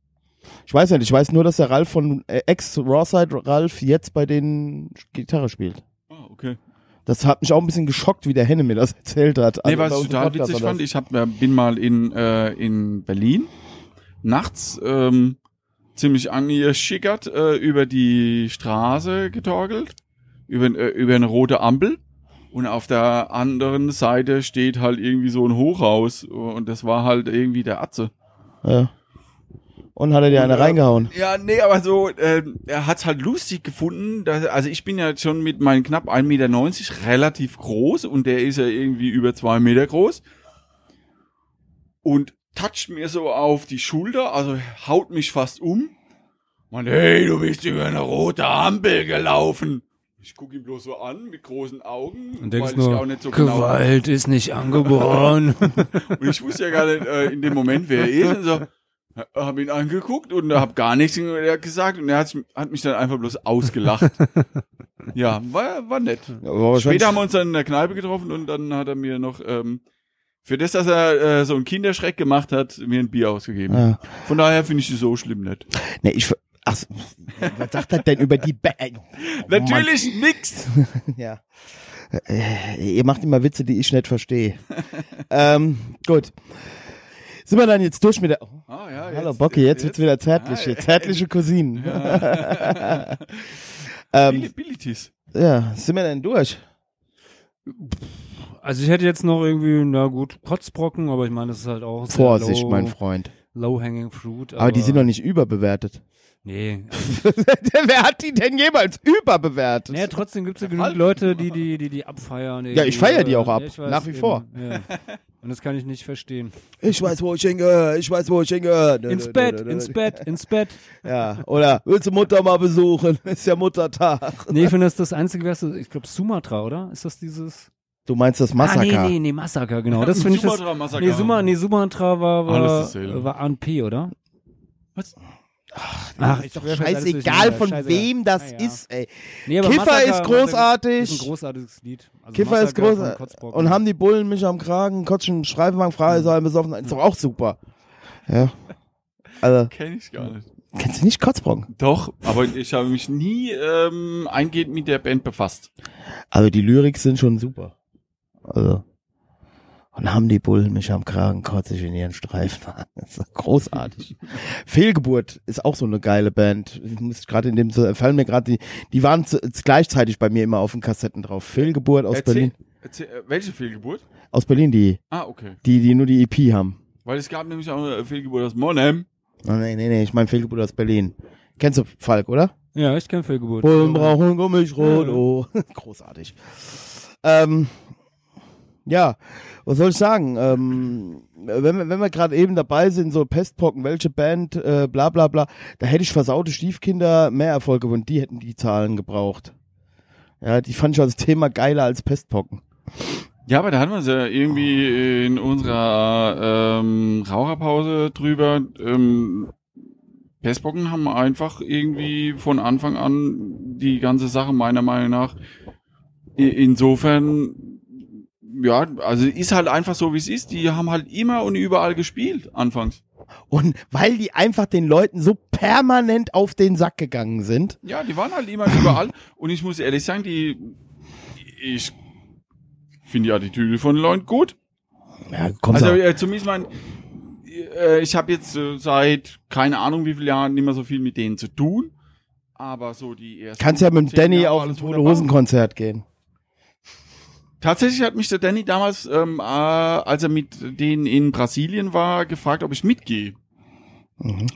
[SPEAKER 1] Ich weiß nicht, ich weiß nur, dass der Ralf von äh, ex Rawside Ralf jetzt bei denen Gitarre spielt.
[SPEAKER 3] Ah, okay.
[SPEAKER 1] Das hat mich auch ein bisschen geschockt, wie der Henne mir das erzählt hat.
[SPEAKER 3] Nee,
[SPEAKER 1] Also bei
[SPEAKER 3] was
[SPEAKER 1] uns
[SPEAKER 3] ich
[SPEAKER 1] im
[SPEAKER 3] total
[SPEAKER 1] Podcast
[SPEAKER 3] witzig
[SPEAKER 1] war
[SPEAKER 3] fand,
[SPEAKER 1] das-
[SPEAKER 3] ich hab, äh, bin mal in, äh, in Berlin nachts ähm, ziemlich angeschickert äh, über die Straße getorkelt, über, äh, über eine rote Ampel. Und auf der anderen Seite steht halt irgendwie so ein Hochhaus und das war halt irgendwie der Atze.
[SPEAKER 1] ja. Und hat er dir eine
[SPEAKER 3] Ja.
[SPEAKER 1] reingehauen.
[SPEAKER 3] Ja, nee, aber so, ähm, er hat's halt lustig gefunden. Dass, also ich bin ja schon mit meinen knapp 1,90 Meter relativ groß und der ist ja irgendwie über zwei Meter groß. Und toucht mir so auf die Schulter, also haut mich fast um. Man, hey, du bist über eine rote Ampel gelaufen. Ich guck ihn bloß so an mit großen Augen,
[SPEAKER 5] Und
[SPEAKER 3] weil
[SPEAKER 5] denkst
[SPEAKER 3] ich
[SPEAKER 5] nur,
[SPEAKER 3] auch nicht so genau
[SPEAKER 5] Gewalt ist nicht angeboren.
[SPEAKER 3] und ich wusste ja gar nicht äh, in dem Moment, wer er ist. Und so, hab ihn angeguckt und hab gar nichts gesagt. Und er hat, hat mich dann einfach bloß ausgelacht. ja, war, war nett.
[SPEAKER 1] Ja, aber wahrscheinlich-
[SPEAKER 3] Später haben wir uns dann in der Kneipe getroffen und dann hat er mir noch, ähm, für das, dass er äh, so einen Kinderschreck gemacht hat, mir ein Bier ausgegeben.
[SPEAKER 1] Ja.
[SPEAKER 3] Von daher finde ich es so schlimm nicht.
[SPEAKER 1] Nee, ich. ver- Ach, so, was sagt er denn über die Band?
[SPEAKER 3] Natürlich nix.
[SPEAKER 1] Ja. Äh, Ihr macht immer Witze, die ich nicht verstehe. ähm, gut. Sind wir dann jetzt durch mit der. Oh,
[SPEAKER 3] Ah, ja, Ah,
[SPEAKER 1] hallo Bocke, jetzt Ah, wird's wieder zärtlich. hier. Zärtliche Cousinen. ähm,
[SPEAKER 3] Abilities.
[SPEAKER 1] ja, sind wir denn durch?
[SPEAKER 5] also ich hätte jetzt noch irgendwie, na gut, Kotzbrocken, aber ich meine, das ist halt auch sehr
[SPEAKER 1] Vorsicht,
[SPEAKER 5] low,
[SPEAKER 1] mein Freund.
[SPEAKER 5] Low-hanging fruit.
[SPEAKER 1] Aber, die sind noch nicht überbewertet.
[SPEAKER 5] Nee.
[SPEAKER 1] Wer hat die denn jemals überbewertet?
[SPEAKER 5] Naja, trotzdem gibt es ja
[SPEAKER 3] Fall.
[SPEAKER 5] genügend Leute, die die, die, die abfeiern. irgendwie.
[SPEAKER 1] ich feier die auch ab,
[SPEAKER 5] Ja, ich weiß,
[SPEAKER 1] nach wie vor.
[SPEAKER 5] Ja. Und das kann ich nicht verstehen.
[SPEAKER 1] Ich weiß, wo ich hingehe. Ich weiß, wo ich hingehe.
[SPEAKER 5] Ins Bett, ins Bett, ins Bett.
[SPEAKER 1] Ja, oder willst du Mutter mal besuchen? Ist ja Muttertag.
[SPEAKER 5] Nee, ich finde, das das einzige wäre, so- ich glaube, Sumatra, oder? Ist das dieses?
[SPEAKER 1] Du meinst das
[SPEAKER 5] Ah,
[SPEAKER 1] Massaker? genau.
[SPEAKER 5] nee, nee, nee, Massaker, genau. Das finde ich das.
[SPEAKER 3] Sumatra-Massaker.
[SPEAKER 5] Nee, Suma, nee, Sumatra war,
[SPEAKER 3] Alles
[SPEAKER 5] war,
[SPEAKER 3] dasselbe.
[SPEAKER 5] war ANP, oder?
[SPEAKER 3] Was?
[SPEAKER 5] Ach,
[SPEAKER 1] ist
[SPEAKER 5] ich
[SPEAKER 1] doch
[SPEAKER 5] werf jetzt alles
[SPEAKER 1] scheißegal,
[SPEAKER 5] durcheinander.
[SPEAKER 1] von
[SPEAKER 5] Scheißegal. Ah,
[SPEAKER 1] wem das
[SPEAKER 5] Ja, ja.
[SPEAKER 1] ist, ey.
[SPEAKER 5] Nee, aber
[SPEAKER 1] Kiffer
[SPEAKER 5] Massaker-
[SPEAKER 1] ist großartig.
[SPEAKER 5] Ist ein großartiges Lied. Also
[SPEAKER 1] Kiffer ist
[SPEAKER 5] Massaker von
[SPEAKER 1] groß.
[SPEAKER 5] Kotzbrocken.
[SPEAKER 1] Und haben die Bullen mich am Kragen, Kotschen, Schreibwagen, frei sein, besoffen. Ist doch auch super. Ja. Also,
[SPEAKER 3] Kenn ich gar nicht.
[SPEAKER 1] kennst du nicht Kotzbrocken?
[SPEAKER 3] Doch, aber ich habe mich nie ähm, eingehend mit der Band befasst.
[SPEAKER 1] Also, die Lyrik sind schon super. Also. Und haben die Bullen mich am Kragen, kotze ich in ihren Streifen. Das ist doch großartig. Fehlgeburt ist auch so eine geile Band. Ich muss gerade in dem, fallen mir gerade die, die waren zu, gleichzeitig bei mir immer auf den Kassetten drauf. Fehlgeburt aus
[SPEAKER 3] Erzähl-
[SPEAKER 1] Berlin.
[SPEAKER 3] Erzähl, äh, welche Fehlgeburt?
[SPEAKER 1] Aus Berlin, die,
[SPEAKER 3] Ah, okay.
[SPEAKER 1] die, die nur die EP haben.
[SPEAKER 3] Weil es gab nämlich auch eine Fehlgeburt aus Monheim.
[SPEAKER 1] Oh, nee, nee, nee, ich meine Fehlgeburt aus Berlin. Kennst du Falk, oder?
[SPEAKER 5] Ja, ich kenne Fehlgeburt.
[SPEAKER 1] Bullen brauchen Gummischrot, oh. Großartig. Ähm, ja, was soll ich sagen? Ähm, wenn, wir- wenn wir gerade eben dabei sind, so Pestpocken, welche Band, äh, bla bla bla, da hätte ich versaute Stiefkinder mehr Erfolg gewonnen. Die hätten die Zahlen gebraucht. Ja, die fand ich als Thema geiler als Pestpocken.
[SPEAKER 3] Ja, aber da hatten wir es ja irgendwie in unserer ähm, Raucherpause drüber. Ähm, Pestbocken haben einfach irgendwie von Anfang an die ganze Sache meiner Meinung nach i- insofern ja, also ist halt einfach so, wie es ist. Die haben halt immer und überall gespielt anfangs.
[SPEAKER 1] Und weil die einfach den Leuten so permanent auf den Sack gegangen sind.
[SPEAKER 3] Ja, die waren halt immer überall. Und ich muss ehrlich sagen, die, ich finde die Attitüde von den Leuten gut.
[SPEAKER 1] Ja, komm
[SPEAKER 3] Also
[SPEAKER 1] sag.
[SPEAKER 3] äh, zumindest mein, äh, ich habe jetzt äh, seit keine Ahnung wie vielen Jahren nicht mehr so viel mit denen zu tun. Aber so die ersten.
[SPEAKER 1] Kannst ja mit dem
[SPEAKER 3] zehn
[SPEAKER 1] Danny
[SPEAKER 3] Jahre
[SPEAKER 1] auf ein
[SPEAKER 3] alles
[SPEAKER 1] Tote
[SPEAKER 3] wunderbar.
[SPEAKER 1] Hosen Konzert gehen.
[SPEAKER 3] Tatsächlich hat mich der Danny damals, ähm, äh, als er mit denen in Brasilien war, gefragt, ob ich mitgehe.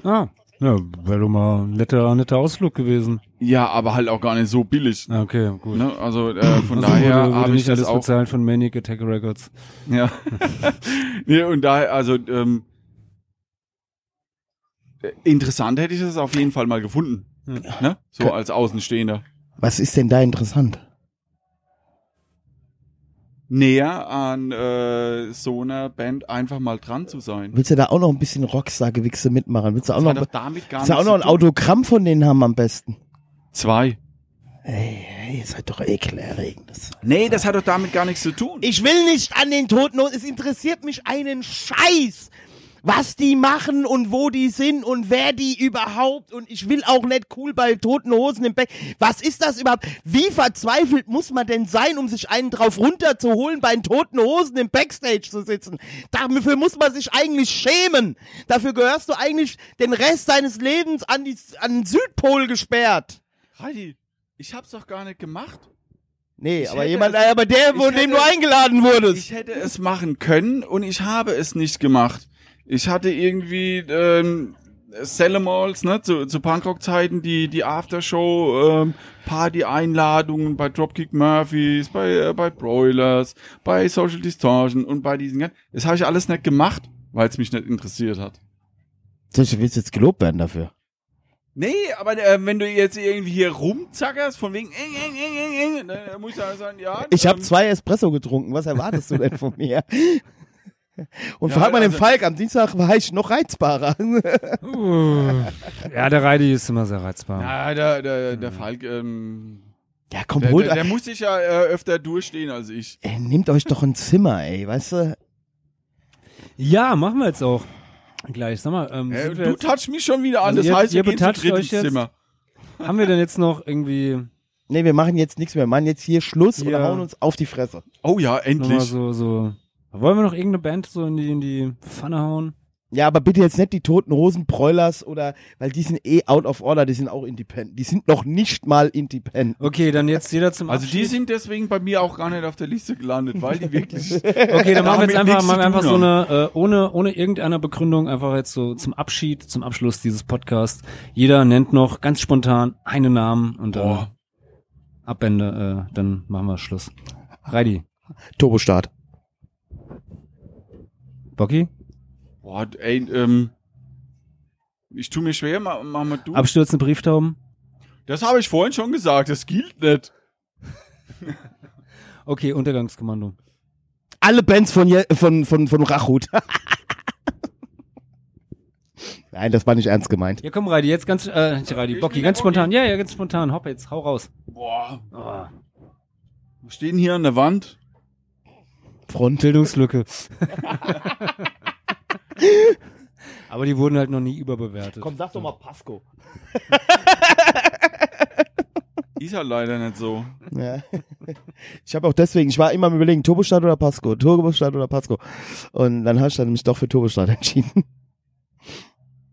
[SPEAKER 5] Ah, ja, wäre doch mal ein netter, netter Ausflug gewesen.
[SPEAKER 3] Ja, aber halt auch gar nicht so billig.
[SPEAKER 5] Ah, Okay, gut.
[SPEAKER 3] Ne? Also äh, von
[SPEAKER 5] Also
[SPEAKER 3] daher
[SPEAKER 5] wurde, wurde
[SPEAKER 3] habe ich
[SPEAKER 5] nicht
[SPEAKER 3] das
[SPEAKER 5] alles
[SPEAKER 3] auch.
[SPEAKER 5] bezahlt von Manic Attack Records.
[SPEAKER 3] Ja. nee, und daher, also ähm, äh, interessant hätte ich das auf jeden Fall mal gefunden. Ne? So als Außenstehender.
[SPEAKER 1] Was ist denn da interessant?
[SPEAKER 3] näher an äh, so einer Band einfach mal dran zu sein.
[SPEAKER 1] Willst du da auch noch ein bisschen Rockstar-Gewichse mitmachen? Willst du auch
[SPEAKER 3] Das
[SPEAKER 1] noch,
[SPEAKER 3] hat doch damit gar
[SPEAKER 1] willst du auch
[SPEAKER 3] nichts
[SPEAKER 1] noch ein
[SPEAKER 3] zu tun.
[SPEAKER 1] Autogramm von denen haben am besten?
[SPEAKER 3] Zwei.
[SPEAKER 1] Ey, ey, ihr seid doch ekelerregend. Das-
[SPEAKER 3] Nee, das hat doch damit gar nichts zu tun.
[SPEAKER 1] Ich will nicht an den Toten und es interessiert mich einen Scheiß, was die machen und wo die sind und wer die überhaupt und ich will auch nicht cool bei toten Hosen im Beck. Was ist das überhaupt? Wie verzweifelt muss man denn sein, um sich einen drauf runterzuholen, bei den toten Hosen im Backstage zu sitzen? Dafür muss man sich eigentlich schämen. Dafür gehörst du eigentlich den Rest deines Lebens an, die, an den Südpol gesperrt.
[SPEAKER 3] Heidi, ich hab's doch gar nicht gemacht.
[SPEAKER 1] Nee,
[SPEAKER 3] Ich
[SPEAKER 1] aber
[SPEAKER 3] hätte
[SPEAKER 1] jemand, äh,
[SPEAKER 3] es-
[SPEAKER 1] aber der,
[SPEAKER 3] ich
[SPEAKER 1] von dem
[SPEAKER 3] hätte-
[SPEAKER 1] du eingeladen wurdest.
[SPEAKER 3] Ich hätte es machen können und ich habe es nicht gemacht. Ich hatte irgendwie ähm, Sellemalls, ne, zu, zu Punkrock-Zeiten, die, die Aftershow, ähm, Party-Einladungen bei Dropkick Murphys, bei, äh, bei Broilers, bei Social Distortion und bei diesen ganzen. Das habe ich alles nicht gemacht, weil es mich nicht interessiert hat.
[SPEAKER 1] So, Du willst jetzt gelobt werden dafür.
[SPEAKER 3] Nee, aber äh, wenn du jetzt irgendwie hier rumzackerst, von wegen äh, eng, eng, eng, eng, eng, äh, dann muss ich ja sagen, ja.
[SPEAKER 1] Ich habe
[SPEAKER 3] ähm,
[SPEAKER 1] zwei Espresso getrunken. Was erwartest du denn von mir? Und
[SPEAKER 3] Ja,
[SPEAKER 1] frag mal den
[SPEAKER 3] also-
[SPEAKER 1] Falk, am Dienstag war ich noch reizbarer.
[SPEAKER 5] Uh, ja, der Reidi ist immer sehr reizbar.
[SPEAKER 3] Na, der, der, der Falk, ähm,
[SPEAKER 1] Ja, komm,
[SPEAKER 3] Der,
[SPEAKER 1] holt
[SPEAKER 3] der, der muss sich ja äh, öfter durchstehen als ich.
[SPEAKER 1] ey, nehmt euch doch ein Zimmer, ey, weißt du?
[SPEAKER 5] Ja, machen wir jetzt auch. Gleich, sag mal, ähm,
[SPEAKER 3] Äh,
[SPEAKER 5] sind wir
[SPEAKER 3] du
[SPEAKER 5] jetzt,
[SPEAKER 3] touchst mich schon wieder an,
[SPEAKER 5] Also
[SPEAKER 3] das
[SPEAKER 5] ihr-
[SPEAKER 3] heißt,
[SPEAKER 5] ihr
[SPEAKER 3] wir gehen zu
[SPEAKER 5] betatscht
[SPEAKER 3] dritt
[SPEAKER 5] euch
[SPEAKER 3] ins
[SPEAKER 5] jetzt?
[SPEAKER 3] Zimmer.
[SPEAKER 5] haben wir denn jetzt noch irgendwie
[SPEAKER 1] Nee, wir machen jetzt nichts mehr. Wir machen jetzt hier Schluss und
[SPEAKER 5] Ja.
[SPEAKER 1] hauen uns auf die Fresse.
[SPEAKER 3] Oh ja,
[SPEAKER 5] nochmal
[SPEAKER 3] endlich.
[SPEAKER 5] so, so, wollen wir noch irgendeine Band so in die, in die Pfanne hauen?
[SPEAKER 1] Ja, aber bitte jetzt nicht die toten Hosen, Broilers oder, weil die sind eh out of order, die sind auch independent. Die sind noch nicht mal independent.
[SPEAKER 5] Okay, dann jetzt jeder zum
[SPEAKER 3] Also die
[SPEAKER 5] Abschied.
[SPEAKER 3] sind deswegen bei mir auch gar nicht auf der Liste gelandet, weil die wirklich...
[SPEAKER 5] Okay, dann machen wir
[SPEAKER 3] damit
[SPEAKER 5] jetzt einfach,
[SPEAKER 3] nichts
[SPEAKER 5] machen wir
[SPEAKER 3] zu
[SPEAKER 5] einfach so
[SPEAKER 3] tun
[SPEAKER 5] eine, äh, ohne, ohne irgendeiner Begründung, einfach jetzt so zum Abschied, zum Abschluss dieses Podcasts. Jeder nennt noch ganz spontan einen Namen und dann
[SPEAKER 3] Boah.
[SPEAKER 5] Abende, äh, dann machen wir Schluss. Reidi,
[SPEAKER 1] Turbostart.
[SPEAKER 5] Bocky,
[SPEAKER 3] Boah, ey, ähm, ich tu mir schwer, ma, mach mal du.
[SPEAKER 5] abstürzende Brieftauben.
[SPEAKER 3] das habe ich vorhin schon gesagt, das gilt nicht.
[SPEAKER 5] Okay, Untergangskommando.
[SPEAKER 1] alle Bands von, Je- von, von, von Rachut. Nein, das war nicht ernst gemeint.
[SPEAKER 5] Ja, komm, Reidi, jetzt ganz, äh, nicht Reidi,
[SPEAKER 3] Ich
[SPEAKER 5] Bocky,
[SPEAKER 3] bin der
[SPEAKER 5] ganz
[SPEAKER 3] Bocky.
[SPEAKER 5] spontan. Ja, ja, ganz spontan. Hopp jetzt, hau raus.
[SPEAKER 3] Boah,
[SPEAKER 5] Oh,
[SPEAKER 3] wir stehen hier an der Wand.
[SPEAKER 1] Front.
[SPEAKER 5] Bildungslücke. Aber die wurden halt noch nie überbewertet.
[SPEAKER 1] Komm, sag doch mal Pasco.
[SPEAKER 3] Ist halt leider nicht so.
[SPEAKER 1] Ja. Ich habe auch deswegen, ich war immer am überlegen, Turbostart oder Pasco, Turbostart oder Pasco. Und dann habe ich dann mich doch für Turbostart entschieden.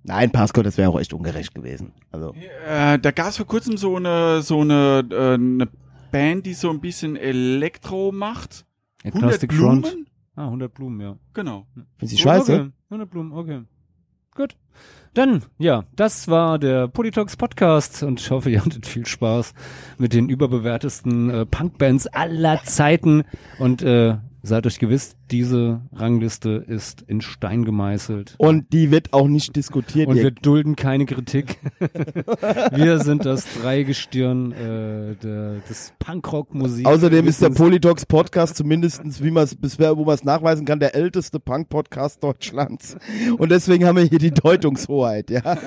[SPEAKER 1] Nein, Pasco, das wäre auch echt ungerecht gewesen. Also,
[SPEAKER 3] Äh, da gab es vor kurzem so eine, so eine, äh, eine Band, die so ein bisschen Elektro macht. 100
[SPEAKER 5] Agnostic
[SPEAKER 3] Blumen?
[SPEAKER 5] Front. Ah, 100 Blumen, ja.
[SPEAKER 3] Genau.
[SPEAKER 1] finde ich
[SPEAKER 5] Oh,
[SPEAKER 1] scheiße.
[SPEAKER 5] Okay. 100 Blumen, okay. Gut. Dann, ja, das war der Politox Podcast und ich hoffe, ihr hattet viel Spaß mit den überbewertesten äh, Punkbands aller Zeiten und äh, seid euch gewiss, diese Rangliste ist in Stein gemeißelt.
[SPEAKER 1] Und die wird auch nicht diskutiert.
[SPEAKER 5] Und
[SPEAKER 1] ihr-
[SPEAKER 5] wir dulden keine Kritik. wir sind das Dreigestirn äh, der, des Punkrock-Musik.
[SPEAKER 1] Außerdem ist der Politox Podcast zumindestens, wie man es bisher, wo man es nachweisen kann, der älteste Punk-Podcast Deutschlands. Und deswegen haben wir hier die Deutungshoheit, ja.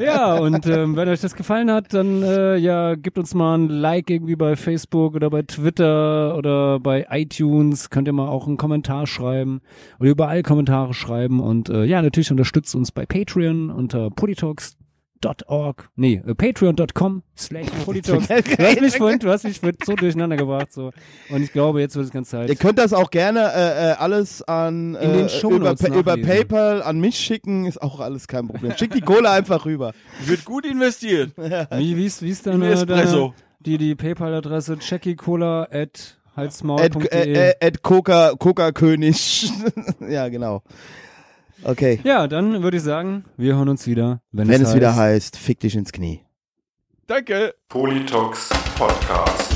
[SPEAKER 5] Ja, und ähm, wenn euch das gefallen hat, dann äh, ja, gebt uns mal ein Like irgendwie bei Facebook oder bei Twitter oder bei iTunes. Könnt ihr mal auch einen Kommentar Kommentar schreiben oder überall Kommentare schreiben und äh, ja, natürlich unterstützt uns bei Patreon unter polytalks.org, nee, äh, patreon.com slash polytalks. Du hast mich vorhin, du hast mich vorhin so durcheinander gebracht, so. Und ich glaube, jetzt wird es ganz Zeit.
[SPEAKER 1] Ihr könnt das auch gerne äh, äh, alles an
[SPEAKER 5] In den
[SPEAKER 1] äh, über,
[SPEAKER 5] Shownotes
[SPEAKER 1] über
[SPEAKER 5] nachlesen.
[SPEAKER 1] PayPal an mich schicken, ist auch alles kein Problem. Schickt die Kohle einfach rüber.
[SPEAKER 3] Wird gut investiert.
[SPEAKER 5] Wie, wie ist, wie ist
[SPEAKER 3] Wie ein
[SPEAKER 5] deine, deine
[SPEAKER 3] Espresso.
[SPEAKER 5] die, die PayPal-Adresse checkycola at
[SPEAKER 1] At,
[SPEAKER 5] E.
[SPEAKER 1] äh, äh, at Coca, Coca König. ja, genau. Okay.
[SPEAKER 5] Ja, dann würde ich sagen, wir hören uns wieder, wenn,
[SPEAKER 1] Wenn es wieder
[SPEAKER 5] heißt.
[SPEAKER 1] heißt, fick dich ins Knie.
[SPEAKER 3] Danke.
[SPEAKER 4] Politox Podcast.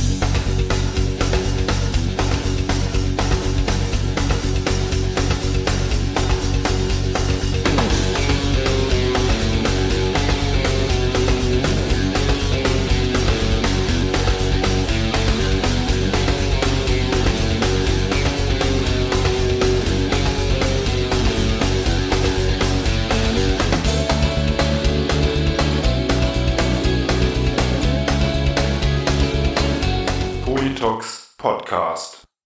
[SPEAKER 4] Politox Podcast.